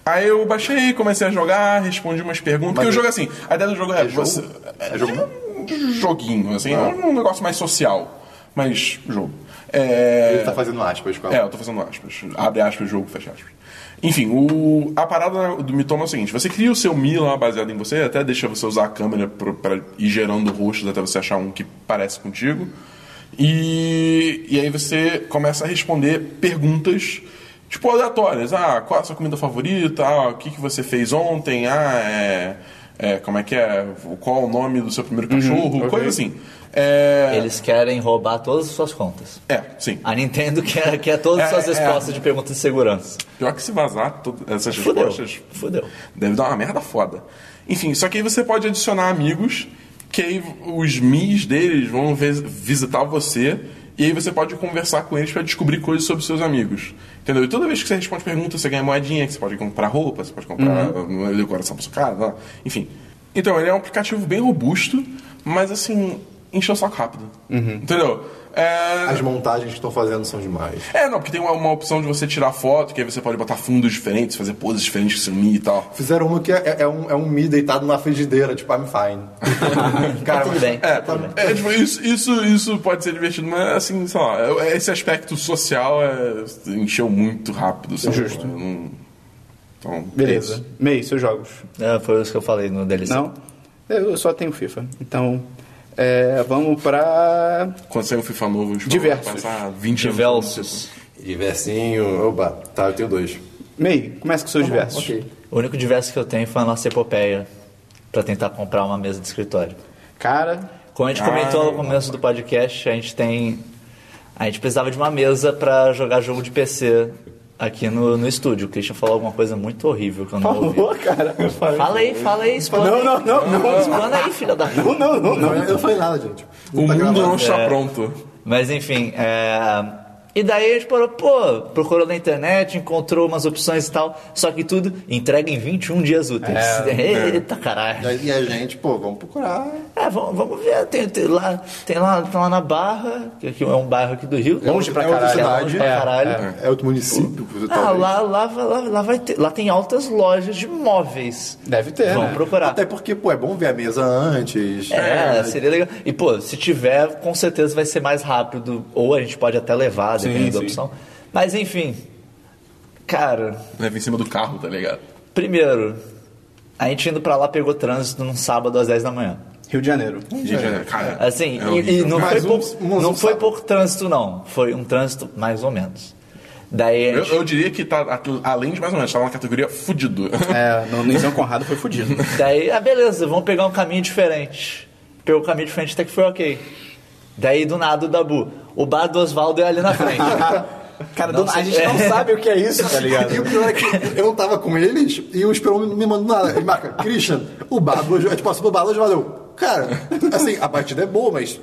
Aí eu baixei, comecei a jogar, respondi umas perguntas. Porque o Mas jogo é assim, a ideia do jogo é, jogo? você. É jogo não? um joguinho, assim, é um negócio mais social. Mas jogo. É. Ele tá fazendo aspas com a... É, eu tô fazendo aspas. Abre aspas, jogo, fecha aspas. Enfim, o, a parada do Mitoma é o seguinte: você cria o seu Mi lá baseado em você, até deixa você usar a câmera pro- pra ir gerando rostos até você achar um que parece contigo. E, e aí você começa a responder perguntas, tipo, aleatórias. Ah, qual é a sua comida favorita? Ah, o que, que você fez ontem? Ah, é, é, Como é que é? Qual o nome do seu primeiro cachorro? Coisa assim. É, Eles querem roubar todas as suas contas. é, sim. A Nintendo quer, quer todas as suas É, é. respostas de perguntas de segurança. Pior que se vazar todas essas Fudeu. respostas, Fudeu. Deve dar uma merda foda. Enfim, só que aí você pode adicionar amigos, que aí os mis deles vão vis- visitar você, e aí você pode conversar com eles pra descobrir coisas sobre seus amigos. Entendeu? E toda vez que você responde perguntas, você ganha moedinha, que você pode comprar roupa, você pode comprar uh, decoração pra sua casa, lá. enfim. Então, ele é um aplicativo bem robusto, mas assim, encheu o saco rápido. Entendeu? É... As montagens que estão fazendo são demais. É, não, porque tem uma, uma opção de você tirar foto, que aí você pode botar fundos diferentes, fazer poses diferentes com seu Mi e tal. Fizeram uma que é, é- é um, é um Mi deitado na frigideira, tipo, I'm fine. Tá tudo bem. É, tá tudo bem. é, tipo, isso, isso, isso pode ser divertido, mas assim, sei lá, eu- esse aspecto social é, encheu muito rápido. Sabe? Justo. Eu não- Então, é Beleza. isso. Mei, seus jogos. É, foi isso que eu falei no DLC. Não? Eu só tenho FIFA. Então, é, vamos pra. Quando sair um FIFA novo, eu espero Diversos. passar 20 anos. Diversos. Diversinho. Opa, tá, eu tenho dois. Mei, começa com seus diversos. O único diverso que eu tenho foi a nossa epopeia pra tentar comprar uma mesa de escritório. Cara, Como a gente comentou no começo do podcast, a gente tem. A gente precisava de uma mesa pra jogar jogo de PC aqui no, no estúdio. O Christian falou alguma coisa muito horrível que eu não ouvi. falou, cara. Eu falei. Fala aí, fala aí, explana. Não, não, não, não. Explana aí, filha da puta. Não, não, não, Não, não. eu não falei nada, gente. O mundo não está É. pronto. Mas enfim, é... e daí a gente parou, pô, procurou na internet, encontrou umas opções e tal, só que tudo entrega em 21 dias úteis. Eita caralho. E É, a gente, pô, vamos procurar. É, vamos, vamos ver, tem, tem lá, tem, lá, tem lá na Barra, que aqui é um bairro aqui do Rio. Longe pra É outra caralho. cidade. longe pra É, caralho. É outro município, Ah, talvez. lá, lá, vai- lá, lá vai ter, lá tem altas lojas de móveis. Deve ter, Vamos né? procurar. Até porque, pô, é bom ver a mesa antes. É, né? seria legal. E, pô, se tiver, com certeza vai ser mais rápido. Ou a gente pode até levar, dependendo da sim. opção. Mas, enfim. Cara, Leva em cima do carro, tá ligado? primeiro, a gente indo pra lá pegou trânsito num sábado às 10 da manhã. Rio de Janeiro. Rio de Janeiro, cara, Assim, é e- e, horrível. não, foi, Mas um- pouco, um- não um foi sábado. pouco trânsito, não. Foi um trânsito mais ou menos. Daí a eu, gente... eu diria que tá, at- além de mais ou menos, tá na categoria fudido. É, no no São Conrado foi fudido. Daí, ah, beleza, vamos pegar um caminho diferente. Pegou um caminho diferente até que foi ok. Daí, do nada, o Dabu. O bar do Oswaldo é ali na frente. Cara, Não do- sei. a gente não sabe o que é isso, tá ligado? E o pior é que eu não tava com eles e o Esperon não me mandou nada. Ele marca, Christian, o Barba, a gente tipo, passou do Barba, valeu. Cara, assim, a partida é boa, mas.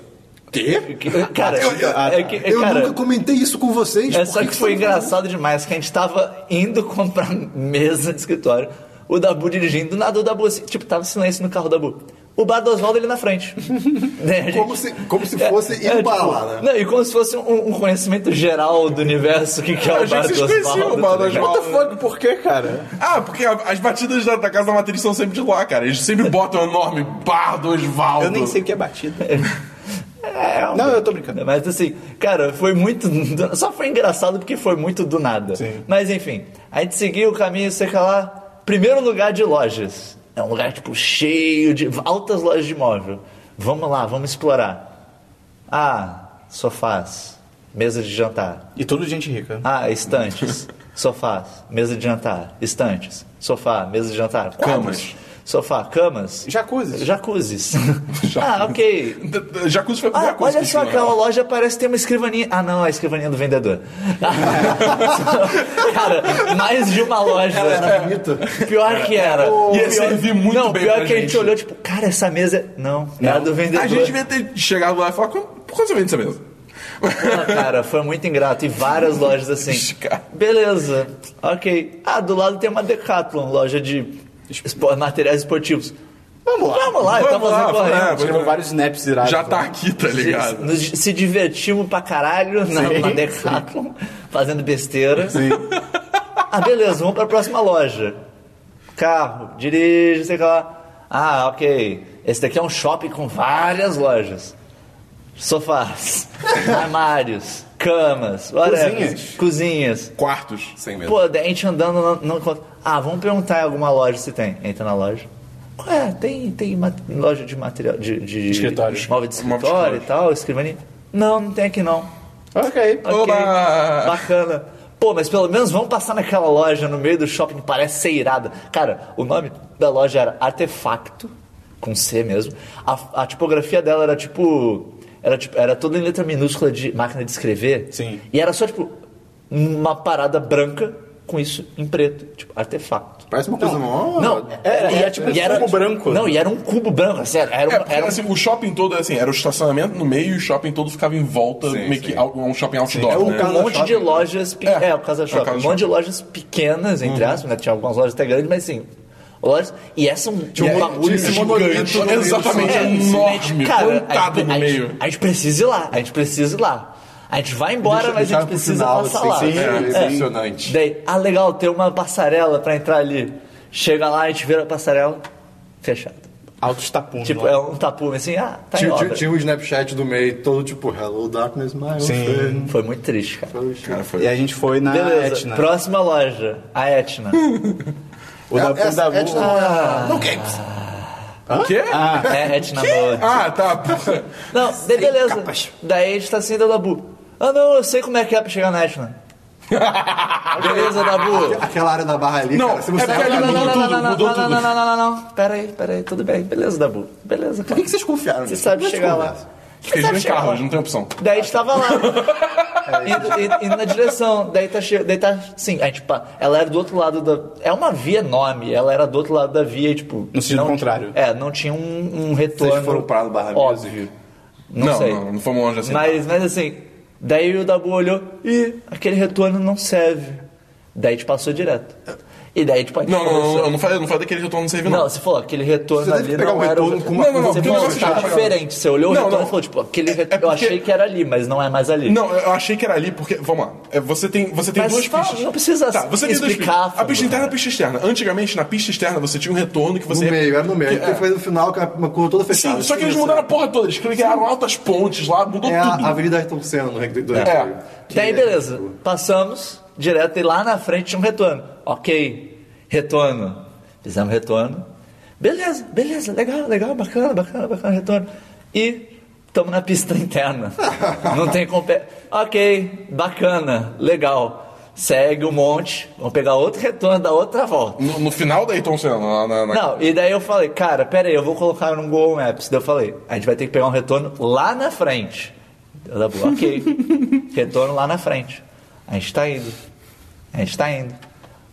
Quê? Cara, Eu, eu- é que, eu cara, nunca comentei isso com vocês. é por só que você foi não falou? engraçado demais que a gente tava indo comprar mesa de escritório, o Dabu dirigindo, do nada o Dabu, assim, tipo, tava silêncio no carro do Dabu. O bar do Oswaldo ali na frente. Né, a é, Como se- como se fosse ir no bar lá, né? tipo, Não, e como se fosse um, um conhecimento geral do universo que, que é Eu o achei bar que do vocês conheciam Oswaldo. o bar do tá ligado? Oswaldo. What the fuck, por que, cara? Ah, porque a- as batidas da, da Casa da Matriz são sempre de lá, cara. Eles sempre botam um enorme bar do Osvaldo. Eu nem sei o que é batida. É, É, um- Não, eu tô brincando. Mas assim, cara, foi muito. do- Só foi engraçado porque foi muito do nada. Sim. Mas enfim, a gente seguiu o caminho, sei que lá. Primeiro lugar de lojas. É um lugar, tipo, cheio de. altas lojas de imóvel. Vamos lá, vamos explorar. Ah, sofás, mesa de jantar. E tudo gente rica. Ah, estantes, sofás, mesa de jantar, estantes, sofá, mesa de jantar, quadros, Camas. sofá, camas, Jacuzzis. jacuzzis. ah, ok. Jacuzzi foi a primeira Ah, coisa olha que só, eles aquela falaram. loja parece ter uma escrivaninha. Ah, não, a escrivaninha do vendedor. Cara, mais de uma loja. Bonito. Pior que era. Ia Pior- servir muito Não, bem pior pra que a gente gente. olhou, tipo, cara, essa mesa. é- Não, é a do vendedor. A gente devia ter chegado lá e falar, "Qu- por que você vende essa mesa? Pô, cara, foi muito ingrato. E várias lojas assim. Cara. Beleza, ok. Ah, do lado tem uma Decathlon, loja de espo- materiais esportivos. Vamos lá. Vamos lá, eu Vamos tava lá, fazendo vamos lá, correndo. Tiramos vários snaps irados. Já tá aqui, tá ligado? Nos- se divertimos pra caralho na, na Decathlon, fazendo besteira. Ah, beleza, vamos pra próxima loja. Carro, dirige, sei lá. Ah, ok. Esse daqui é um shopping com várias lojas. Sofás, armários, camas, whatever. Cozinhas. Cozinhas. Quartos. Sem medo. Pô, daí a gente andando não, não encontra. Ah, vamos perguntar em alguma loja se tem. Entra na loja. Ué, tem, tem ma- loja de material. De, de Escritório. Móvel de Móvel de escritório e tal, escrivaninha. Não, não tem aqui não. Ok. Ok. Oba! Bacana. Pô, mas pelo menos vamos passar naquela loja no meio do shopping que parece ser irada. Cara, o nome da loja era Artefacto, com C mesmo. A, a tipografia dela era tipo. Era, tipo, era toda em letra minúscula de máquina de escrever. Sim. E era só, tipo, uma parada branca com isso em preto. Tipo, artefacto. Parece uma coisa mó. Não, era- e era tipo um cubo branco. Não, e era um cubo branco, sério. Era, É, uma, porque, era um assim, o shopping todo, assim, era o estacionamento no meio e o shopping todo ficava em volta, Sim, meio sim. que out- um shopping outdoor, É o né? ca- um Casa monte de Shopping. lojas pe- É, é, o Casa é o Shopping, Casa um monte de Shopping. lojas pequenas, entre aspas, né? Tinha algumas lojas até grandes, mas assim, lojas e essa é um, um bagulho esse gigante. monumento no meio do Exatamente, shopping. É, enorme, cara, a plantado gente, no a gente- meio. a gente precisa ir lá, a gente precisa ir lá. A gente vai Deixa- embora, mas a deixaram gente pro precisa final, passar assim, lá. sim, É. é impressionante. Daí, ah, legal, tem uma passarela pra entrar ali. Chega lá, a gente vira a passarela, fechado. Altos tapumes. Tipo, é um tapume assim, ah, tá em Tinha, tinha, obra. tinha o Snapchat do meio todo tipo, Hello Darkness, my old Sim. friend. Foi muito triste, cara. Cara, foi. E a gente foi na Beleza, Etna. próxima loja, a Etna. O da, o É, Essa- Dabu- Edna- O quê? Ah, É, Etna tá. Mode. porra. Não, daí beleza. Daí a gente tá assim da Dabu. Ah não, eu sei como é que é pra chegar na Etna. beleza, Dabu. ah, Aquela área da barra ali, Não, cara. Se é você porque ali Não, não, não, mudou não, tudo, não, não, mudou não, não, tudo. não, não, não, não, não. Pera aí, pera aí, tudo bem. Beleza, Dabu. Beleza, cara. Por que que vocês confiaram Você nisso? sabe Por que chegar lá. vocês confiaram? Porque eles vêm em carro, eles não tem opção. Daí a gente tava lá. É indo, indo- indo na direção. Daí tá cheio. Daí tá. Sim, aí, tipo, ela era do outro lado da. É uma via enorme. Ela era do outro lado da via e, tipo. No sentido não- contrário. É, não tinha um, um retorno. Vocês foram parar no Barra Mesa e óbvio. viram. Não, Não, sei. não, não fomos longe assim. Mas, mas assim, daí o Dabu olhou e aquele retorno não serve. Daí a gente passou direto. E daí, tipo, a gente Não, não, não, começou- eu não falei, eu não falei daquele retorno não serviu, não, não. você falou, aquele retorno Você ali deve pegar não o era o- retorno com uma- Não, não, não, com você um falou negócio que era chato. diferente. Você olhou o Não, retorno não. e falou, tipo, aquele É retorno, eu porque- achei que era ali, mas não é mais ali. Não, eu achei que era ali porque. Vamos lá. É, Você tem, você tem Mas duas fala, pistas. não precisa tá, você tem duas explicar a pistas. A fundo, pista interna e cara. a pista externa. Antigamente, na pista externa, você tinha um retorno que No você. É. meio, era no meio. Depois foi no final, com uma curva toda fechada. Sim, só que eles Isso. mudaram a porra toda. Eles criaram altas pontes lá, mudou É a tudo. Avenida Ayrton Senna no Rec- do Recreio. É. Que Daí, é, beleza. tipo, Passamos direto e lá na frente tinha um retorno. Ok, retorno. Fizemos retorno. Beleza, beleza, legal, legal, bacana, bacana, bacana, retorno. E estamos na pista interna. Não tem compé. Ok, bacana, legal. Segue um monte, vamos pegar outro retorno da outra volta. No, no final da Ayrton Senna, lá na. na- Não, e daí eu falei, cara, pera aí, eu vou colocar num Google Maps. Daí eu falei, a gente vai ter que pegar um retorno lá na frente. Eu da boa, ok. retorno lá na frente. A gente tá indo. A gente tá indo.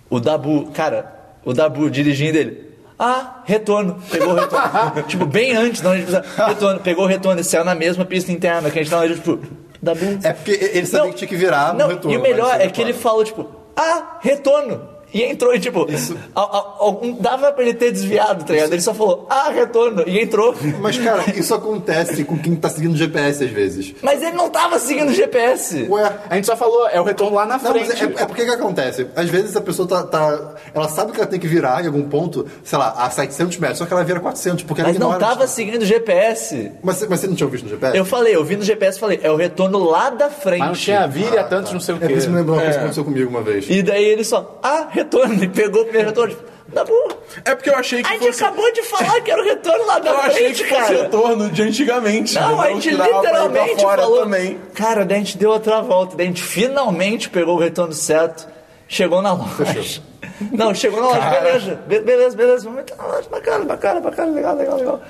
O Dabu, cara, o Dabu dirigindo ele. Ah, retorno. Pegou o retorno. tipo, bem antes, não, a gente precisava. Retorno, pegou o retorno e saiu na mesma pista interna que a gente tava, tipo, Dabu. É porque ele sabia Não, que tinha que virar no não, retorno. E o mas melhor ele é que ele parou. falou, tipo, ah, retorno. E entrou e tipo, a- a- algum- dava pra ele ter desviado, tá ligado? Ele só falou, ah, retorno, e entrou. Mas, cara, isso acontece com quem tá seguindo GPS às vezes. Mas ele não tava seguindo o GPS. Ué, A gente só falou, é o retorno lá na Não, mas frente. é, é porque que acontece? Às vezes a pessoa tá, tá- Ela sabe que ela tem que virar em algum ponto, sei lá, a 700 metros, só que ela vira 400, porque ela Mas não ignora- tava seguindo o GPS. Mas, você- mas você não tinha visto no GPS? Eu falei, eu vi no GPS e falei, é o retorno lá da Mas não frente. tinha vira tantos, não sei o É por quê. isso que me lembrou uma coisa que aconteceu comigo uma vez. E daí ele só, ah, retorno, e pegou o primeiro retorno. Tipo, tá bom. É porque eu achei que A gente fosse... acabou de falar que era o retorno lá da Eu achei frente, que fosse cara. retorno de antigamente. Não, entendeu? a gente Que dava pra ir pra literalmente fora falou. também. Cara, daí a gente deu outra volta, daí a gente finalmente pegou o retorno certo, chegou na loja. Não, chegou na loja, beleza, be- beleza, beleza, vamos entrar na loja, bacana, bacana, bacana, legal, legal, legal.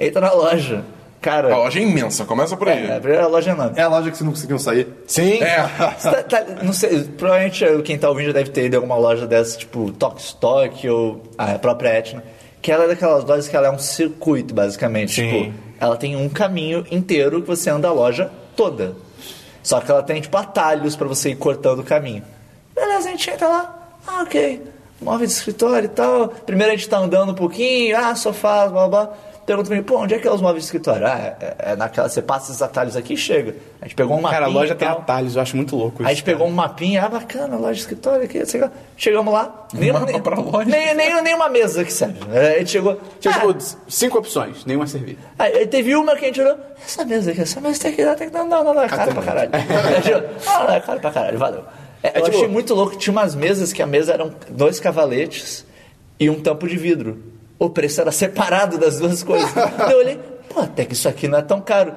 Entra na loja. Cara, A loja é imensa, começa por aí. é, a primeira loja é enorme. É a loja que vocês não conseguiam sair. Sim. É. Tá- tá- não sei, provavelmente quem tá ouvindo já deve ter ido em alguma loja dessa, tipo Tok Stock ou a própria Etna, que ela é daquelas lojas que ela é um circuito, basicamente. Tipo, ela tem um caminho inteiro que você anda a loja toda. Só que ela tem, tipo, atalhos pra você ir cortando o caminho. Beleza, a gente entra lá. Ah, ok. Móvel de escritório e tal. Primeiro a gente tá andando um pouquinho. Ah, sofá, blá, blá, blá. Pergunta pra mim, pô, onde é que é os móveis de escritório? Ah, é, é naquela... Você passa esses atalhos aqui e chega. A gente pegou um mapinha Cara, a loja e tem tal. atalhos, eu acho muito louco isso. Aí a gente pegou um mapinha, ah, bacana, loja de escritório, aqui, sei lá. Chegamos lá, nem, Um mapa nem, pra loja. nem, nem, nem uma mesa que serve. Aí a gente chegou. Tinha, ah, tipo, cinco opções, nenhuma servia. Aí aí teve uma que a gente olhou, essa mesa aqui, essa mesa tem que dar, tem que dar, não, não, não, é cara pra caralho. Aí a gente olhou, ah, não, é cara pra caralho, valeu. É, eu tipo- achei muito louco, tinha umas mesas que a mesa eram dois cavaletes e um tampo de vidro. O preço era separado das duas coisas. Daí eu olhei, pô, até que isso aqui não é tão caro.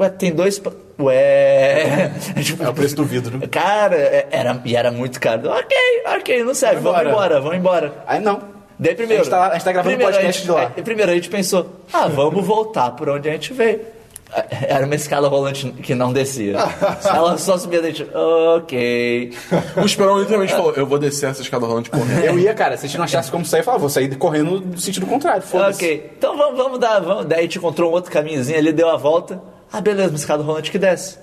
Ué, tem dois... pa- Ué... Tipo, É o preço do vidro. Cara, é- era, e era muito caro. Ok, ok, não serve, vamos Vamos embora, embora. vamos embora. Aí não. Daí primeiro. A gente tá, a gente tá gravando um primeiro, podcast de a lá. gente- é, primeiro a gente pensou, ah, vamos voltar por onde a gente veio. É, Era uma escala rolante que não descia. Ela só subia da gente. Ok. O Esperão literalmente falou, eu vou descer essa escada rolante correndo. Eu ia, cara, se a gente não achasse como sair, eu falava, vou sair correndo no sentido contrário, foda-se. Ok. Então vamos, vamos dar. Vamos. Daí a gente encontrou um outro caminhozinho ali, deu a volta. Ah, beleza, uma escada rolante que desce.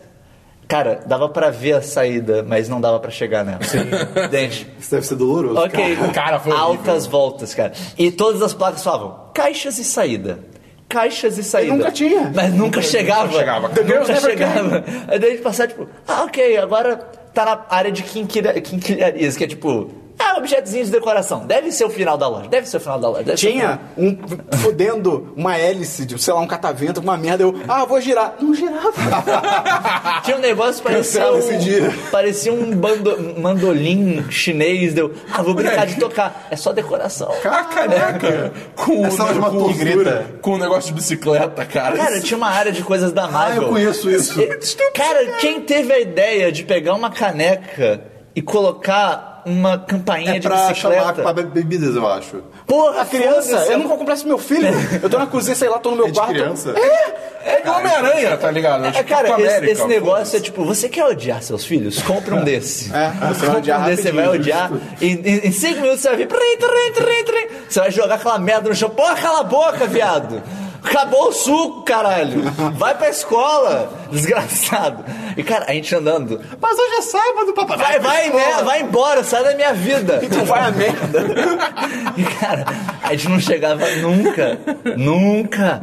Cara, dava pra ver a saída, mas não dava pra chegar nela. Sim. Dente. Isso deve ser doloroso. Ok. cara. Cara, foi Altas voltas, cara. E todas as placas falavam caixas e saída. Caixas e saída. nunca tinha. Mas nunca chegava. Nunca chegava, cara. Nunca Never chegava. Aí daí a gente passava, tipo, ah, ok, agora tá na área de quinquilha- quinquilharias, que é tipo, ah, objetinhos de decoração. Deve ser o final da loja, deve ser o final da loja. deve ser o final. Tinha um fudendo uma hélice, de, sei lá, um catavento, uma merda. Eu, ah, vou girar. Não girava. Tinha um negócio que parecia Cancela um, esse dia. parecia um bando- um mandolim chinês. Deu, ah, vou brincar de tocar. É só decoração. Ah, caraca! Com, Essa é uma com, tigreta. com um negócio de bicicleta, cara. Cara, tinha uma área de coisas da Ah, Marvel. eu conheço isso. É, tipo Cara, quem teve a ideia de pegar uma caneca e colocar uma campainha É de pra chamar bicicleta? pra be- bebidas, eu acho. Porra, A criança, foda-se. eu nunca comprasse meu filho. Eu tô na cozinha, sei lá, tô no meu É de quarto. criança. É do Homem-Aranha, tá ligado? É, tipo cara, Capitão esse, América, esse pô. negócio é tipo, você quer odiar seus filhos? Compra um desse. É, você vai odiar Compra um desse, você vai rapidinho, odiar. Em, em, em cinco minutos você vai vir. Trim, trim, trim, trim. Você vai jogar aquela merda no chão. Porra, cala a boca, viado! Acabou o suco, caralho! Vai pra escola, desgraçado! E cara, a gente andando. Mas hoje é sábado, papai. Vai, vai, pra né? escola. Vai embora, sai da minha vida! Tu vai a merda. E, cara, a gente não chegava nunca, nunca.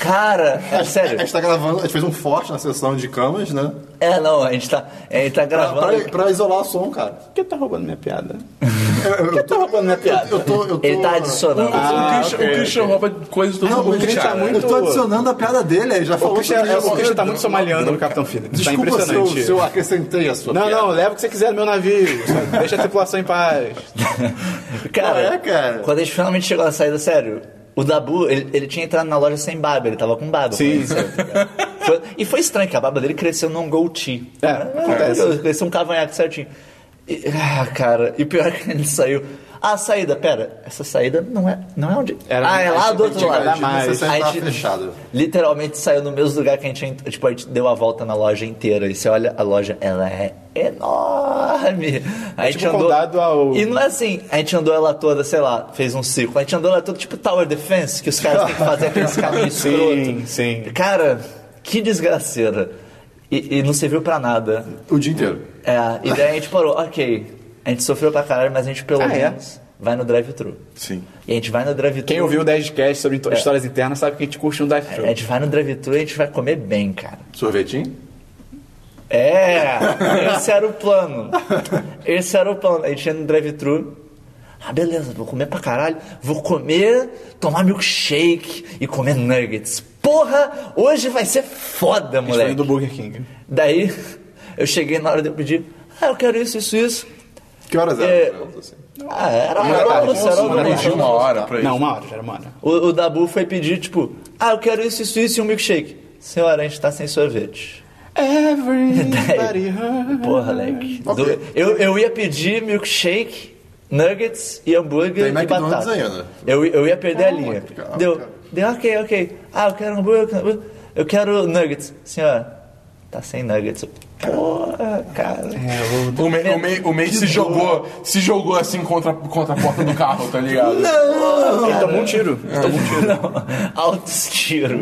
Cara, é sério. A gente tá gravando, a gente fez um forte na sessão de camas, né? É, não, a gente tá, a gente tá Pra, gravando. pra- pra isolar o som, cara. Por que tá roubando minha piada? Por que tá roubando minha piada? Eu tô. Eu tô Ele tá adicionando. o Christian, o Christian rouba coisas do um- Não, mundo, o Christian cara. tá muito. Eu tô adicionando a piada dele, ele já O falou Christian, sobre isso. o Christian tá muito somaliano no Capitão Phillips. Tá Desculpa se eu, impressionante. se eu acrescentei a sua Não, piada. não, leva o que você quiser no meu navio. Só Deixa a tripulação em paz. Cara, Qual é, cara? quando a gente finalmente chegou na saída, sério, o Dabu, ele, ele tinha entrado na loja sem barba, ele tava com barba. Sim. foi isso, tá ligado? Foi- e foi estranho que a barba dele cresceu num goatee. É, Ah, acontece. meu Deus, Cresceu um cavanhaque certinho. E- ah, cara, e pior que ele saiu. Ah, a saída, pera, essa saída não é, não é onde. Era- ah, é a lá gente do outro tinha que lado. andar mais. Essa a saída gente tava fechada. literalmente saiu no mesmo lugar que a gente, ent- tipo, a gente deu a volta na loja inteira. E você olha, a loja, ela é enorme. A gente tipo andou. condado ao- E não é assim, a gente andou ela toda, sei lá, fez um círculo. A gente andou ela toda tipo Tower Defense, que os caras têm que fazer aqueles caminhos Sim, escroto. sim. Cara, que desgraceira. E, e não serviu pra nada. O dia inteiro. É, e daí a gente parou, ok. A gente sofreu pra caralho, mas a gente pelo Ah, é? menos vai no drive-thru. Sim. E a gente vai no drive-thru. Quem ouviu o 10 cast sobre É. to- histórias internas sabe que a gente curte um dive A thru. gente vai no drive-thru e a gente vai comer bem, cara. Sorvetinho? É, esse era o plano. Esse era o plano. A gente ia no drive-thru. Ah, beleza, vou comer pra caralho. Vou comer, tomar milkshake e comer nuggets. Porra, hoje vai ser foda, moleque. História do Burger King. Daí, eu cheguei na hora de eu pedir. Ah, eu quero isso, isso, isso. Que horas É. é? Assim? Ah, era Uma era da tarde, almoço, era uma da almoço. tarde. Fugiu uma hora pra isso. Não, uma hora, já era uma hora. O, o Dabu foi pedir, tipo, ah, eu quero isso, isso, isso e um milkshake. Senhora, a gente tá sem sorvete. Everybody hurts. Porra, Leque. Ok. Do- Eu, eu ia pedir milkshake, nuggets e Tem hambúrguer e McDonald's batata. ainda. Ah, Eu, eu ia perder a linha. calma, deu, calma. deu, ok, ok. Ah, eu quero hambúrguer, eu quero hambúrguer. eu quero nuggets. Senhora, tá sem nuggets. Porra, cara. É. O May, o May, o May se jogou, se jogou assim contra, contra a porta do carro, tá ligado? Ele tomou um tiro. Não, altos tiro.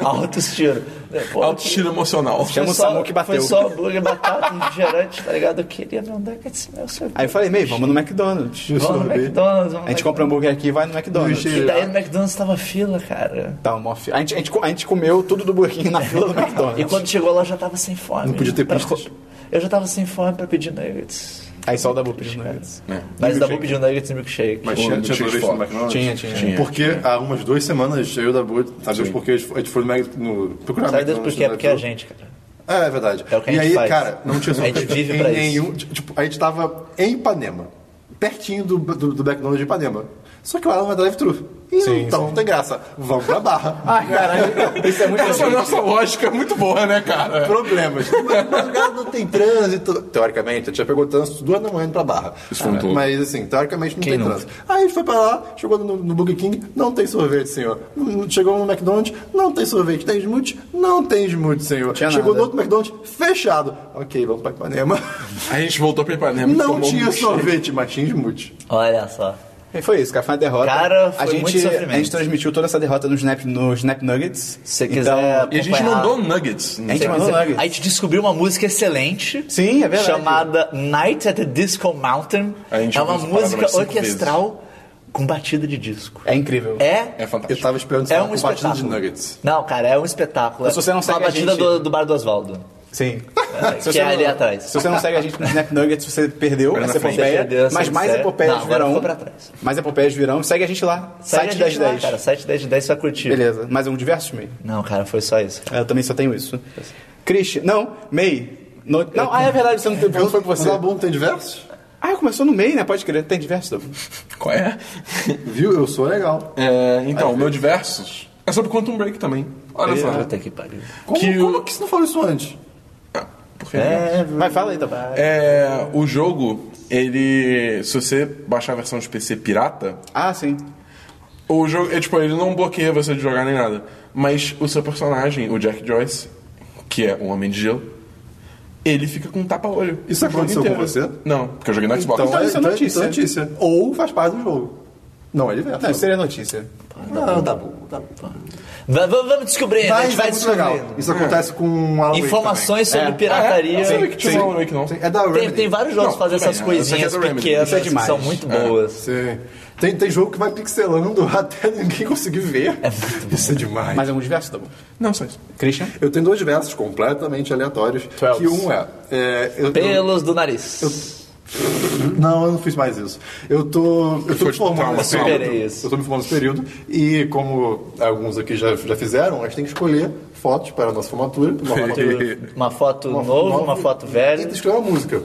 Altos tiro. Porra, Alto estilo emocional. foi Chama o só- Samu que bateu. Foi só hambúrguer, batata, refrigerante, tá ligado? Eu queria meu nuggets, meu sorvete. Aí eu falei, meio, vamos no McDonald's. Vamos no McDonald's, vamos A gente compra hambúrguer aqui e vai no McDonald's. E daí no McDonald's tava fila, cara. Tá, uma fi- a, gente, a, gente, co- a gente comeu tudo do Burger King na fila do E McDonald's. quando chegou lá eu já tava sem fome. Não podia ter Pra- pistas. Eu já tava sem fome pra pedir nuggets. Aí só o Dabu pediu nuggets. Mas dá pra pedir um nuggets e milkshake. Mas Pô, tinha, não tinha tinha sorvete foto. no McDonald's? Tinha, tinha. Tinha. Porque há umas duas semanas eu da Boa, sabe Deus por quê? A gente foi no, Mag- no procurar Sabe Deus McDonald's por quê? no É porque a drive-thru. gente, cara. É, é verdade. É o que a e gente aí, faz. cara, não tinha A gente sorvete vive em pra nenhum. Tipo, a gente tava em Ipanema, pertinho do, do, do McDonald's de Ipanema. Só que lá não é drive-thru. E então não tem graça. Vamos pra barra. Ai, caralho, isso é muito assim. Essa nossa lógica é muito boa, né, cara? problemas. Mas madrugada não tem trânsito. Teoricamente, a gente já pegou trânsito duas da manhã indo pra Barra. Isso foi um Ah, tolo. Mas assim, teoricamente não Quem tem nunca? trânsito. Aí a gente foi pra lá, chegou no, no Burger King, não tem sorvete, senhor. Hum, Chegou no McDonald's, não tem sorvete. Tem smoothie? Não tem smoothie, senhor. Tinha chegou nada. no outro McDonald's, fechado. Ok, vamos pra Ipanema. A gente voltou pra Ipanema. Não tomou um tinha milkshake. sorvete, mas tinha smoothie. Olha só. E foi isso, café na derrota. Cara, foi a gente, muito sofrimento. A gente transmitiu toda essa derrota no Snap, no Snap Nuggets. Se você Então, quiser. E a gente acompanhar- mandou nuggets. A gente mandou nuggets. A gente descobriu uma música excelente. Sim, é verdade. Chamada Night at the Disco Mountain. A gente É uma ouviu essa parada música umas cinco orquestral com batida de disco. É incrível. É. É Eu fantástico. tava esperando É falar um com batida espetáculo. de nuggets. Não, cara, é um espetáculo. Se você não É segue a a batida gente- do, do bar do Oswaldo. Sim. Se que você é não- ali atrás. Se você não segue a gente no Snap Nuggets, você perdeu essa frente. epopeia. Você perdeu essa Mas mais série. Não, epopeias agora virão. ficou pra trás. Mais epopeias virão. Segue a gente lá. Segue Site a gente 1010. lá, Cara, site 10 de 10 você vai curtir. Beleza. Mais um diversos, May? Não, cara, foi só isso. Eu também só tenho isso. Christian. Não, May. No- não, ah, é verdade, você não tem não foi com você. Tá bom, tem diversos? Ah, começou no May, né? Pode crer, tem diversos. Qual é? Viu? Eu sou legal. É, então, o meu diversos é sobre Quantum Break também. Olha só. Puta que pariu. Como Que que, o- como que É. você não falou isso antes? Ah, por que não? Mas fala aí, tá Tobá. É, o jogo, ele. Se você baixar a versão de PC pirata, Ah, sim. o jogo. É, tipo, ele não bloqueia você de jogar nem nada. Mas o seu personagem, o Jack Joyce, que é um homem de gelo, ele fica com um tapa-olho. Isso o jogo aconteceu com inteiro. você? Não, porque eu joguei no Xbox. Então, isso é notícia. então Ou faz parte do jogo. Não, é diverso. Não, isso seria notícia. Não, tá bom. Tá bom. V- v- vamos descobrir, a Mas gente vai é muito descobrir. legal. Isso acontece com um Alan Wake Informações sobre Eu não pirataria. sabia que tinha um Alan Wake, não. também. Sim, É da Tem, Remedy. tem vários jogos Não, que fazem tudo essas bem, essa aqui é coisinhas do Remedy. pequenas Isso é que demais. são muito boas. Sim. Tem, tem jogo que vai pixelando até ninguém conseguir ver. É muito Isso é demais. Mais algum diverso, Tobá? Não, só isso. Christian? Eu tenho dois versos completamente aleatórios. Twelves. Que um é... é eu, eu- Pelos do nariz. Não, eu não fiz mais isso. Eu tô, eu tô Foi me formando trauma, nesse trauma. período. Superei isso. Eu tô me formando nesse período. E como alguns aqui já, já fizeram, a gente tem que escolher fotos para a nossa formatura. Uma foto- Uma foto uma- nova, uma foto E velha. tu escolheu uma música.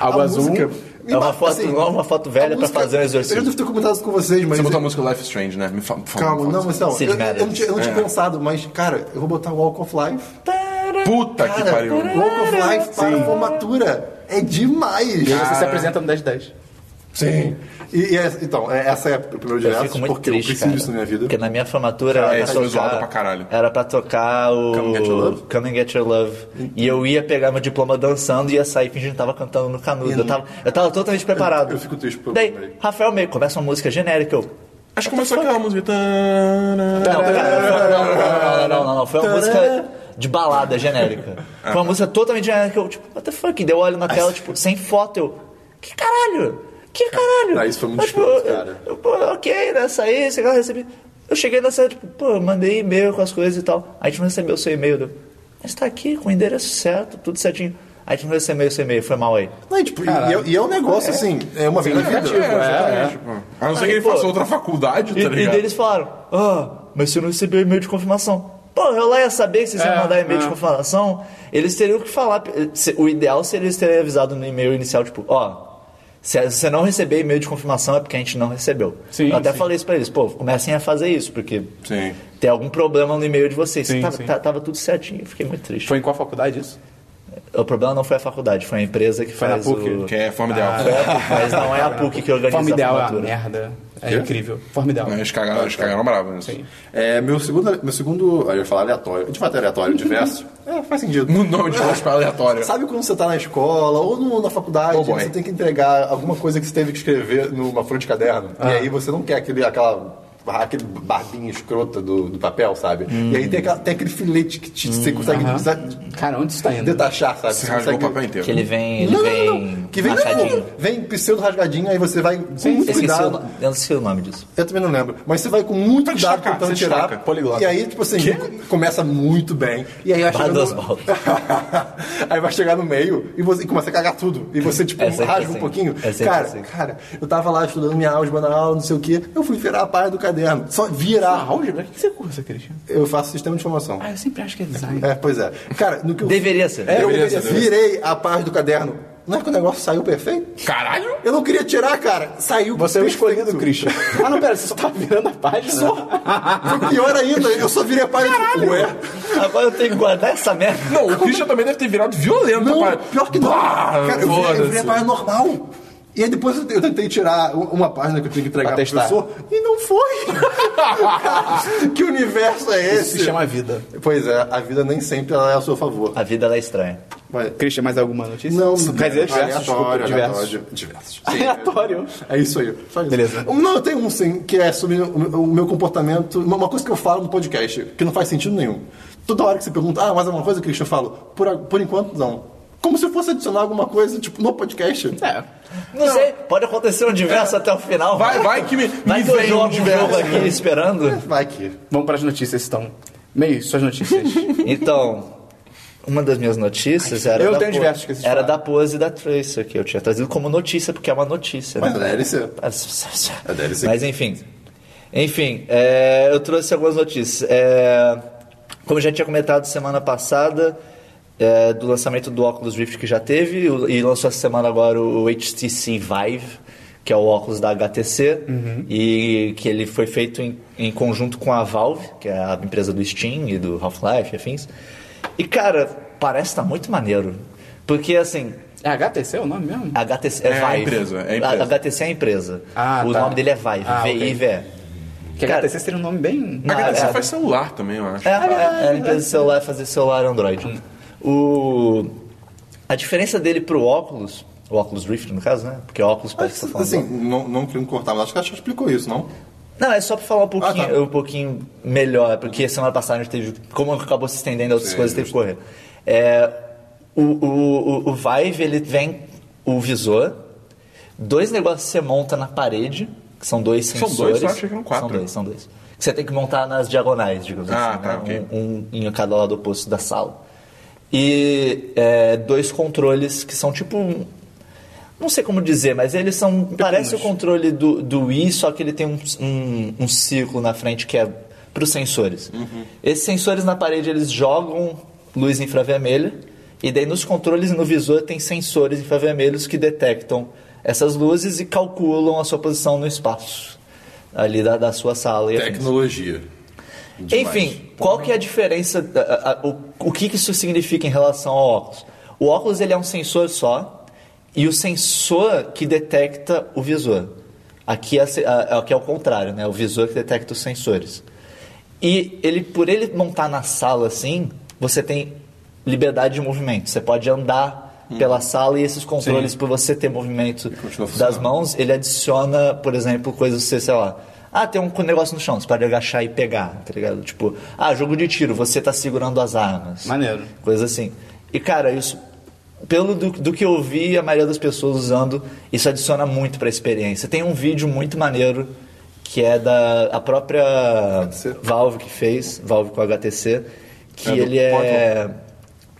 Algo A azul. música- É uma Mas, assim, foto nova, uma foto velha a pra fazer um exorcismo. Eu já devo ter comentado isso com vocês, mas. Você botou a música Life is Strange, né? Me fala, por favor, é. Calma, me não, fala. mas não. Sid Eu, eu, Meier's. não tinha, eu não tinha pensado, mas, cara, eu vou botar Walk of Life. é- Puta que Cara, pariu. Walk of Life para a formatura. É demais. Ah. E aí você se apresenta no 1010. Sim. E, e é- então, é- essa é o primeiro Eu diverso, fico muito porque eu triste, preciso cara. disso na minha vida. Porque na minha formatura Cara, era, isso pra é zoado tocar, pra caralho. era pra tocar o Come and Get Your Love? Come and Get Your Love. E eu ia pegar meu diploma dançando e ia sair fingindo que tava cantando no canudo. Eu tava, eu tava totalmente preparado. eu fico triste por- Daí, Rafael Meio, começa uma música genérica. Eu... Acho que Tá começou aquela música. Não, cara, não, não, não, não, não, não, não. Foi uma música de balada genérica. Foi uma música totalmente genérica. Eu, tipo, what the fuck? Deu olho na tela, tipo, sem foto. Eu, Que caralho? Que caralho? Ah, isso foi muito Mas, tipo, escroto, eu- cara. eu, pô, ok, né? Saí, sei lá, recebi. Eu cheguei nessa, tipo, pô, eu mandei e-mail com as coisas e tal. A gente não recebeu o seu e-mail. deu, Mas tá aqui, com o endereço certo, tudo certinho. A gente não recebeu o seu e-mail, foi mal aí. Não, e, tipo, e, e é, e é um negócio assim, é uma vez na É, vida. é, tipo, A não ser que ele pô. faça outra faculdade, E, tá e ligado? deles falaram, ah, mas você não recebeu e-mail de confirmação. Pô, eu lá ia saber que vocês É, iam mandar e-mail de confirmação. Eles teriam que falar. se- O ideal seria eles terem avisado no e-mail inicial, tipo, ó. Se se você não receber e-mail de confirmação é porque a gente não recebeu. Sim, eu até sim. falei isso pra eles. Pô, comecem a fazer isso, porque Sim. tem algum problema no e-mail de vocês. Sim, tava, sim. tá- tava tudo certinho, eu fiquei muito triste. Foi em qual faculdade isso? O problema não foi a faculdade, foi a empresa que Foi na faz PUC, o... Que é forma ideal. Ah, Mas não é a PUC que organiza Forma ideal a é uma formatura. merda. É incrível. Forma ideal. Eles cagaram, tá. eles cagaram bravo né? nisso. É, meu segundo, meu segundo, eu ia falar aleatório, de fato é aleatório, diverso. É, faz sentido. No nome de voz pra aleatório. Sabe quando você tá na escola ou no- na faculdade, Oh, boy. você tem que entregar alguma coisa que você teve que escrever numa folha de caderno. Ah. E aí você não quer aquele, aquela, aquele barbinha escrota do, do papel, sabe? E aí tem, aquela- tem aquele filete que te- você consegue desa- Cara, onde isso tá indo? detachar, sabe? Hum, Você Você rasgou o consegue- papel inteiro. Que ele vem, ele Não, vem não, não, não. Que vem, marcadinho. não, vem pseudo rasgadinho, aí você vai com muito Eu esqueci, o, cuidado. no- eu não esqueci o nome disso. Eu também não lembro. Mas você vai com muito Pra cuidado destacar, tentando você tirar. destaca, poliglota. E aí, tipo assim, começa muito bem. E aí vai chegar Bardo no... Oswaldo. aí vai chegar no meio e você e começa a cagar tudo. E você, tipo, É sempre rasga um assim. pouquinho. É sempre cara, assim. cara, eu tava lá estudando minha álgebra na aula, não sei o quê. Eu fui virar a página do caderno. Só virar. álgebra? O que você cursa, Cristian? Eu faço sistema de informação. Ah, eu sempre acho que é design. É, pois é. Cara, no que eu... Deveria ser. É, eu Deveria ser, virei a página do caderno. Não é que o negócio saiu perfeito? Caralho! Eu não queria tirar, cara. Saiu Você é o escolhido, perfeito. Christian. Ah, não, pera, você só tava virando a página. Só. Foi pior ainda, eu só virei a página. Ué. Agora eu tenho que guardar essa merda. Não, o Christian também deve ter virado violento, Não, pai. pior que não. Bah, cara, eu virei, eu virei a foda-se. página normal. E aí depois eu eu tentei tirar u- uma página que eu tinha que entregar Pra pro testar. professor e não foi. que universo é Isso esse? se chama vida. Pois é, a vida nem sempre ela é a seu favor. A vida ela é estranha. Mas- Christian, mais alguma notícia? Não, Quer dizer, diversos, desculpa, aleatório, diversos. aleatório, diversos. Sim, Aleatório. É isso aí. Só isso. Beleza. Um- Não, eu tenho um sim, que é sobre o meu- o meu comportamento. Uma uma coisa que eu falo no podcast, que não faz sentido nenhum. Toda hora que você pergunta, ah, mas é uma coisa, Christian, eu falo, por, a- por enquanto não. Como se eu fosse adicionar alguma coisa, tipo, no podcast. É. Não, sei, pode acontecer um diverso até o final. Vai, vai que me, Vai me que eu vem um jogo um jogo diverso. aqui esperando. Vai que. Vamos para as notícias, então. Meio, suas notícias. Então, uma das minhas notícias era, Eu da, tenho po- diversos que esses era falaram. da pose da Tracer, que eu tinha trazido como notícia, porque é uma notícia. Mas né? é DLC. É DLC. Mas enfim. Enfim, é, eu trouxe algumas notícias. É, como eu já tinha comentado semana passada, é, do lançamento do óculos Rift que já teve, o- e lançou essa semana agora o HTC Vive, que é o óculos da HTC, e que ele foi feito em, em conjunto com a Valve, que é a empresa do Steam e do Half-Life e afins. E cara, parece estar muito maneiro. Porque assim, É HTC o nome mesmo? HTC é, É a Vive. empresa, é a empresa. HTC é a empresa. Ah, o tá. nome dele é Vive, Ah, ok. V-I-V-E. Que Cara- HTC seria um nome bem... Não, Cara, é- você faz celular também, eu acho. É, é, é a empresa de celular fazer celular Android. O... A diferença dele pro óculos, o óculos Rift no caso, né? Porque óculos parece que tá falando. Assim, não, não queria me cortar, mas acho que a gente explicou isso, não? Não, é só pra falar um pouquinho, Ah, tá. um pouquinho melhor, porque semana passada a gente teve. Como acabou se estendendo a outras Sim, coisas, teve que correr. É, o, o, o, o Vive, ele vem o visor, dois negócios que você monta na parede, que são dois São dois? sensores. Eu achei que eram quatro. São dois, são dois. Que você tem que montar nas diagonais, digamos Ah, assim. tá, né? ok. um, um em cada lado oposto da sala. E é, dois controles que são tipo. um- Não sei como dizer, mas eles são. Parece o controle do, do Wii, só que ele tem um, um, um círculo na frente que é para os sensores. Esses sensores na parede eles jogam luz infravermelha, e daí nos controles e no visor tem sensores infravermelhos que detectam essas luzes e calculam a sua posição no espaço ali da, da sua sala. e afins. Tecnologia. Demais. Enfim, qual que é a diferença, a- a- o, o que, que isso significa em relação ao óculos? O óculos ele é um sensor só e o sensor que detecta o visor. Aqui é, se- a- aqui é o contrário, né? O visor que detecta os sensores. E ele, por ele montar na sala assim, você tem liberdade de movimento. Você pode andar pela sala e esses controles, por você ter movimento Hum. continua funcionando. das mãos, ele adiciona, por exemplo, coisas, você, sei lá. Ah, tem um negócio no chão, você pode agachar e pegar, tá ligado? Tipo, ah, jogo de tiro, você tá segurando as armas. Maneiro. Coisa assim. E, cara, isso pelo do, do que eu vi a maioria das pessoas usando, isso adiciona muito pra experiência. Tem um vídeo muito maneiro que é da a própria HTC? Valve que fez, Valve com HTC, que É do ele é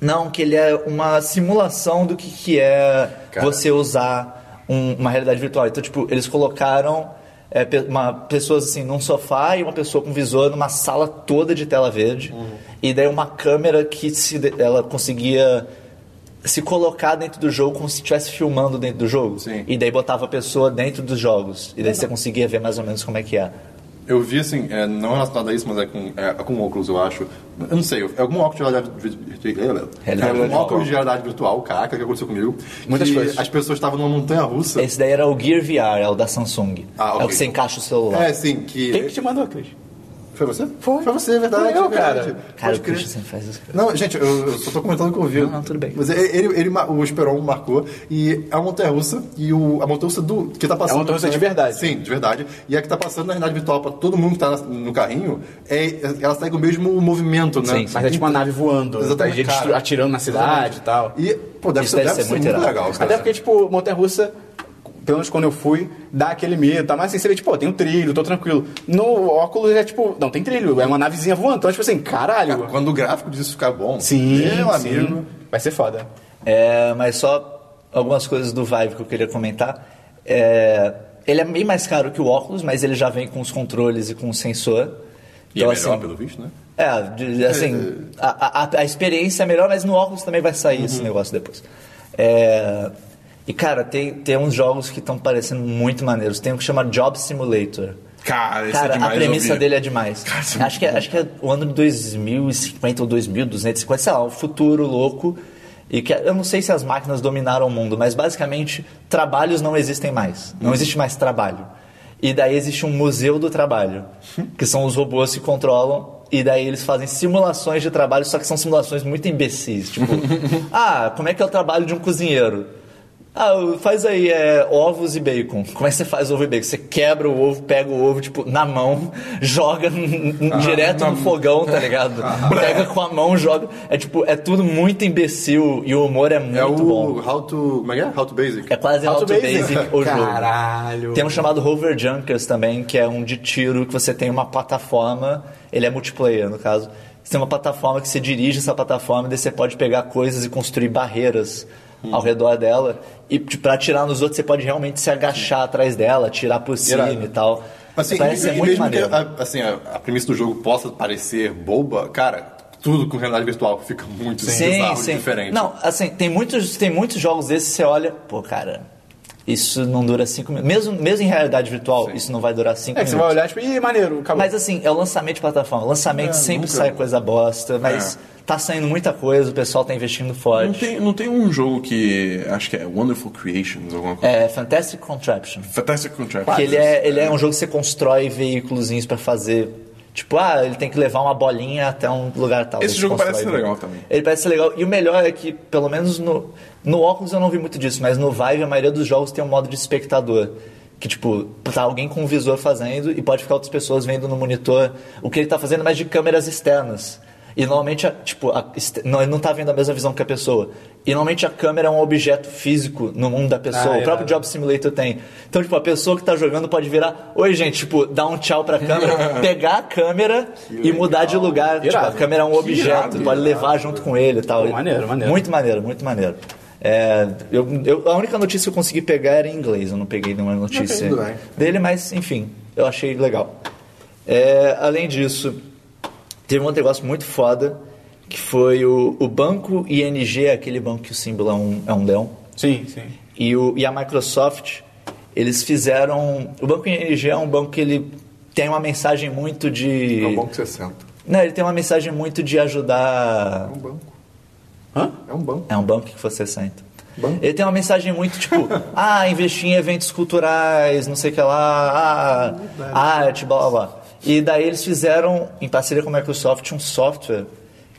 não, que ele é uma simulação do que, que é Cara. você usar um- uma realidade virtual. Então, tipo, eles colocaram é, pe- uma, pessoas assim num sofá e uma pessoa com um visor numa sala toda de tela verde. Uhum. E daí uma câmera que se de- ela conseguia se colocar dentro do jogo como se estivesse filmando dentro do jogo. Sim. E daí botava a pessoa dentro dos jogos. E daí você conseguia ver mais ou menos como é que é. Eu vi assim, é, não relacionado a isso, mas é com, é, com óculos, eu acho. Eu não sei, é algum óculos de realidade virtual. Realidade É um virtual. óculos de realidade virtual, caraca, que aconteceu comigo. Muitas que coisas. As pessoas estavam numa montanha russa. Esse daí era o Gear VR, é o da Samsung. Ah, ok. É o que você encaixa o celular. É, sim, que. Quem que te mandou, Cris? Foi você? Foi. você, é verdade. Foi eu, é verdade. cara. Cara, Pode o crer. Christian sempre faz isso. Não, gente, eu, eu só tô comentando o que eu vi. Não, não, tudo bem. Mas ele, ele, ele ma- o Esperon marcou e é a montanha russa e o, a montanha russa do que tá passando. É a montanha-russa de verdade. Sim, de verdade. E a que tá passando na realidade virtual pra todo mundo que tá na- no carrinho, é, ela segue o mesmo movimento, né? Sim, sim. Mas é tipo uma nave voando, Exatamente, né? Gente cara. atirando na cidade e tal. E, pô, deve, Isso ser, deve ser muito irado. legal. cara. Até porque, tipo, Montanha Russa, pelo menos quando eu fui, dá aquele medo, tá? Mas assim, você vê, tipo, pô, tem um trilho, tô tranquilo. No óculos é tipo, não tem trilho, é uma navezinha voando. Então, é, tipo assim, caralho. Quando o gráfico disso ficar bom, é um Sim, Tá meu sim. amigo. Vai ser foda. É, mas só algumas coisas do Vive que eu queria comentar. É, ele é bem mais caro que o óculos, mas ele já vem com os controles e com o sensor. E é Então, melhor, assim, pelo visto, né? É, de- assim, a, a- a experiência é melhor, mas no óculos também vai sair esse negócio depois. É, e, cara, tem, tem uns jogos que estão parecendo muito maneiros. Tem um que chama Job Simulator. Cara, esse é Cara, demais. a premissa eu vi. dele é demais. acho, que é, acho que é o ano de 2050 ou 2250, sei lá, um futuro louco. E que eu não sei se as máquinas dominaram o mundo, mas basicamente trabalhos não existem mais. Não existe mais trabalho. E daí existe um museu do trabalho, que são os robôs que controlam. E daí eles fazem simulações de trabalho, só que são simulações muito imbecis. Tipo, ah, como é que é o trabalho de um cozinheiro? Ah, faz aí é, ovos e bacon. Como é que você faz ovo e bacon? Você quebra o ovo, pega o ovo, tipo, na mão, joga n- n- direto no fogão, tá ligado? pega com a mão, joga. É tipo, é tudo muito imbecil e o humor é muito É bom. o How to. Como é que é? How to Basic. É quase How to Auto Basic, Basic. o jogo. Caralho. Tem um chamado Hover Junkers também, que é um de tiro que você tem uma plataforma, ele é multiplayer no caso. Você tem uma plataforma que você dirige essa plataforma e daí você pode pegar coisas e construir barreiras Hum. ao redor dela. E tipo, pra atirar nos outros, você pode realmente se agachar atrás dela, atirar por cima Irado. e tal. Assim, Parece e- ser e muito mesmo maneiro. que a, assim, a, a premissa do jogo possa parecer boba, cara, tudo com realidade virtual fica muito bizarro e diferente. Não, assim, tem muitos, tem muitos jogos desses que você olha, pô, cara, isso não dura cinco minutos. Mesmo, mesmo em realidade virtual, isso não vai durar cinco É que minutos. você vai olhar, tipo, ih, maneiro, acabou. Mas assim, é o lançamento de plataforma. O É, lançamento sempre sai coisa bosta, mas tá saindo muita coisa, o pessoal tá investindo Não forte. tem, não tem um jogo que. Acho que é Wonderful Creations, alguma coisa. É Fantastic Contraption. Fantastic Contraption. É. Que ele é, ele né? é um jogo que você constrói veículozinhos pra fazer. Tipo, ah, ele tem que levar uma bolinha até um lugar tal. Esse Ele jogo constrói parece ser veículo. legal também. Ele parece ser legal. E o melhor é que, pelo menos no, no óculos eu não vi muito disso, mas no Vive a maioria dos jogos tem um modo de espectador. Que, tipo, tá alguém com um visor fazendo e pode ficar outras pessoas vendo no monitor o que ele tá fazendo, mas de câmeras externas. E normalmente, a- tipo, a este- não, ele não tá vendo a mesma visão que a pessoa. E normalmente a câmera é um objeto físico no mundo da pessoa. o próprio Job Simulator tem. Então, tipo, a pessoa que tá jogando pode virar, oi gente, tipo, dar um tchau pra câmera, pegar a câmera e mudar de lugar. Tipo, a Irado. câmera é um objeto, irado, pode levar junto com ele e tal. Pô, maneiro, maneiro. Muito maneiro, muito maneiro. É, eu, eu- a única notícia que eu consegui pegar era em inglês, eu não peguei nenhuma notícia tudo bem. dele, mas enfim, eu achei legal. É, além disso, teve um negócio muito foda que foi o, o banco ING, aquele banco que o símbolo é um, é um leão, Sim, sim. e, o- e a Microsoft, eles fizeram. O banco ING é um banco que ele tem uma mensagem muito de. É um banco que você senta. Não, ele tem uma mensagem muito de ajudar. É um banco. Hã? É um banco. É um banco que você senta. Banco? Ele tem uma mensagem muito tipo, ah, investir em eventos culturais, não sei o que lá, É. ah, arte, blá blá blá. E daí eles fizeram, em parceria com a Microsoft, um software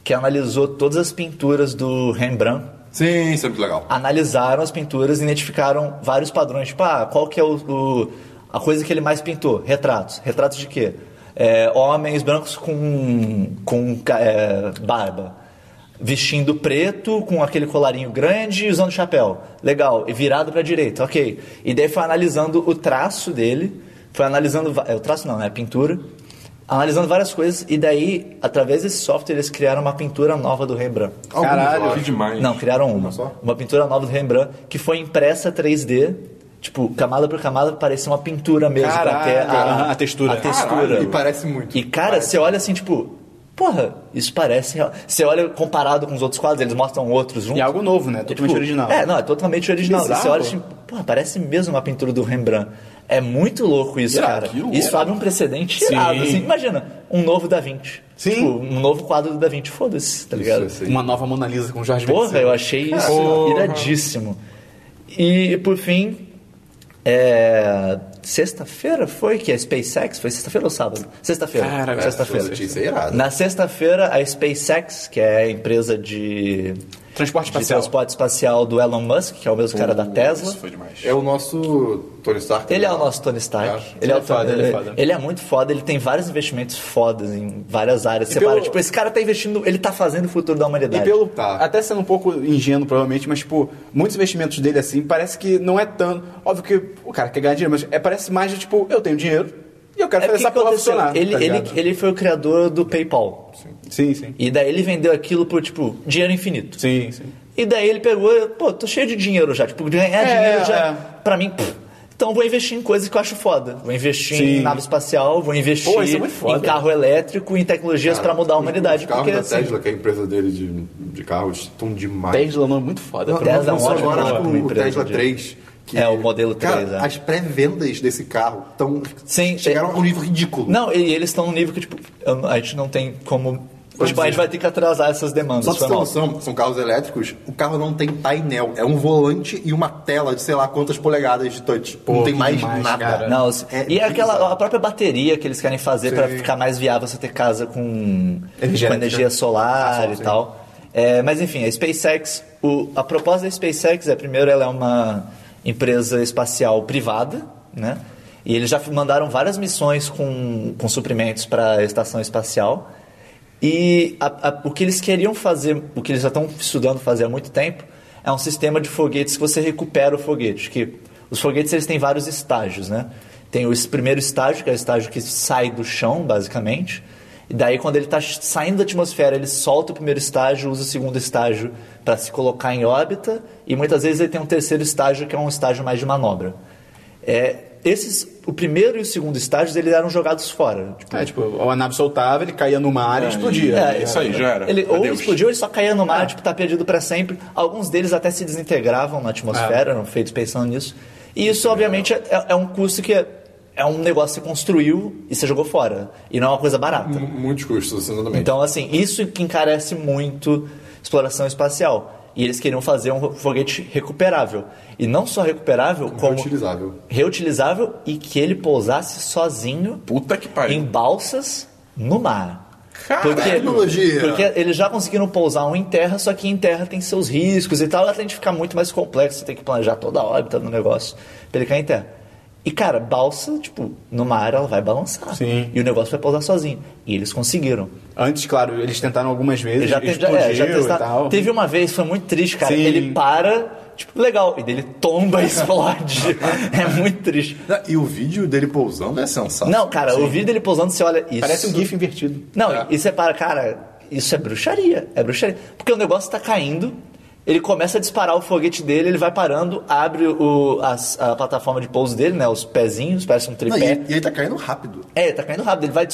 que analisou todas as pinturas do Rembrandt, Sim, isso é muito legal. analisaram as pinturas e identificaram vários padrões, tipo, ah, qual que é o, o- a coisa que ele mais pintou? Retratos. Retratos de quê? É, homens brancos com, com ca- é, barba. vestindo preto, com aquele colarinho grande e usando chapéu. Legal. E virado pra direita, ok. E daí foi analisando o traço dele, foi analisando. va- é, O traço não, né? A pintura. Analisando várias coisas, e daí, através desse software, eles criaram uma pintura nova do Rembrandt. Caralho. Que demais. Não, criaram uma. Uma pintura nova do Rembrandt que foi impressa 3D. Tipo, camada por camada, parecia uma pintura mesmo. Caralho, até a, a textura. A textura. E parece muito. E, cara, você olha assim, tipo... Porra, isso parece... real. Você olha comparado com os outros quadros, eles mostram outros juntos. E é algo novo, né? Totalmente Tipo, original. É, não, é totalmente original. E Bizarro. Você olha assim, porra, parece mesmo uma pintura do Rembrandt. É muito louco isso, Irado, cara. que louco. Isso abre um precedente irado, assim. Imagina, um novo Da Vinci. Sim. Tipo, um novo quadro do Da Vinci. Foda-se, tá ligado? isso aí. Uma nova Mona Lisa com Jorge Porra, Benson. eu achei isso iradíssimo. E, por fim, é, sexta-feira foi que a SpaceX? Foi sexta-feira ou sábado? Sexta-feira. Cara, sexta-feira. essa notícia é irada. Na sexta-feira, a SpaceX, que é a empresa de, Transporte de espacial. transporte espacial do Elon Musk, que é o mesmo cara da Tesla, Isso foi demais. É o nosso Tony Stark. ele é né? o nosso Tony Stark. É. Ele, é o Ele é foda, Tony- ele é foda. ele é muito foda, ele tem vários investimentos fodas em várias áreas. Você pelo- para, tipo, esse cara tá investindo, ele tá fazendo o futuro da E humanidade. pelo. Tá. Até sendo um pouco ingênuo, provavelmente, mas, tipo, muitos investimentos dele assim, parece que não é tanto. Óbvio que o cara quer ganhar dinheiro, mas é, parece mais de tipo, eu tenho dinheiro e eu quero É fazer porque essa que porra aconteceu? funcionar. Ele, tá ele, ligado? ele foi o criador do PayPal. Sim, sim. E daí ele vendeu aquilo por, tipo, dinheiro infinito. Sim, sim. E daí ele pegou, e, pô, tô cheio de dinheiro já. Tipo, ganhar É, dinheiro já, é. pra mim, pff, então vou investir em coisas que eu acho foda. Vou investir Sim. em nave espacial, vou investir Pô, isso é muito foda. em carro elétrico, em tecnologias pra mudar a humanidade. Os carros porque, da assim, Tesla, que é a empresa dele de, de carros, estão demais. Tesla não é muito foda. cara. Tesla é uma Lançou ótima agora boa acho que pra uma o empresa Tesla de- 3. que- É, o modelo 3, Cara, é. As pré-vendas desse carro tão, Sim, chegaram é- a um nível ridículo. Não, e eles estão num nível que, tipo, eu não- a gente não tem como... Tipo, é. a gente vai ter que atrasar essas demandas. Só pra foi você ter é mal. noção, são carros elétricos, o carro não tem painel. É um volante e uma tela de sei lá quantas polegadas de touch. não tem mais nada. Não, se- É e aquela bizarro. a própria bateria que eles querem fazer pra ficar mais viável você ter casa com com energia, solar Ah, e tal. É, mas enfim, a SpaceX, o- a proposta da SpaceX é primeiro ela é uma empresa espacial privada, né? E eles já f- mandaram várias missões com, com suprimentos para a estação espacial. E a- a- o que eles queriam fazer, o que eles já estão estudando fazer há muito tempo, é um sistema de foguetes que você recupera o foguete. Que os foguetes eles têm vários estágios, né? Tem o es- primeiro estágio, que é o estágio que sai do chão, basicamente. E daí, quando ele está saindo da atmosfera, ele solta o primeiro estágio, usa o segundo estágio para se colocar em órbita. E muitas vezes ele tem um terceiro estágio, que é um estágio mais de manobra. É, esses, o primeiro e o segundo estágios eles eram jogados fora. Tipo, É, tipo, a nave soltava, ele caía no mar e explodia. É, isso aí, já era. Ele ou Adeus. explodiu, ou ele só caía no mar, tipo, tá perdido pra sempre. Alguns deles até se desintegravam na É. atmosfera, eram feitos pensando nisso. E isso, obviamente, é, é um custo que é, é um negócio que você construiu e você jogou fora. E não é uma coisa barata. Hum. M- Muitos custos, exatamente. Então, assim, isso que encarece muito exploração espacial. E eles queriam fazer um foguete recuperável. E não só recuperável, é como. Reutilizável. Reutilizável e que ele pousasse sozinho Puta que em pariu. balsas no mar. Caralho. Tecnologia. porque eles já conseguiram pousar um em terra, só que em terra tem seus riscos e tal. Ela tem que ficar muito mais complexo, você tem que planejar toda a órbita do negócio pra ele cair em terra. E cara, balsa, tipo, numa área ela vai balançar. Sim. E o negócio vai pousar sozinho. E eles conseguiram. Antes, claro, eles tentaram algumas vezes, Ele já, te- já- explodiu é, já e testaram. tal. Teve uma vez, foi muito triste, cara. Sim. Ele para, tipo, legal. E dele tomba e explode. é muito triste. E o vídeo dele pousando é sensacional. Não, cara, o vídeo dele pousando, você olha isso. Parece um GIF invertido. Não, É. e você para, cara, isso é bruxaria. É bruxaria. Porque o negócio tá caindo, ele começa a disparar o foguete dele, ele vai parando, abre o, as- a, plataforma de pouso dele, né? Os pezinhos, parece um Não, e, tripé. e ele tá caindo rápido. É, ele tá caindo rápido, ele vai.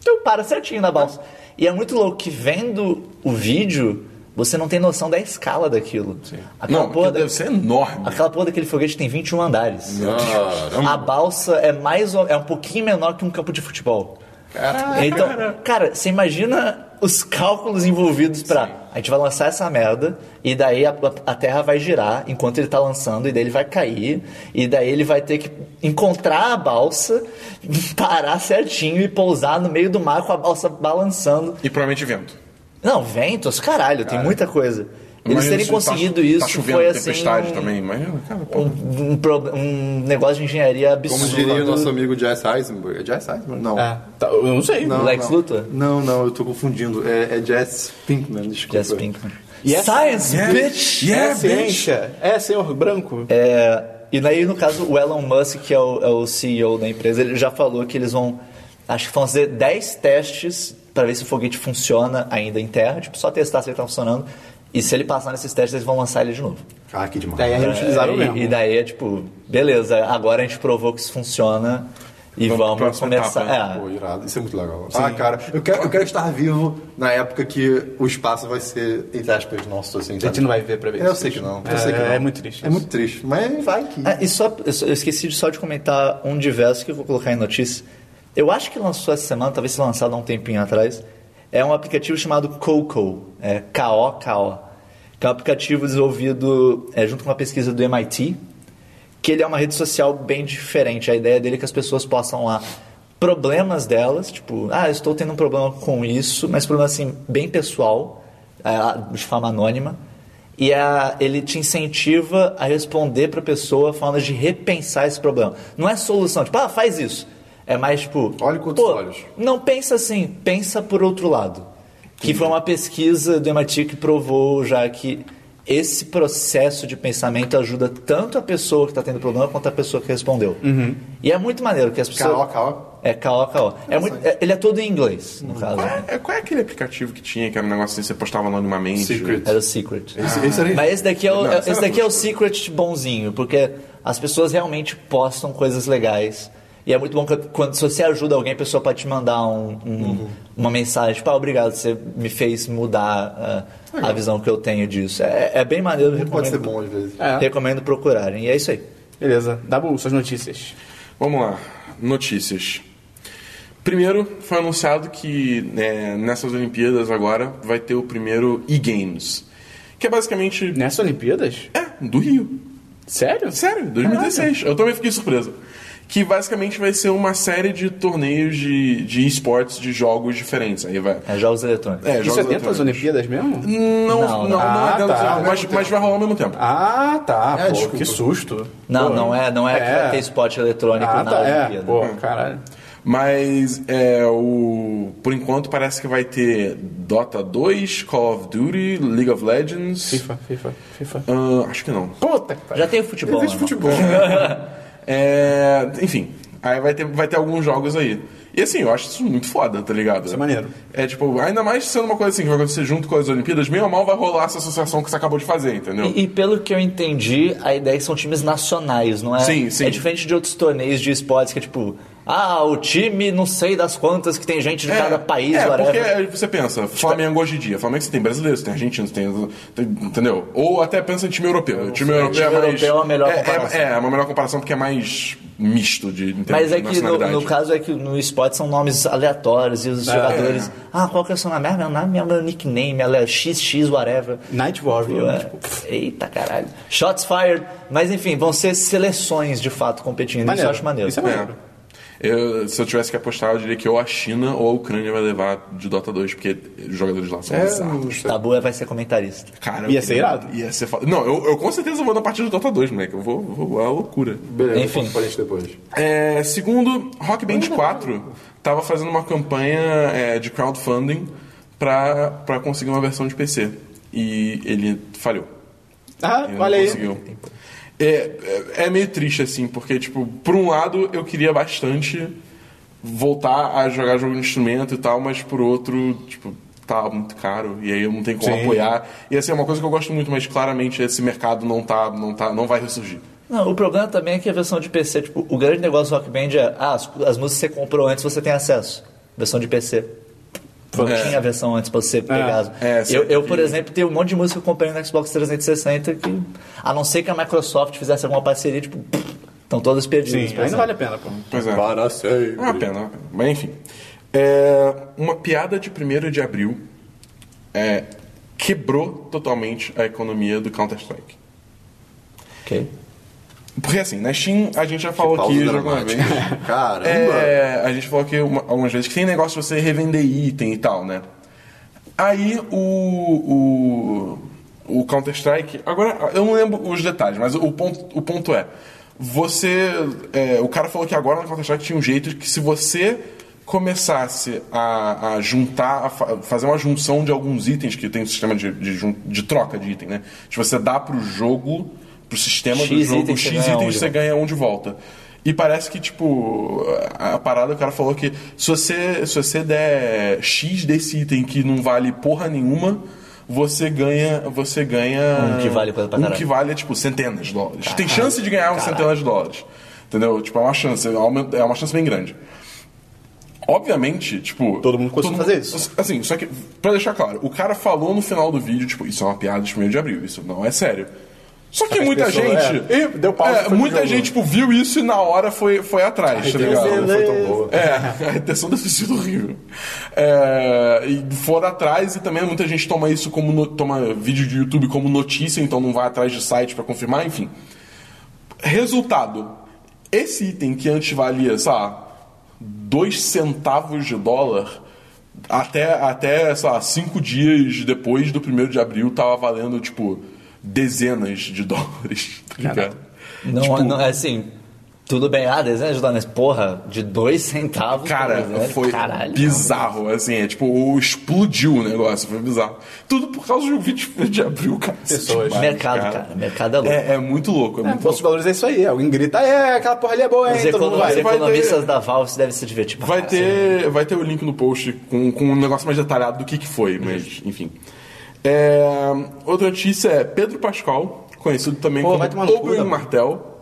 Então para certinho na balsa. E é muito louco que vendo o vídeo, você não tem noção da escala daquilo. Aquela Não, porra aquilo da- deve ser enorme. Aquela porra daquele foguete tem 21 andares. Caramba. A balsa é mais ou- é um pouquinho menor que um campo de futebol. Caraca. Então, cara, você imagina os cálculos envolvidos pra. A gente vai lançar essa merda e daí a, a Terra vai girar enquanto ele tá lançando e daí ele vai cair e daí ele vai ter que encontrar a balsa, parar certinho e pousar no meio do mar com a balsa balançando. E provavelmente vento. Não, ventos, caralho, tem muita coisa. Eles Imagina terem se tá- conseguido tá isso chovendo foi assim. tempestade um- também. Imagina, cara, pô. Um, um prob- um negócio de engenharia absurdo. Como diria o nosso amigo Jess Heisenberg. É Jess Heisenberg? Ah, Não. É, tá, eu não sei. Não, Lex não. Luthor? Não, não, eu tô confundindo. É, é Jess Pinkman, desculpa. Jess Pinkman. Yes. Science, Yeah, bitch! yeah, bitch. é Ciência. É, senhor branco. É, e daí, no caso, o Elon Musk, que é o, é o CEO da empresa, ele já falou que eles vão. Acho que vão fazer 10 testes para ver se o foguete funciona ainda em terra, tipo, só testar se ele tá funcionando. E se ele passar nesses testes, eles vão lançar ele de novo. Ah, que demais. Daí reutilizaram É, mesmo. e, e daí é tipo, beleza, agora a gente provou que isso funciona e Vamos pra vamos, próxima começar. etapa. é. Pô, irado. Isso é muito legal. Ah, cara, eu quero, eu quero estar vivo na época que o espaço vai ser, entre aspas, nosso, assim. A gente não vai ver pra ver Eu isso, sei que bicho. não. Eu É, sei que não. é muito triste É isso. muito triste. Mas vai que. Ah, e só, eu, só- eu esqueci de só de comentar um diverso que eu vou colocar em notícia. Eu acho que lançou essa semana, talvez tenha lançado há um tempinho atrás. É um aplicativo chamado Coco, é K-O-K-O, que é um aplicativo desenvolvido é, junto com uma pesquisa do MIT, que ele é uma rede social bem diferente. A ideia dele é que as pessoas possam lá problemas delas, tipo, ah, eu estou tendo um problema com isso, mas problema assim bem pessoal, é, de forma anônima. E a- ele te incentiva a responder para a pessoa formas de repensar esse problema. Não é solução, tipo, ah, faz isso. É mais tipo. Olhe com outros pô, olhos. Não pensa assim, pensa por outro lado. Que foi uma pesquisa do MIT que provou já que esse processo de pensamento ajuda tanto a pessoa que está tendo problema quanto a pessoa que respondeu. E é muito maneiro que as pessoas. Caó, caó. É, caó, caó. É muito- é- ele é todo em inglês, no caso. né? Qual é, qual é aquele aplicativo que tinha, que era um negócio assim, que você postava anonimamente? Secret. Era o Secret. Esse, esse era Mas esse daqui é o, Não, é- isso esse era daqui é o tosco. secret bonzinho, porque as pessoas realmente postam coisas legais. E é muito bom que quando se você ajuda alguém, a pessoa pode te mandar um- um- uma mensagem, tipo, ah, obrigado, você me fez mudar ah, a visão que eu tenho disso. É, é bem maneiro, recomendo, Pode ser bom às vezes. É. recomendo procurarem. E é isso aí. Beleza. Dabu, suas notícias. Vamos lá, notícias. Primeiro, foi anunciado que é, nessas Olimpíadas agora vai ter o primeiro e-games, que é basicamente Nessas Olimpíadas? é, do Rio. Sério? Sério, 2016. Eu também fiquei surpreso. Que basicamente vai ser uma série de torneios de, de esportes, de jogos diferentes. Aí vai. É, jogos eletrônicos. É, Isso é dentro das Olimpíadas mesmo? Não, não, Não, não, não, Ah, é dentro tá. das Ao Olimpíadas, mas, mas vai rolar ao mesmo tempo. Ah, tá. É, pô, desculpa. que susto. Não, Pô. não é, não é, que vai ter esporte eletrônico Ah, na tá. É. Olimpíada. Pô, caralho. Mas é o. Por enquanto parece que vai ter Dota 2, Call of Duty, League of Legends. FIFA, FIFA, FIFA. Ahn, acho que não. Puta que pariu. Já tem o futebol. Existe né, futebol. É, enfim, aí vai ter, vai ter alguns jogos aí. E assim, eu acho isso muito foda, tá ligado? Isso é maneiro. É tipo, ainda mais sendo uma coisa assim que vai acontecer junto com as Olimpíadas, meio ou mal vai rolar essa associação que você acabou de fazer, entendeu? E, e pelo que eu entendi, a ideia é que são times nacionais, não é? Sim, sim. É diferente de outros torneios de esportes que é tipo, ah, o time não sei das quantas que tem gente de cada país, é, porque whatever. Tipo, aí você pensa, Flamengo hoje em dia, Flamengo você tem brasileiros, tem argentinos, tem, tem- entendeu? Ou até pensa em time europeu. O time europeu, Time é mais, europeu é a melhor comparação. É, é uma melhor comparação porque é mais misto de, em termos Mas de é que no, nacionalidade. É, no caso é que no esporte são nomes aleatórios e os jogadores. Ah, qual que é o seu nome? Ah, meu nome é meu nickname, ela é XX, whatever. Night Eu, Warrior. é, tipo, Eita caralho. Shots fired. Mas enfim, vão ser seleções de fato competindo. Isso eu acho maneiro. Isso é maneiro. É. Eu- se eu tivesse que apostar, eu diria que ou a China ou a Ucrânia vai levar de Dota 2, porque os jogadores lá É, são bizarros. Tabu vai ser comentarista. Cara, Ia eu- ser irado. Ia ser foda. Não, eu, eu com certeza vou na partida do Dota 2, moleque. Eu vou, vou a loucura. Beleza, Enfim. Enfim. gente depois. É, segundo, Rock Band 4 tava fazendo uma campanha é, de crowdfunding pra, pra conseguir uma versão de PC. E ele falhou. Ah, Ele olha não aí. conseguiu. É, é, é meio triste, assim, porque, tipo, por um lado eu queria bastante voltar a jogar jogo de instrumento e tal, mas por outro, tipo, tá muito caro e aí eu não tenho como Sim. apoiar. E assim, é uma coisa que eu gosto muito, mas claramente esse mercado não tá, não tá, não vai ressurgir. Não, o problema também é que a versão de PC, tipo, o grande negócio do Rock Band é, ah, as, as músicas que você comprou antes você tem acesso. Versão de PC. Não É. tinha a versão antes pra você pegar. É, eu, eu, sim. por exemplo, tenho um monte de música que eu comprei no Xbox 360 que, a não ser que a Microsoft fizesse alguma parceria, tipo, pff, estão todas Sim, perdidas. ainda por exemplo. vale a pena, pô. Pois é. Para É uma sempre. pena, é uma pena. Mas enfim. É, uma piada de 1 de abril é, quebrou totalmente a economia do Counter-Strike. Ok. Porque assim, na Steam a gente já falou Pausa aqui já alguma vez. dramática. Caramba. É, a gente falou aqui uma- algumas vezes que tem negócio de você revender item e tal, né? Aí o. o o Counter-Strike. Agora, eu não lembro os detalhes, mas o ponto, o ponto é: você. é, o cara falou que agora no Counter-Strike tinha um jeito de que se você começasse a, a juntar, a fa- fazer uma junção de alguns itens que tem o sistema de, de, jun- de troca de item, né? Se você dá pro jogo, pro sistema do X jogo, itens você X ganha um itens de você ganha um de volta. E parece que, tipo, a a parada, o cara falou que se você, se você der X desse item que não vale porra nenhuma, você ganha. Você ganha. Um que vale coisa pra Um caralho. que vale, tipo, centenas de dólares. Tem chance de ganhar um centenas de dólares. Entendeu? Tipo, é uma chance, é uma- é uma chance bem grande. Obviamente, tipo. Todo mundo conseguiu fazer isso. Assim, só que, pra deixar claro, o cara falou no final do vídeo, tipo, isso é uma piada de 1 de abril, isso não é sério. Só que muita pessoas, gente. é, e deu pausa e foi pro muita jogo. gente, tipo, viu isso e na hora foi, foi atrás, tá ligado? Não foi tão boa. É, a intenção deve ter sido horrível. É, e foram atrás e também muita gente toma isso como no- toma vídeo de YouTube como notícia, então não vai atrás de site pra confirmar, enfim. Resultado: esse item que antes valia, sei lá, 2 centavos de dólar, até, até sei lá, 5 dias depois do 1 de abril, tava valendo, tipo, dezenas de dólares. Tá ligado? Não, Tipo, não, assim, tudo bem. Ah, desenho de dólares, porra, de dois centavos. Cara, por exemplo. foi Caralho. bizarro, assim, é tipo, explodiu o negócio, foi bizarro. Tudo por causa de um vídeo de abril, cara. Isso é Pessoas. demais, mercado, cara. Mercado é louco. É, é muito louco, é, muito Posso valorizar isso aí. Alguém grita, é, aquela porra ali é boa, Os, hein? Todo mundo econo- os vai. vai ter- economistas da Valve devem se divertir. pra Vai caralho. ter, vai ter o link no post com, com um negócio mais detalhado do que, que foi, mas enfim. É, outra notícia é Pedro Pascal, conhecido também Pô, vai tomar como no cu, Oberyn Dabu. Martel,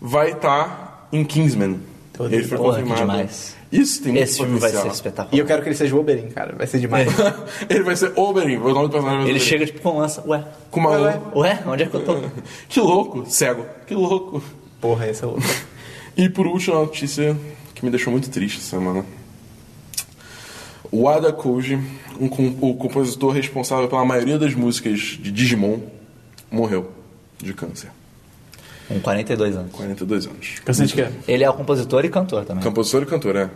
vai estar em Kingsman. Ele foi Porra, que confirmado. demais. Isso tem muito Esse filme vai potencial. ser E espetacular. eu quero que ele seja o Oberyn, cara. Vai ser demais. É. Ele vai ser Oberyn, o nome do personagem vai ser Ele Oberyn. chega tipo com lança. Ué, com uma Ué, ué. ué, onde é que eu tô? Que louco, cego. Que louco. Porra, esse é louco. E por último, a notícia que me deixou muito triste essa semana. O Ada Koji, um com- o compositor responsável pela maioria das músicas de Digimon, morreu de câncer. Com 42 anos. 42 anos. Cansei de quê? Ele é o compositor e cantor também. Compositor e cantor, é.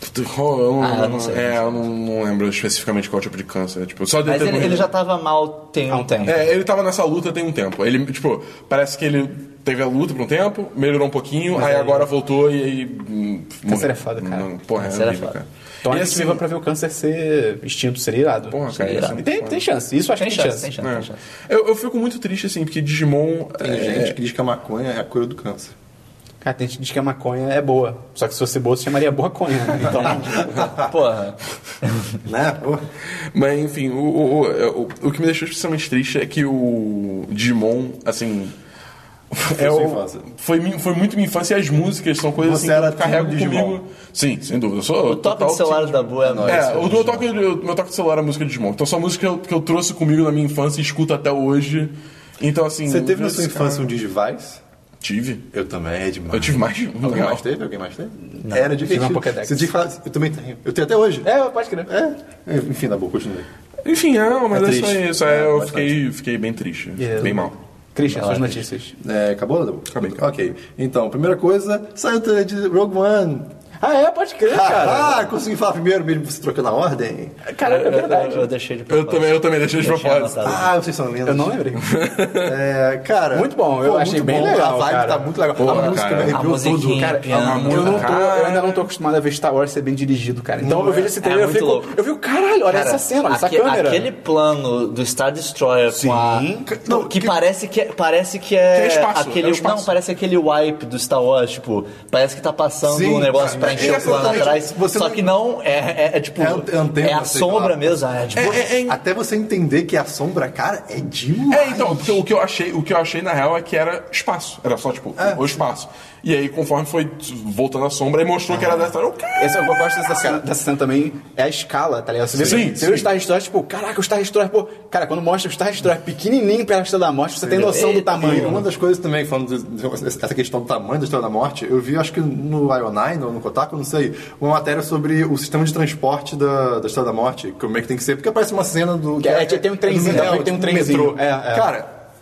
Puta, qual- Eu não, Ah, eu não sei, é, não eu não, não lembro especificamente qual tipo de câncer. Tipo, só de Mas ter ele, morrido. ele já tava mal tem um tempo. É, ele tava nessa luta tem um tempo. Ele, tipo, parece que ele teve a luta por um tempo, melhorou um pouquinho, aí agora voltou e aí. hum, Câncer morreu. é foda, cara. Não, porra, é Câncer é horrível, foda. cara. Então e a gente assim, viva pra ver o câncer ser extinto, seria irado. Porra, cara, Sei isso lá. é Tem, foda. tem chance, isso acho Tem que tem chance, chance. tem chance, tem chance. é, Eu, eu fico muito triste, assim, porque Digimon. Tem é, gente que diz que a maconha é a cura do câncer. Cara, tem gente que diz que a maconha é boa. Só que se fosse boa, se chamaria boa conha. Então, Porra. Né? Pô, Mas enfim, o, o, é, o, o- o que me deixou especialmente triste é que o Digimon, assim. é sua o- infância. foi, mi- foi muito minha infância e as músicas são coisas Você assim que era eu carrego time Digimon. comigo. Sim, sem dúvida. Eu sou O toque total do celular da Boa é É, a É, nossa. o meu toque, o meu toque de celular é a música de Digimon. Então, são músicas que eu, que eu trouxe comigo na minha infância e escuto até hoje. Então, assim. Você teve na esse sua cara- infância um Digivice? Ah, Tive. Eu também, é demais. Eu tive mais de um, na Alguém real. mais teve? Alguém mais teve? Era divertido. uma Pokédex. Você tinha que falar, eu também tenho. Eu tenho até hoje. é, pode crer. É. Enfim, na boa, continue. Enfim, não, É mas é, só triste. isso. É, É, eu bastante. fiquei, fiquei bem triste. Yeah. Bem mal. Christian, suas notícias. É, acabou, Dabu? Acabei, acabou. Ok. Então, primeira coisa, saiu o trailer de Rogue One. Ah, é, pode crer, cara. Ah, consegui falar primeiro, mesmo você trocando a ordem. Cara, é Eu- eu- verdade. Eu, deixei de Eu propósito. também, eu também deixei de Deixei propósito. anotado. Ah, vocês são lindos. Eu não lembrei. É, cara. Muito bom, eu achei muito bem bom, legal, A vibe cara. é- tá muito legal. Porra, a música Ah, cara. me arrepiou A musiquinha. tudo. Cara, Piano, eu, não tô, cara. eu ainda não tô acostumado a ver Star Wars ser bem dirigido, cara. Então eu vejo esse trailer É e eu muito fico. louco. Eu fico, caralho, olha Cara, essa cena, olha essa aque- câmera. Aquele plano do Star Destroyer com a. Não, que, que- parece que é. Parece que é. Que é espaço, aquele, é espaço. Não, parece aquele wipe do Star Wars, tipo, parece que tá passando Sim, um negócio pra é, encher o plano exatamente. atrás. Você só não- que não, é, é, é tipo. É an- antena, é a sei sombra lá. mesmo, é, tipo, É, é, é, Até você entender que a sombra, cara, é demais. É, então, porque o que eu achei, o que eu achei na real é que era espaço. Era só, tipo, É. o espaço. E aí, conforme foi voltando a sombra, aí mostrou que era dessa. Eu, cara, Esse, eu gosto é dessa cena, dessa cena também, é a escala, tá ligado? Você vê, Sim, você vê o sim. Star Destroyer, tipo, caraca, o Star Destroyer, pô... Cara, quando mostra o Star Destroyer pequenininho pela Estrela da Morte, você tem noção do Eita, E tamanho. uma das coisas também, falando de- dessa questão do tamanho da Estrela da Morte, eu vi, acho que no Io9 ou no Kotaku, não sei, uma matéria sobre o sistema de transporte da, da Estrela da Morte, como é que tem que ser, porque aparece uma cena do... Que é- tem um trenzinho, do metrô, também tem um tipo trenzinho. metrô. É, é. Cara,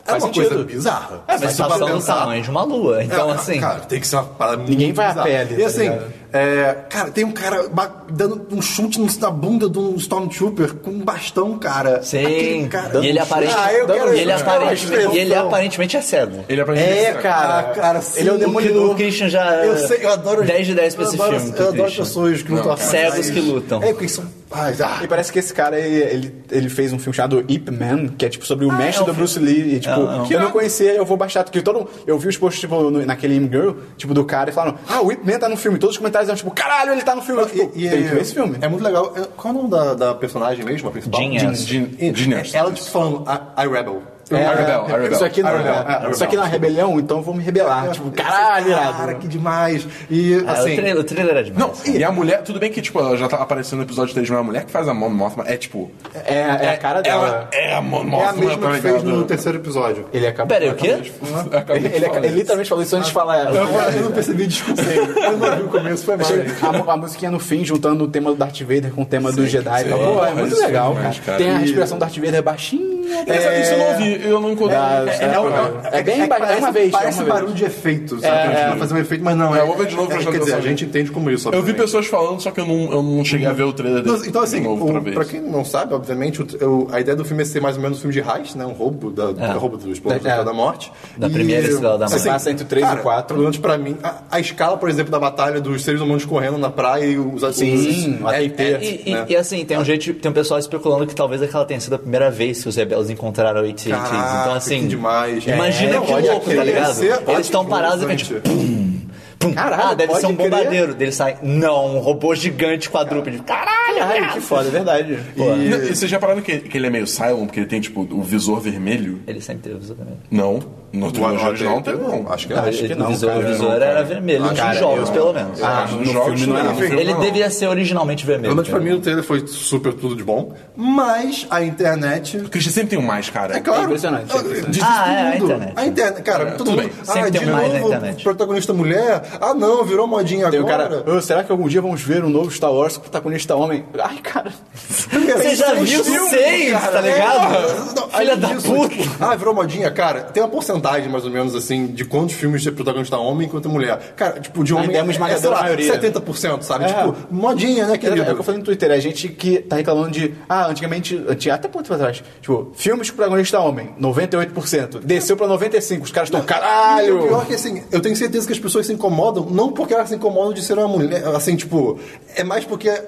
é Faz uma sentido. É, tá coisa bizarra. mas Se você passando o pensar- tamanho de uma lua. Então, É, assim. Cara, tem que ser uma parada Ninguém muito vai a bizarra. pé ali, E tá assim, ligado? É, cara, tem um cara ba- dando um chute no- na bunda de um Stormtrooper com um bastão, cara. Sim. Aquele cara Dando dando E ele um chute. aparentemente, Ah, eu quero e ele isso, cara, aparentemente, e ele expressão. aparentemente é cego. Ele aparentemente É, cego. cara. Ah, cara sim, ele é um o demolidor. O Christian já é Eu sei, eu adoro 10 de 10 pra eu esse adoro- filme, Eu adoro Christian. pessoas que lutam cegos artes. que lutam. É, porque são. Ai, ah, E parece que esse cara, ele, ele, ele fez um filme chamado Ip Man, que é tipo sobre o mestre é um do Bruce Lee. E, tipo, É, é um- que eu não conhecia, eu vou baixar. Porque todo, eu vi os posts, tipo, no- naquele Im Girl, tipo, do cara, e falaram, ah, o Ip Man tá no filme. Todos os comentários eram, tipo, caralho, ele tá no filme. Eu, tipo, e- e- tem que ver esse filme. É muito legal. É, Qual é o nome da, da personagem mesmo, a principal? Jean Erso. Jean- É, Jean Erso. Ela, tipo, falando, I, I rebel. É, Arabel, Arabel. Isso aqui não, Arabel, é, Arabel. isso aqui não é rebelião, então eu vou me rebelar. tipo, caralho, irado. Cara, que demais. E, Ah, assim... o, trailer, o trailer era demais. Não, e a mulher, tudo bem que, tipo, ela já tá aparecendo no episódio 3, mas a mulher que faz a Mon Mothma é, tipo... É, é a cara Ela dela. é a Mon É Mothma, a mesma tá que fez ligado? no terceiro episódio. Ele acabou. Pera aí, o quê? Acabei Ele, de é ele, falar. ele literalmente falou isso antes de falar. Eu, eu não percebi, desculpa. Eu não vi o começo, foi mal. A, mu- a musiquinha no fim, juntando o tema do Darth Vader com o tema do Jedi. Pô, é Porra, muito isso é legal, demais, cara. cara. Tem a E- respiração do Darth Vader é baixinha. tá Essa é... eu não ouvi, eu não encontrei. Ah, É, tá. é, é, é bem que ba- é parece- uma vez. Parece um um é uma barulho vez. de efeito, sabe? É, Vai fazer um efeito, mas não. É, vou ver de novo pra Quer prestar dizer, a atenção. gente entende como isso. Eu vi obviamente. pessoas falando, só que eu não, eu não cheguei a ver o trailer Não, dele Então, assim, de novo o- pra ver. pra quem não sabe, obviamente, o- eu- a ideia do filme é ser mais ou menos um filme de heist, né? Um roubo, da, do roubo do Estrela Da- é. da Morte. Da primeira Estrela da Morte. Se passa entre o três assim, e o cara, quatro. Pelo menos pra mim, a, a escala, por exemplo, da batalha dos seres humanos correndo na praia e os Sim, os- o AT-T, é, E, e- né? e, assim, tem um jeito, tem um pessoal especulando que talvez aquela tenha sido a primeira vez que os rebeldes encontraram o AT-ATs. Caraca, Então, assim, que demais. imagina É, que olha, louco, tá aquele ia ligado? ser Eles estão ótimo, parados e fica gente. tipo. Pum, pum. Caralho, ah, deve pode ser um crer. bombardeiro. Dele sai. Não, um robô gigante quadrúpede. Caralho, Caralho, que foda, é verdade. E, não, e vocês já pararam que, que ele é meio Cylon, porque ele tem, tipo, o visor vermelho? Ele sempre teve visor vermelho. Não. No O- o- trilogia original não o- teve, não. Acho que é. Não, não. acho que ele- não, O visor, cara, o visor não, cara. era vermelho nos Cara, jogos, eu- pelo menos. Ah, Nos no jogos filme não não, era. no filme ele não. devia ser originalmente vermelho. Pelo menos pra cara. mim o trailer foi super tudo de bom, mas a internet. O Christian sempre tem um mais, cara. É claro. É impressionante, é impressionante. Diz Ah, isso é, a tudo. internet. A internet, cara, É, tudo tudo bem. bem. Ah, Sempre de tem mais na novo, internet. protagonista mulher. Ah, não, virou modinha Tem o agora. cara, "Ah, será que algum dia vamos ver um novo Star Wars com protagonista homem? Ai, cara. Primeiro, Você já seis viu filmes, seis, um cara. tá ligado? É, não, Filha da isso, puta. tipo, ah, virou modinha, cara. Tem uma porcentagem mais ou menos assim de quantos filmes tem protagonista homem e quanto mulher. Cara, tipo, de homem Ainda é uma esmagadora sei lá, maioria. 70%, sabe? É. Tipo, modinha, né, É, querido? o que eu falei no Twitter, é gente que tá reclamando de. Ah, antigamente, anti- até pouco tempo atrás, tipo, filmes com protagonista homem, 98%. Desceu pra 95%. Os caras estão, E o pior é caralho! que assim, eu tenho certeza que as pessoas se incomodam, não porque elas se incomodam de ser uma mulher, assim, tipo, é mais porque a-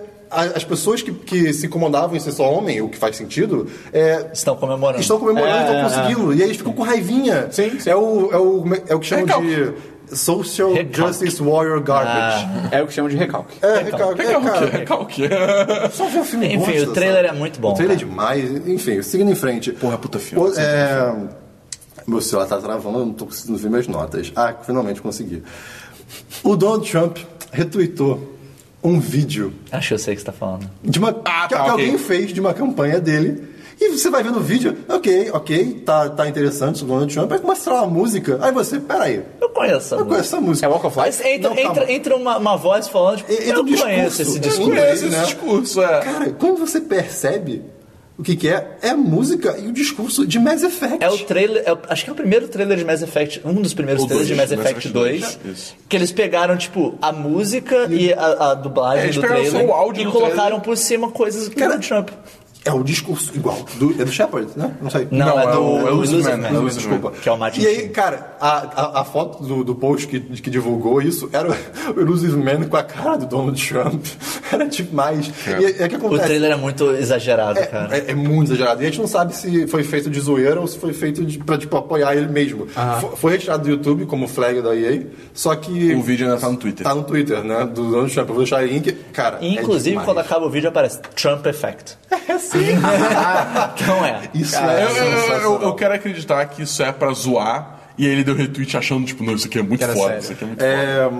as pessoas que, que se incomodavam em ser só homem, o que faz sentido, é, Estão comemorando. estão comemorando e É, é, estão conseguindo. E aí eles ficam com raivinha. Sim, sim. É o, é o, é o que chamam Recalque. de Social Recalque. Justice Warrior Garbage. É o que chamam de recalque. É, recalque. É, cara, É qual que é? só ver o filme Enfim, bosta, o trailer é muito bom, O trailer cara. é demais. Enfim, seguindo em frente. Porra, puta filme. O- é... Meu celular tá travando, eu não tô conseguindo ver minhas notas. Ah, finalmente consegui. O Donald Trump retweetou um vídeo Acho que eu sei o que você tá falando. de uma Ah, tá, que, que ok. alguém fez de uma campanha dele. E você vai vendo o vídeo, ok, ok, tá, tá interessante isso do Donald Trump, aí começa a falar uma música, aí você, peraí, Eu conheço a música. eu conheço essa música. É Walk of Mas Life? entra, Não, calma. entra, entra uma, uma voz falando, tipo, E- entra eu um discurso. conheço esse Eu Eu discurso. conheço né? esse discurso, é. Cara, quando você percebe o que, que é, é a música e o discurso de Mass Effect. É o trailer, é o- acho que é o primeiro trailer de Mass Effect, um dos primeiros O trailers dois, de Mass Effect 2, Isso. que eles pegaram, tipo, a música e, a, a dublagem É, eles do pegaram só trailer o áudio e do colocaram trailer. por cima coisas do Donald Trump. É o discurso igual. Do, é do Shepard, né? Não sei. Não, é do- é do Illusive Man, Illusive é do Illusive desculpa. Man, que é o Martin E aí, Sheen. cara, a, a, a foto do, do post que, que divulgou isso era o Illusive Man com a cara do Donald Trump. Era demais. E é, é que O acontece. trailer é muito exagerado, cara. é, é- é muito exagerado. E a gente não sabe se foi feito de zoeira ou se foi feito de, pra tipo, apoiar ele mesmo. Ah. Fo- Foi retirado do YouTube como flag da EA, só que. O vídeo ainda tá no Twitter. Tá no Twitter, né? Do Donald Trump. Eu vou deixar o link. Cara. é Inclusive, demais. quando acaba o vídeo, aparece Trump Effect. É sim. Então é. Isso Eu, é. eu- eu, sensacional. eu- eu quero acreditar que isso é pra zoar. E ele deu retweet achando, tipo, não, isso aqui é muito Era foda. sério. Isso aqui é muito foda. É,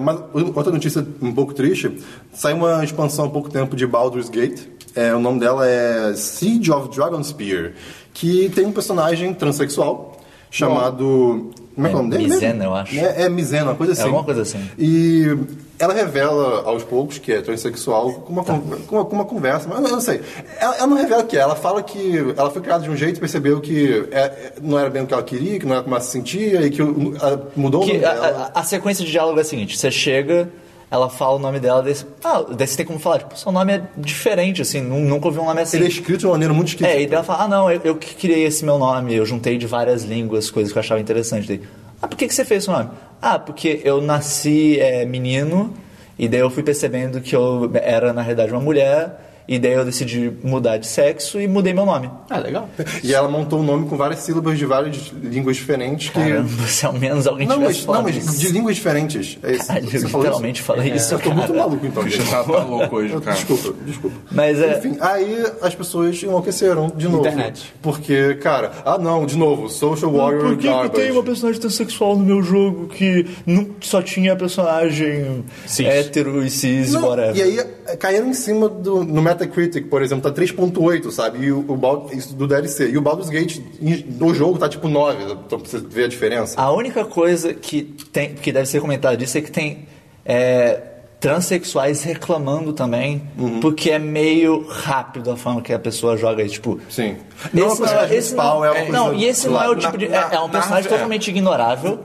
mas outra notícia um pouco triste, saiu uma expansão há pouco tempo de Baldur's Gate. É, o nome dela é Siege of Dragonspear, que tem um personagem transexual chamado. Como é, que é o nome É dele? Mizena, mesmo? eu acho. É, é Mizena, uma coisa assim. alguma coisa assim. E ela revela aos poucos que é transexual com Tá. uma, con- com uma, com uma conversa, mas eu não sei. Ela, ela não revela o que é, ela fala que ela foi criada de um jeito e percebeu que é- é- não era bem o que ela queria, que não era como ela se sentia e que o- a- mudou o Que nome a, dela. a- a sequência de diálogo é a seguinte: você chega, ela fala o nome dela, daí você, ah, daí você tem como falar, tipo, seu nome é diferente, assim, nu- nunca ouvi um nome assim. Ele é escrito de uma maneira muito esquisita. É, e daí ela fala, ah não, eu, eu que criei esse meu nome, eu juntei de várias línguas, coisas que eu achava interessante. Daí, ah, por que, que você fez esse nome? Ah, porque eu nasci é, menino, e daí eu fui percebendo que eu era, na realidade, uma mulher, e daí eu decidi mudar de sexo e mudei meu nome. Ah, legal. E ela montou um nome com várias sílabas de várias línguas diferentes que. Caramba, se ao menos alguém Não, tivesse mas, não, falado mas isso. de línguas diferentes. É isso. Caralho, Você eu falou literalmente falei isso, Eu tô muito cara. maluco então. O gente. Christian tá, tá louco hoje, Eu- cara. Desculpa, desculpa. Mas é- Enfim, aí as pessoas enlouqueceram de novo. Internet. Porque, cara, ah não, de novo, Social Warrior Por que, que Garbage. tem uma personagem transexual no meu jogo que não, só tinha personagem hétero e cis e Não, whatever? e aí é, caíram em cima do. No Metacritic, por exemplo, tá 3.8, sabe? E o, o Bald- isso do DLC. E o Baldur's Gate em- no jogo tá tipo 9. Então pra você ver a diferença. A única coisa que, tem, que deve ser comentada disso é que tem é, transexuais reclamando também, porque é meio rápido a forma que a pessoa joga. e, Tipo, Sim. esse Não é uma personagem esse principal, não, é uma Não, coisa e esse do não é o lado. Uhum. tipo de. Na- é, é na- um personagem na- totalmente ignorável,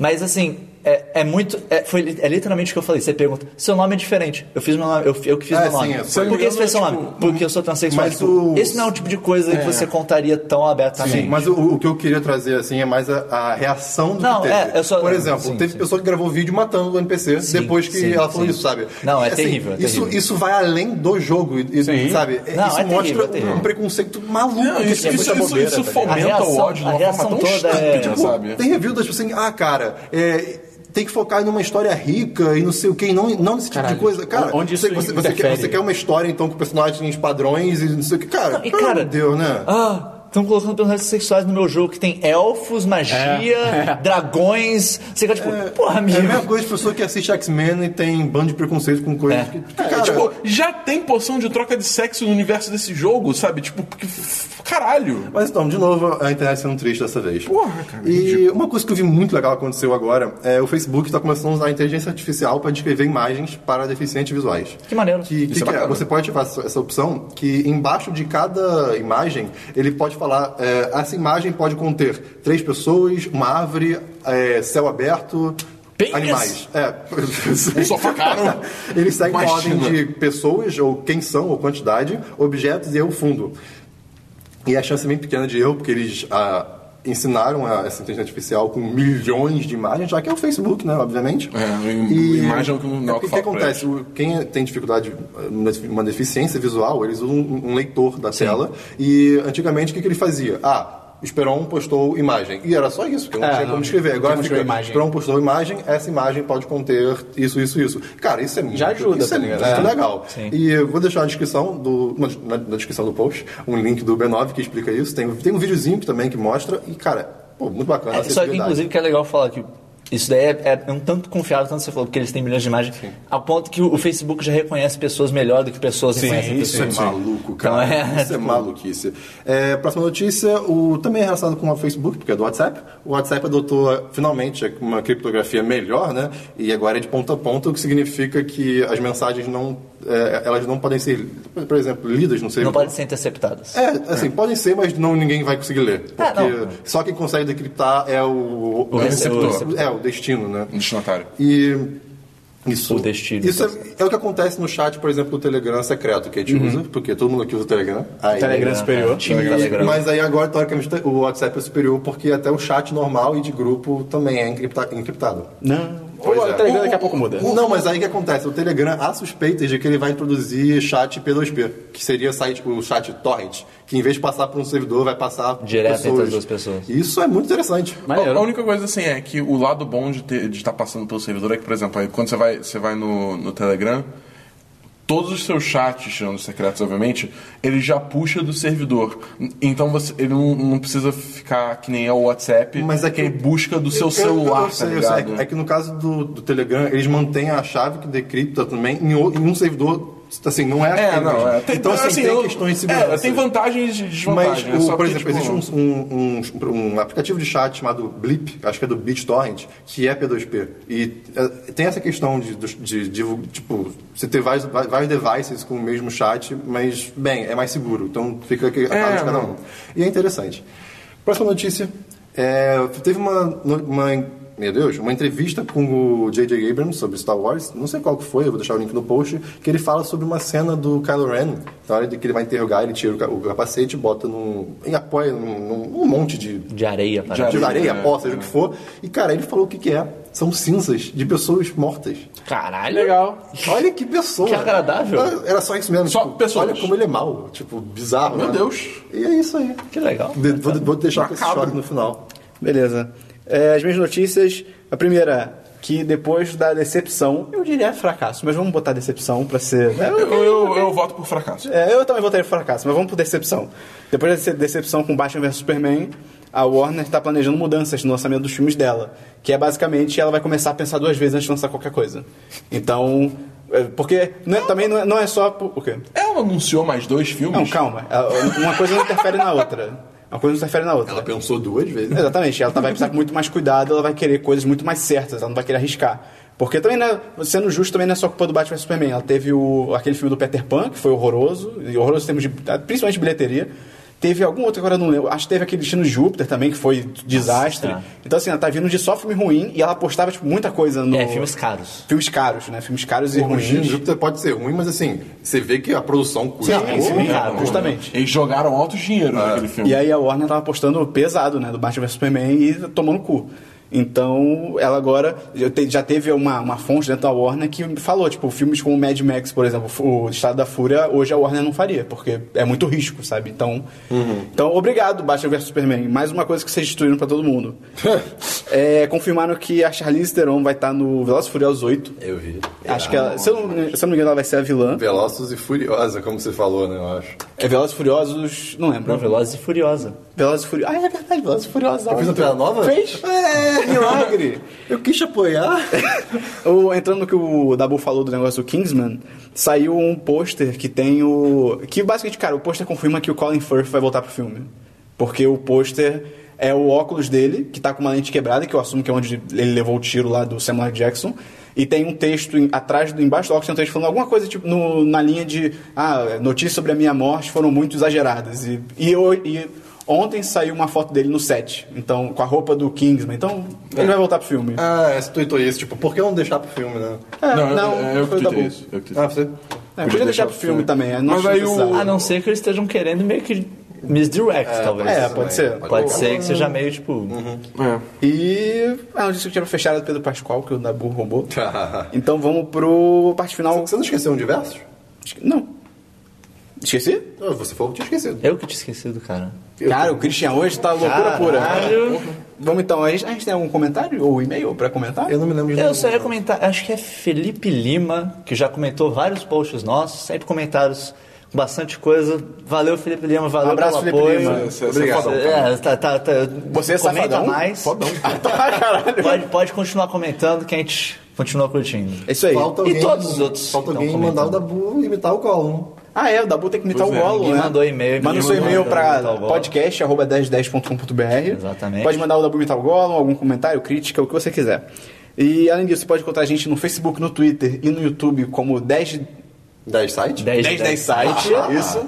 mas assim. É, é muito. É, foi, li- é literalmente o que eu falei. Você pergunta, seu nome é diferente. Eu fiz meu nome, eu, fi- eu que fiz É, meu sim, nome. é, foi- Por que você fez seu nome? tipo, Porque eu sou transexual. mas Tipo, o- Esse não é o tipo de coisa que você contaria tão abertamente. Sim, Assim, mas o, o que eu queria trazer assim é mais a, a reação do Não, que teve. é, eu só- Por exemplo, sim, teve sim. pessoa que gravou vídeo matando o NPC Sim, depois que sim, ela falou sim. isso, sabe? Não, é E, terrível, é isso, terrível. isso vai além do jogo, e- e- Sim. Não, sabe? isso é terrível, mostra é terrível. um preconceito maluco. Não, que isso, tem isso, muita isso, bobeira, isso tá ligado? fomenta A reação- o ódio de a uma reação forma tão toda é- estúpida, Tipo, sabe? Tem review das pessoas assim, ah, cara, é, tem que focar numa história rica e não sei o que, não, não nesse tipo Caralho. de coisa. Cara, Onde você, isso você, você quer, interfere? você quer uma história então com personagens padrões e não sei o que. Cara, E, pelo amor cara, de Deus, né? Ah, estão colocando personagens sexuais no meu jogo que tem elfos, magia, dragões. Você fica tipo, porra, É a amigo. mesma coisa de pessoa que assiste X-Men e tem bando de preconceito com coisas É. que. que, É, cara, tipo, já tem porção de troca de sexo no universo desse jogo, sabe? Tipo, porque. Caralho! Mas então, de novo, a internet sendo triste dessa vez. Porra, cara, E ridículo. uma coisa que eu vi muito legal que aconteceu agora é o Facebook está começando a usar a inteligência artificial para descrever imagens para deficientes visuais. Que maneiro. Que, que Isso é que é? bacana. Você pode ativar essa, essa opção que embaixo de cada imagem ele pode falar: é, essa imagem pode conter três pessoas, uma árvore, é, céu aberto. Penis? Animais. É. Um sofá caro. Eles seguem uma ordem Imagina. de pessoas, ou quem são, ou quantidade, objetos e o fundo. E a chance é bem pequena de erro, porque eles ah, ensinaram a- essa inteligência artificial com milhões de imagens, já que é o Facebook, né, obviamente. É, im- imagem é o que não- não é o que O que fala pra acontece? O- Quem tem dificuldade, eh, uma deficiência visual, eles usam um um leitor da tela. E antigamente o que, que ele fazia? Ah, Esperon postou imagem. E era só isso, porque não É, tinha não- como escrever. não Agora tinha como fica, escrever imagem. Esperon postou imagem, essa imagem pode conter isso, isso, isso. Cara, isso é muito, ajuda, isso tá é ligado? muito É. legal. E eu vou deixar na descrição do na, na descrição do post um link do B9 que explica isso. Tem, tem um videozinho também que mostra e cara, pô, muito bacana. a É, só que, acessibilidade. inclusive, que é legal falar que isso daí é, é um tanto confiável, tanto você falou, porque eles têm milhões de imagens, ao ponto que o Facebook já reconhece pessoas melhor do que pessoas reconhecem Isso é pessoas. maluco, cara. Então, é- Isso é maluquice. É, próxima notícia, o, também é relacionado com o Facebook, porque é do WhatsApp. O WhatsApp adotou finalmente uma criptografia melhor, né? E agora é de ponta a ponta, o que significa que as mensagens não. é, elas não podem ser, por exemplo, lidas, não sei. Não podem ser interceptadas. É, assim, podem ser, mas não, ninguém vai conseguir ler. Porque É, não. só quem consegue decriptar é o, O é receptor. É, o destino, né? Um destinatário. E isso, O destino. então. isso é, é o que acontece no chat, por exemplo, do Telegram secreto que a Uhum. gente usa, porque todo mundo aqui usa o Telegram. Aí, né? Telegram superior. Time Telegram. Mas aí agora, teoricamente, o WhatsApp é superior, porque até o chat normal e de grupo também é encripta- encriptado. Não. Pois o é. Telegram daqui a pouco muda. Não, mas aí o que acontece? O Telegram há suspeitas de que ele vai introduzir chat P2P, que seria site- o chat torrent, que em vez de passar por um servidor, vai passar Direto entre pessoas. as duas pessoas. Isso é muito interessante. A a Maneiro. única coisa assim é que o lado bom de estar passando pelo servidor é que, por exemplo, aí quando você vai, você vai no, no Telegram, todos os seus chats, tirando os secretos, obviamente, ele já puxa do servidor. Então você, ele não, não precisa ficar que nem é o WhatsApp, Mas é que- ele busca do seu Eu- celular, eu sei, tá eu sei. ligado? É que no caso do, do Telegram, eles mantêm a chave que decripta também em, o- em um servidor. Assim, não é. É, aquele não, mesmo. é. Tem, então, assim, tem eu- questões de É, segurança. tem vantagens e Mas, desvantagens. o- é só por porque, exemplo, tipo, existe um, um- um- um aplicativo de chat chamado Blip, acho que é do BitTorrent, que é P2P. E eh, tem essa questão de, dos- de- de, tipo, você ter vários, vários devices com o mesmo chat, mas, bem, é mais seguro. Então, fica aqui a cara de cada um. E é interessante. Próxima notícia. É, teve É, uma, no- uma meu Deus, uma entrevista com o J.J. Abrams sobre Star Wars, não sei qual que foi, eu vou deixar o link no post, que ele fala sobre uma cena do Kylo Ren, na hora de que ele vai interrogar, ele tira o ca- o capacete, bota num... e apoia num, num- num monte de De areia, parece. de areia, né? pó, seja o que for. E, cara, ele falou o que que é. São cinzas de pessoas mortas. Caralho. Legal. Olha que pessoa. Ah, Que agradável. Era- Era só isso mesmo. Só tipo, pessoas. Olha como ele é mal. Tipo, bizarro. Meu né? Deus. E é isso aí. Que legal. De- vou, vou deixar com esse Macabro. choque no final. Beleza. É, as minhas notícias. A primeira, que depois da decepção, eu diria fracasso, mas vamos botar decepção pra ser. É, Eu, eu, eu voto por fracasso. É, eu também votaria por fracasso, mas vamos por decepção. Depois dessa decepção com Batman vs Superman, a Warner está planejando mudanças no lançamento dos filmes dela, que é basicamente ela vai começar a pensar duas vezes antes de lançar qualquer coisa. Então, é, porque não é- também não é, não é só por, o quê? Ela anunciou mais dois filmes. Não, calma. É, Uma coisa não interfere na outra. Uma coisa não interfere na outra. Ela pensou duas vezes. né? Exatamente, ela tá- vai precisar com muito mais cuidado, ela vai querer coisas muito mais certas, ela não vai querer arriscar. Porque também, né, sendo justo, também não é só culpa do Batman vs Superman. Ela teve o, aquele filme do Peter Pan, que foi horroroso, e horroroso em termos de. principalmente de bilheteria. Teve algum outro, agora eu não lembro. Acho que teve aquele destino de Júpiter também, que foi desastre. Então, assim, ela tá vindo de só filme ruim e ela apostava, tipo, muita coisa no. É, filmes caros. Filmes caros, né? Filmes caros e O Gin ruins. Júpiter pode ser ruim, mas assim, você vê que a produção custa. Sim, é sim, Pô, cara, Não, justamente. Eles jogaram altos dinheiro É. naquele filme. E aí a Warner tava apostando pesado, né? Do Batman vs Superman e tomando cu. Então, ela agora eu te- já teve uma, uma fonte dentro da Warner que falou, tipo, filmes como Mad Max, por exemplo, o Estado da Fúria, hoje a Warner não faria, porque é muito risco, sabe? Então, Uhum. então obrigado, Batman vs Superman. Mais uma coisa que vocês destruíram pra todo mundo. é, confirmaram que a Charlize Theron vai estar no Velozes e Furiosos 8. Eu vi. Acho que ela, se, eu não, se eu não me engano, ela vai ser a vilã. Velozes e Furiosa, como você falou, né? Eu acho. É Velozes e Furiosos, não lembro. Uhum. Não, Velozes e Furiosa. Velozes e Furiosos. Ah, é verdade, Velozes e Furiosos. Fez uma tela Tá nova? Fez? É, milagre. Eu quis te apoiar. O- entrando no que o Dabu falou do negócio do Kingsman, saiu um pôster que tem o. Que basicamente, cara, o pôster confirma que o Colin Firth vai voltar pro filme. Porque o pôster é o óculos dele, que tá com uma lente quebrada, que eu assumo que é onde ele levou o tiro lá do Samuel L. Jackson. E tem um texto em- atrás, do, embaixo do óculos, tem um texto falando alguma coisa tipo, no- na linha de ah, notícias sobre a minha morte foram muito exageradas. E, e, eu- e ontem saiu uma foto dele no set, então, com a roupa do Kingsman. Então, É. ele vai voltar pro filme. Ah, você tweetou isso, tipo, por que não deixar pro filme, né? É, Não, eu- eu, eu foi que o Dabu. tuitei isso. Eu que tuitei Ah, você. É, podia deixar pro filme também. é, não Mas acho aí necessário. o- A Ah, não ser que eles estejam querendo meio que misdirect, talvez. É, pode ser. Pode ser que seja meio, tipo... É. E a notícia que eu tinha fechado do Pedro Pascoal, que o Nabu roubou. então vamos pro parte final. Você não esqueceu um diversos? Não. Esqueci? Ah, Você falou que tinha esquecido. Eu que tinha esquecido, cara. Cara, o Christian hoje tá loucura pura. Vamos então, a gente, a gente tem algum comentário ou e-mail pra comentar? Eu não me lembro de Eu nenhum. só ia comentar, acho que é Felipe Lima, que já comentou vários posts nossos, sempre comentários com bastante coisa. Valeu, Felipe Lima, valeu Um abraço, Felipe pelo apoio. Lima. Você- você é Obrigado. fodão, É, tá, tá, tá. Você é Comenta safadão? mais. Fodão. Ah, tá, Pode, pode continuar comentando que a gente continua curtindo. É isso aí. Falta alguém, E todos os outros Falta que alguém estão mandar o comentando. Dabu imitar o Gollum. Ah, é, o Dabu tem que imitar Pois o é, Golo, ninguém né? mandou e-mail, Manda o seu ninguém mandou e-mail pra imitar o Golo. podcast.1010.com.br. Exatamente. Pode mandar o Dabu imitar o Gollum, algum comentário, crítica, o que você quiser. E além disso, você pode encontrar a gente no Facebook, no Twitter e no YouTube como 10 10 sites? 10 1010 site, Ah. isso.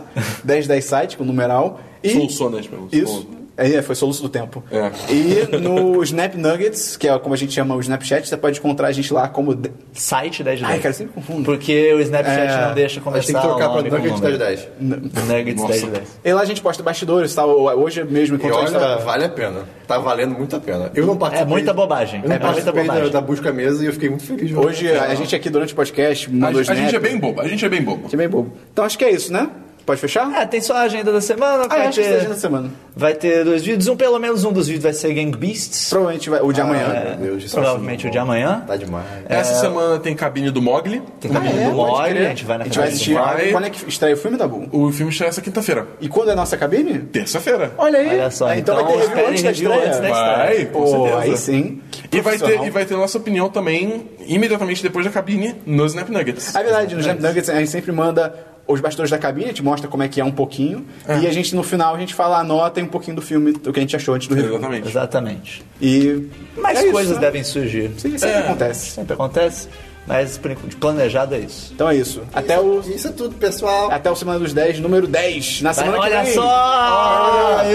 1010 site com numeral. E né, Soluções, pelo Isso. É, foi soluço do tempo. É. E no Snap Nuggets, que é como a gente chama o Snapchat, você pode encontrar a gente lá como. de- Site 10 de 10. Ai, cara, eu sempre confundo. Porque o Snapchat É, não deixa A gente começar tem que trocar o pra nome com um Nuggets número. 10 10. Nuggets Nossa. 10 de 10. E lá a gente posta bastidores, tá? Hoje mesmo E enquanto a gente olha, tava- vale a pena. Tá valendo muito a pena. Eu não participei. É muita bobagem. Eu não É muita participei da- bobagem. da busca mesa e eu fiquei muito feliz. Hoje a gente aqui durante o podcast A, mandou a Snap. gente é bem bobo, a gente é bem bobo. A gente é bem bobo. Então acho que é isso, né? Pode fechar? Ah, tem só a agenda da semana, Ah, vai acho que ter- seja na semana. Vai ter dois vídeos, um pelo menos um dos vídeos vai ser Gang Beasts. Provavelmente vai- o de amanhã. Ah, É, Meu Deus, isso provavelmente é o de amanhã. Tá demais. Essa semana tem cabine do Mogli. Tem cabine é? do Pode Mog, crer. a gente vai na A gente vai cabine do assistir. Vai. Quando é que estreia o filme, Dabu? O filme estreia essa quinta-feira. E quando é a nossa cabine? Terça-feira. Olha aí. Olha só, Ah, então, então vai ter review espere antes da review estreia. antes da Vai, com Pô, certeza. aí sim. Que E vai, ter, profissional. e vai ter nossa opinião também imediatamente depois da cabine no Snap Nuggets. É verdade, no Jump Nuggets a gente sempre manda os bastidores da cabine, a gente mostra como é que é um pouquinho. E a gente, no final, a gente fala a nota e um pouquinho do filme, do que a gente achou antes do review. É, Exatamente. Exatamente. E. Mais é isso, coisas né? devem surgir. Sim, sempre É. acontece. Sempre acontece, mas por enquanto, planejado é isso. Então é isso. Até o. Isso é tudo, pessoal. Até o Semana dos 10, número 10, na Vai- semana que olha vem. só! Olha Vai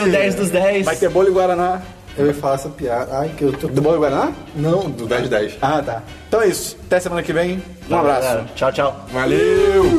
ele! o 10 dos 10. Vai ter bolo e Guaraná. Eu ia falar essa piada. Ai, que eu tô. Do Bolo Guaraná? Não, Do 1010. Ah, tá. Então é isso. Até semana que vem. Um abraço. Tchau, tchau. Valeu!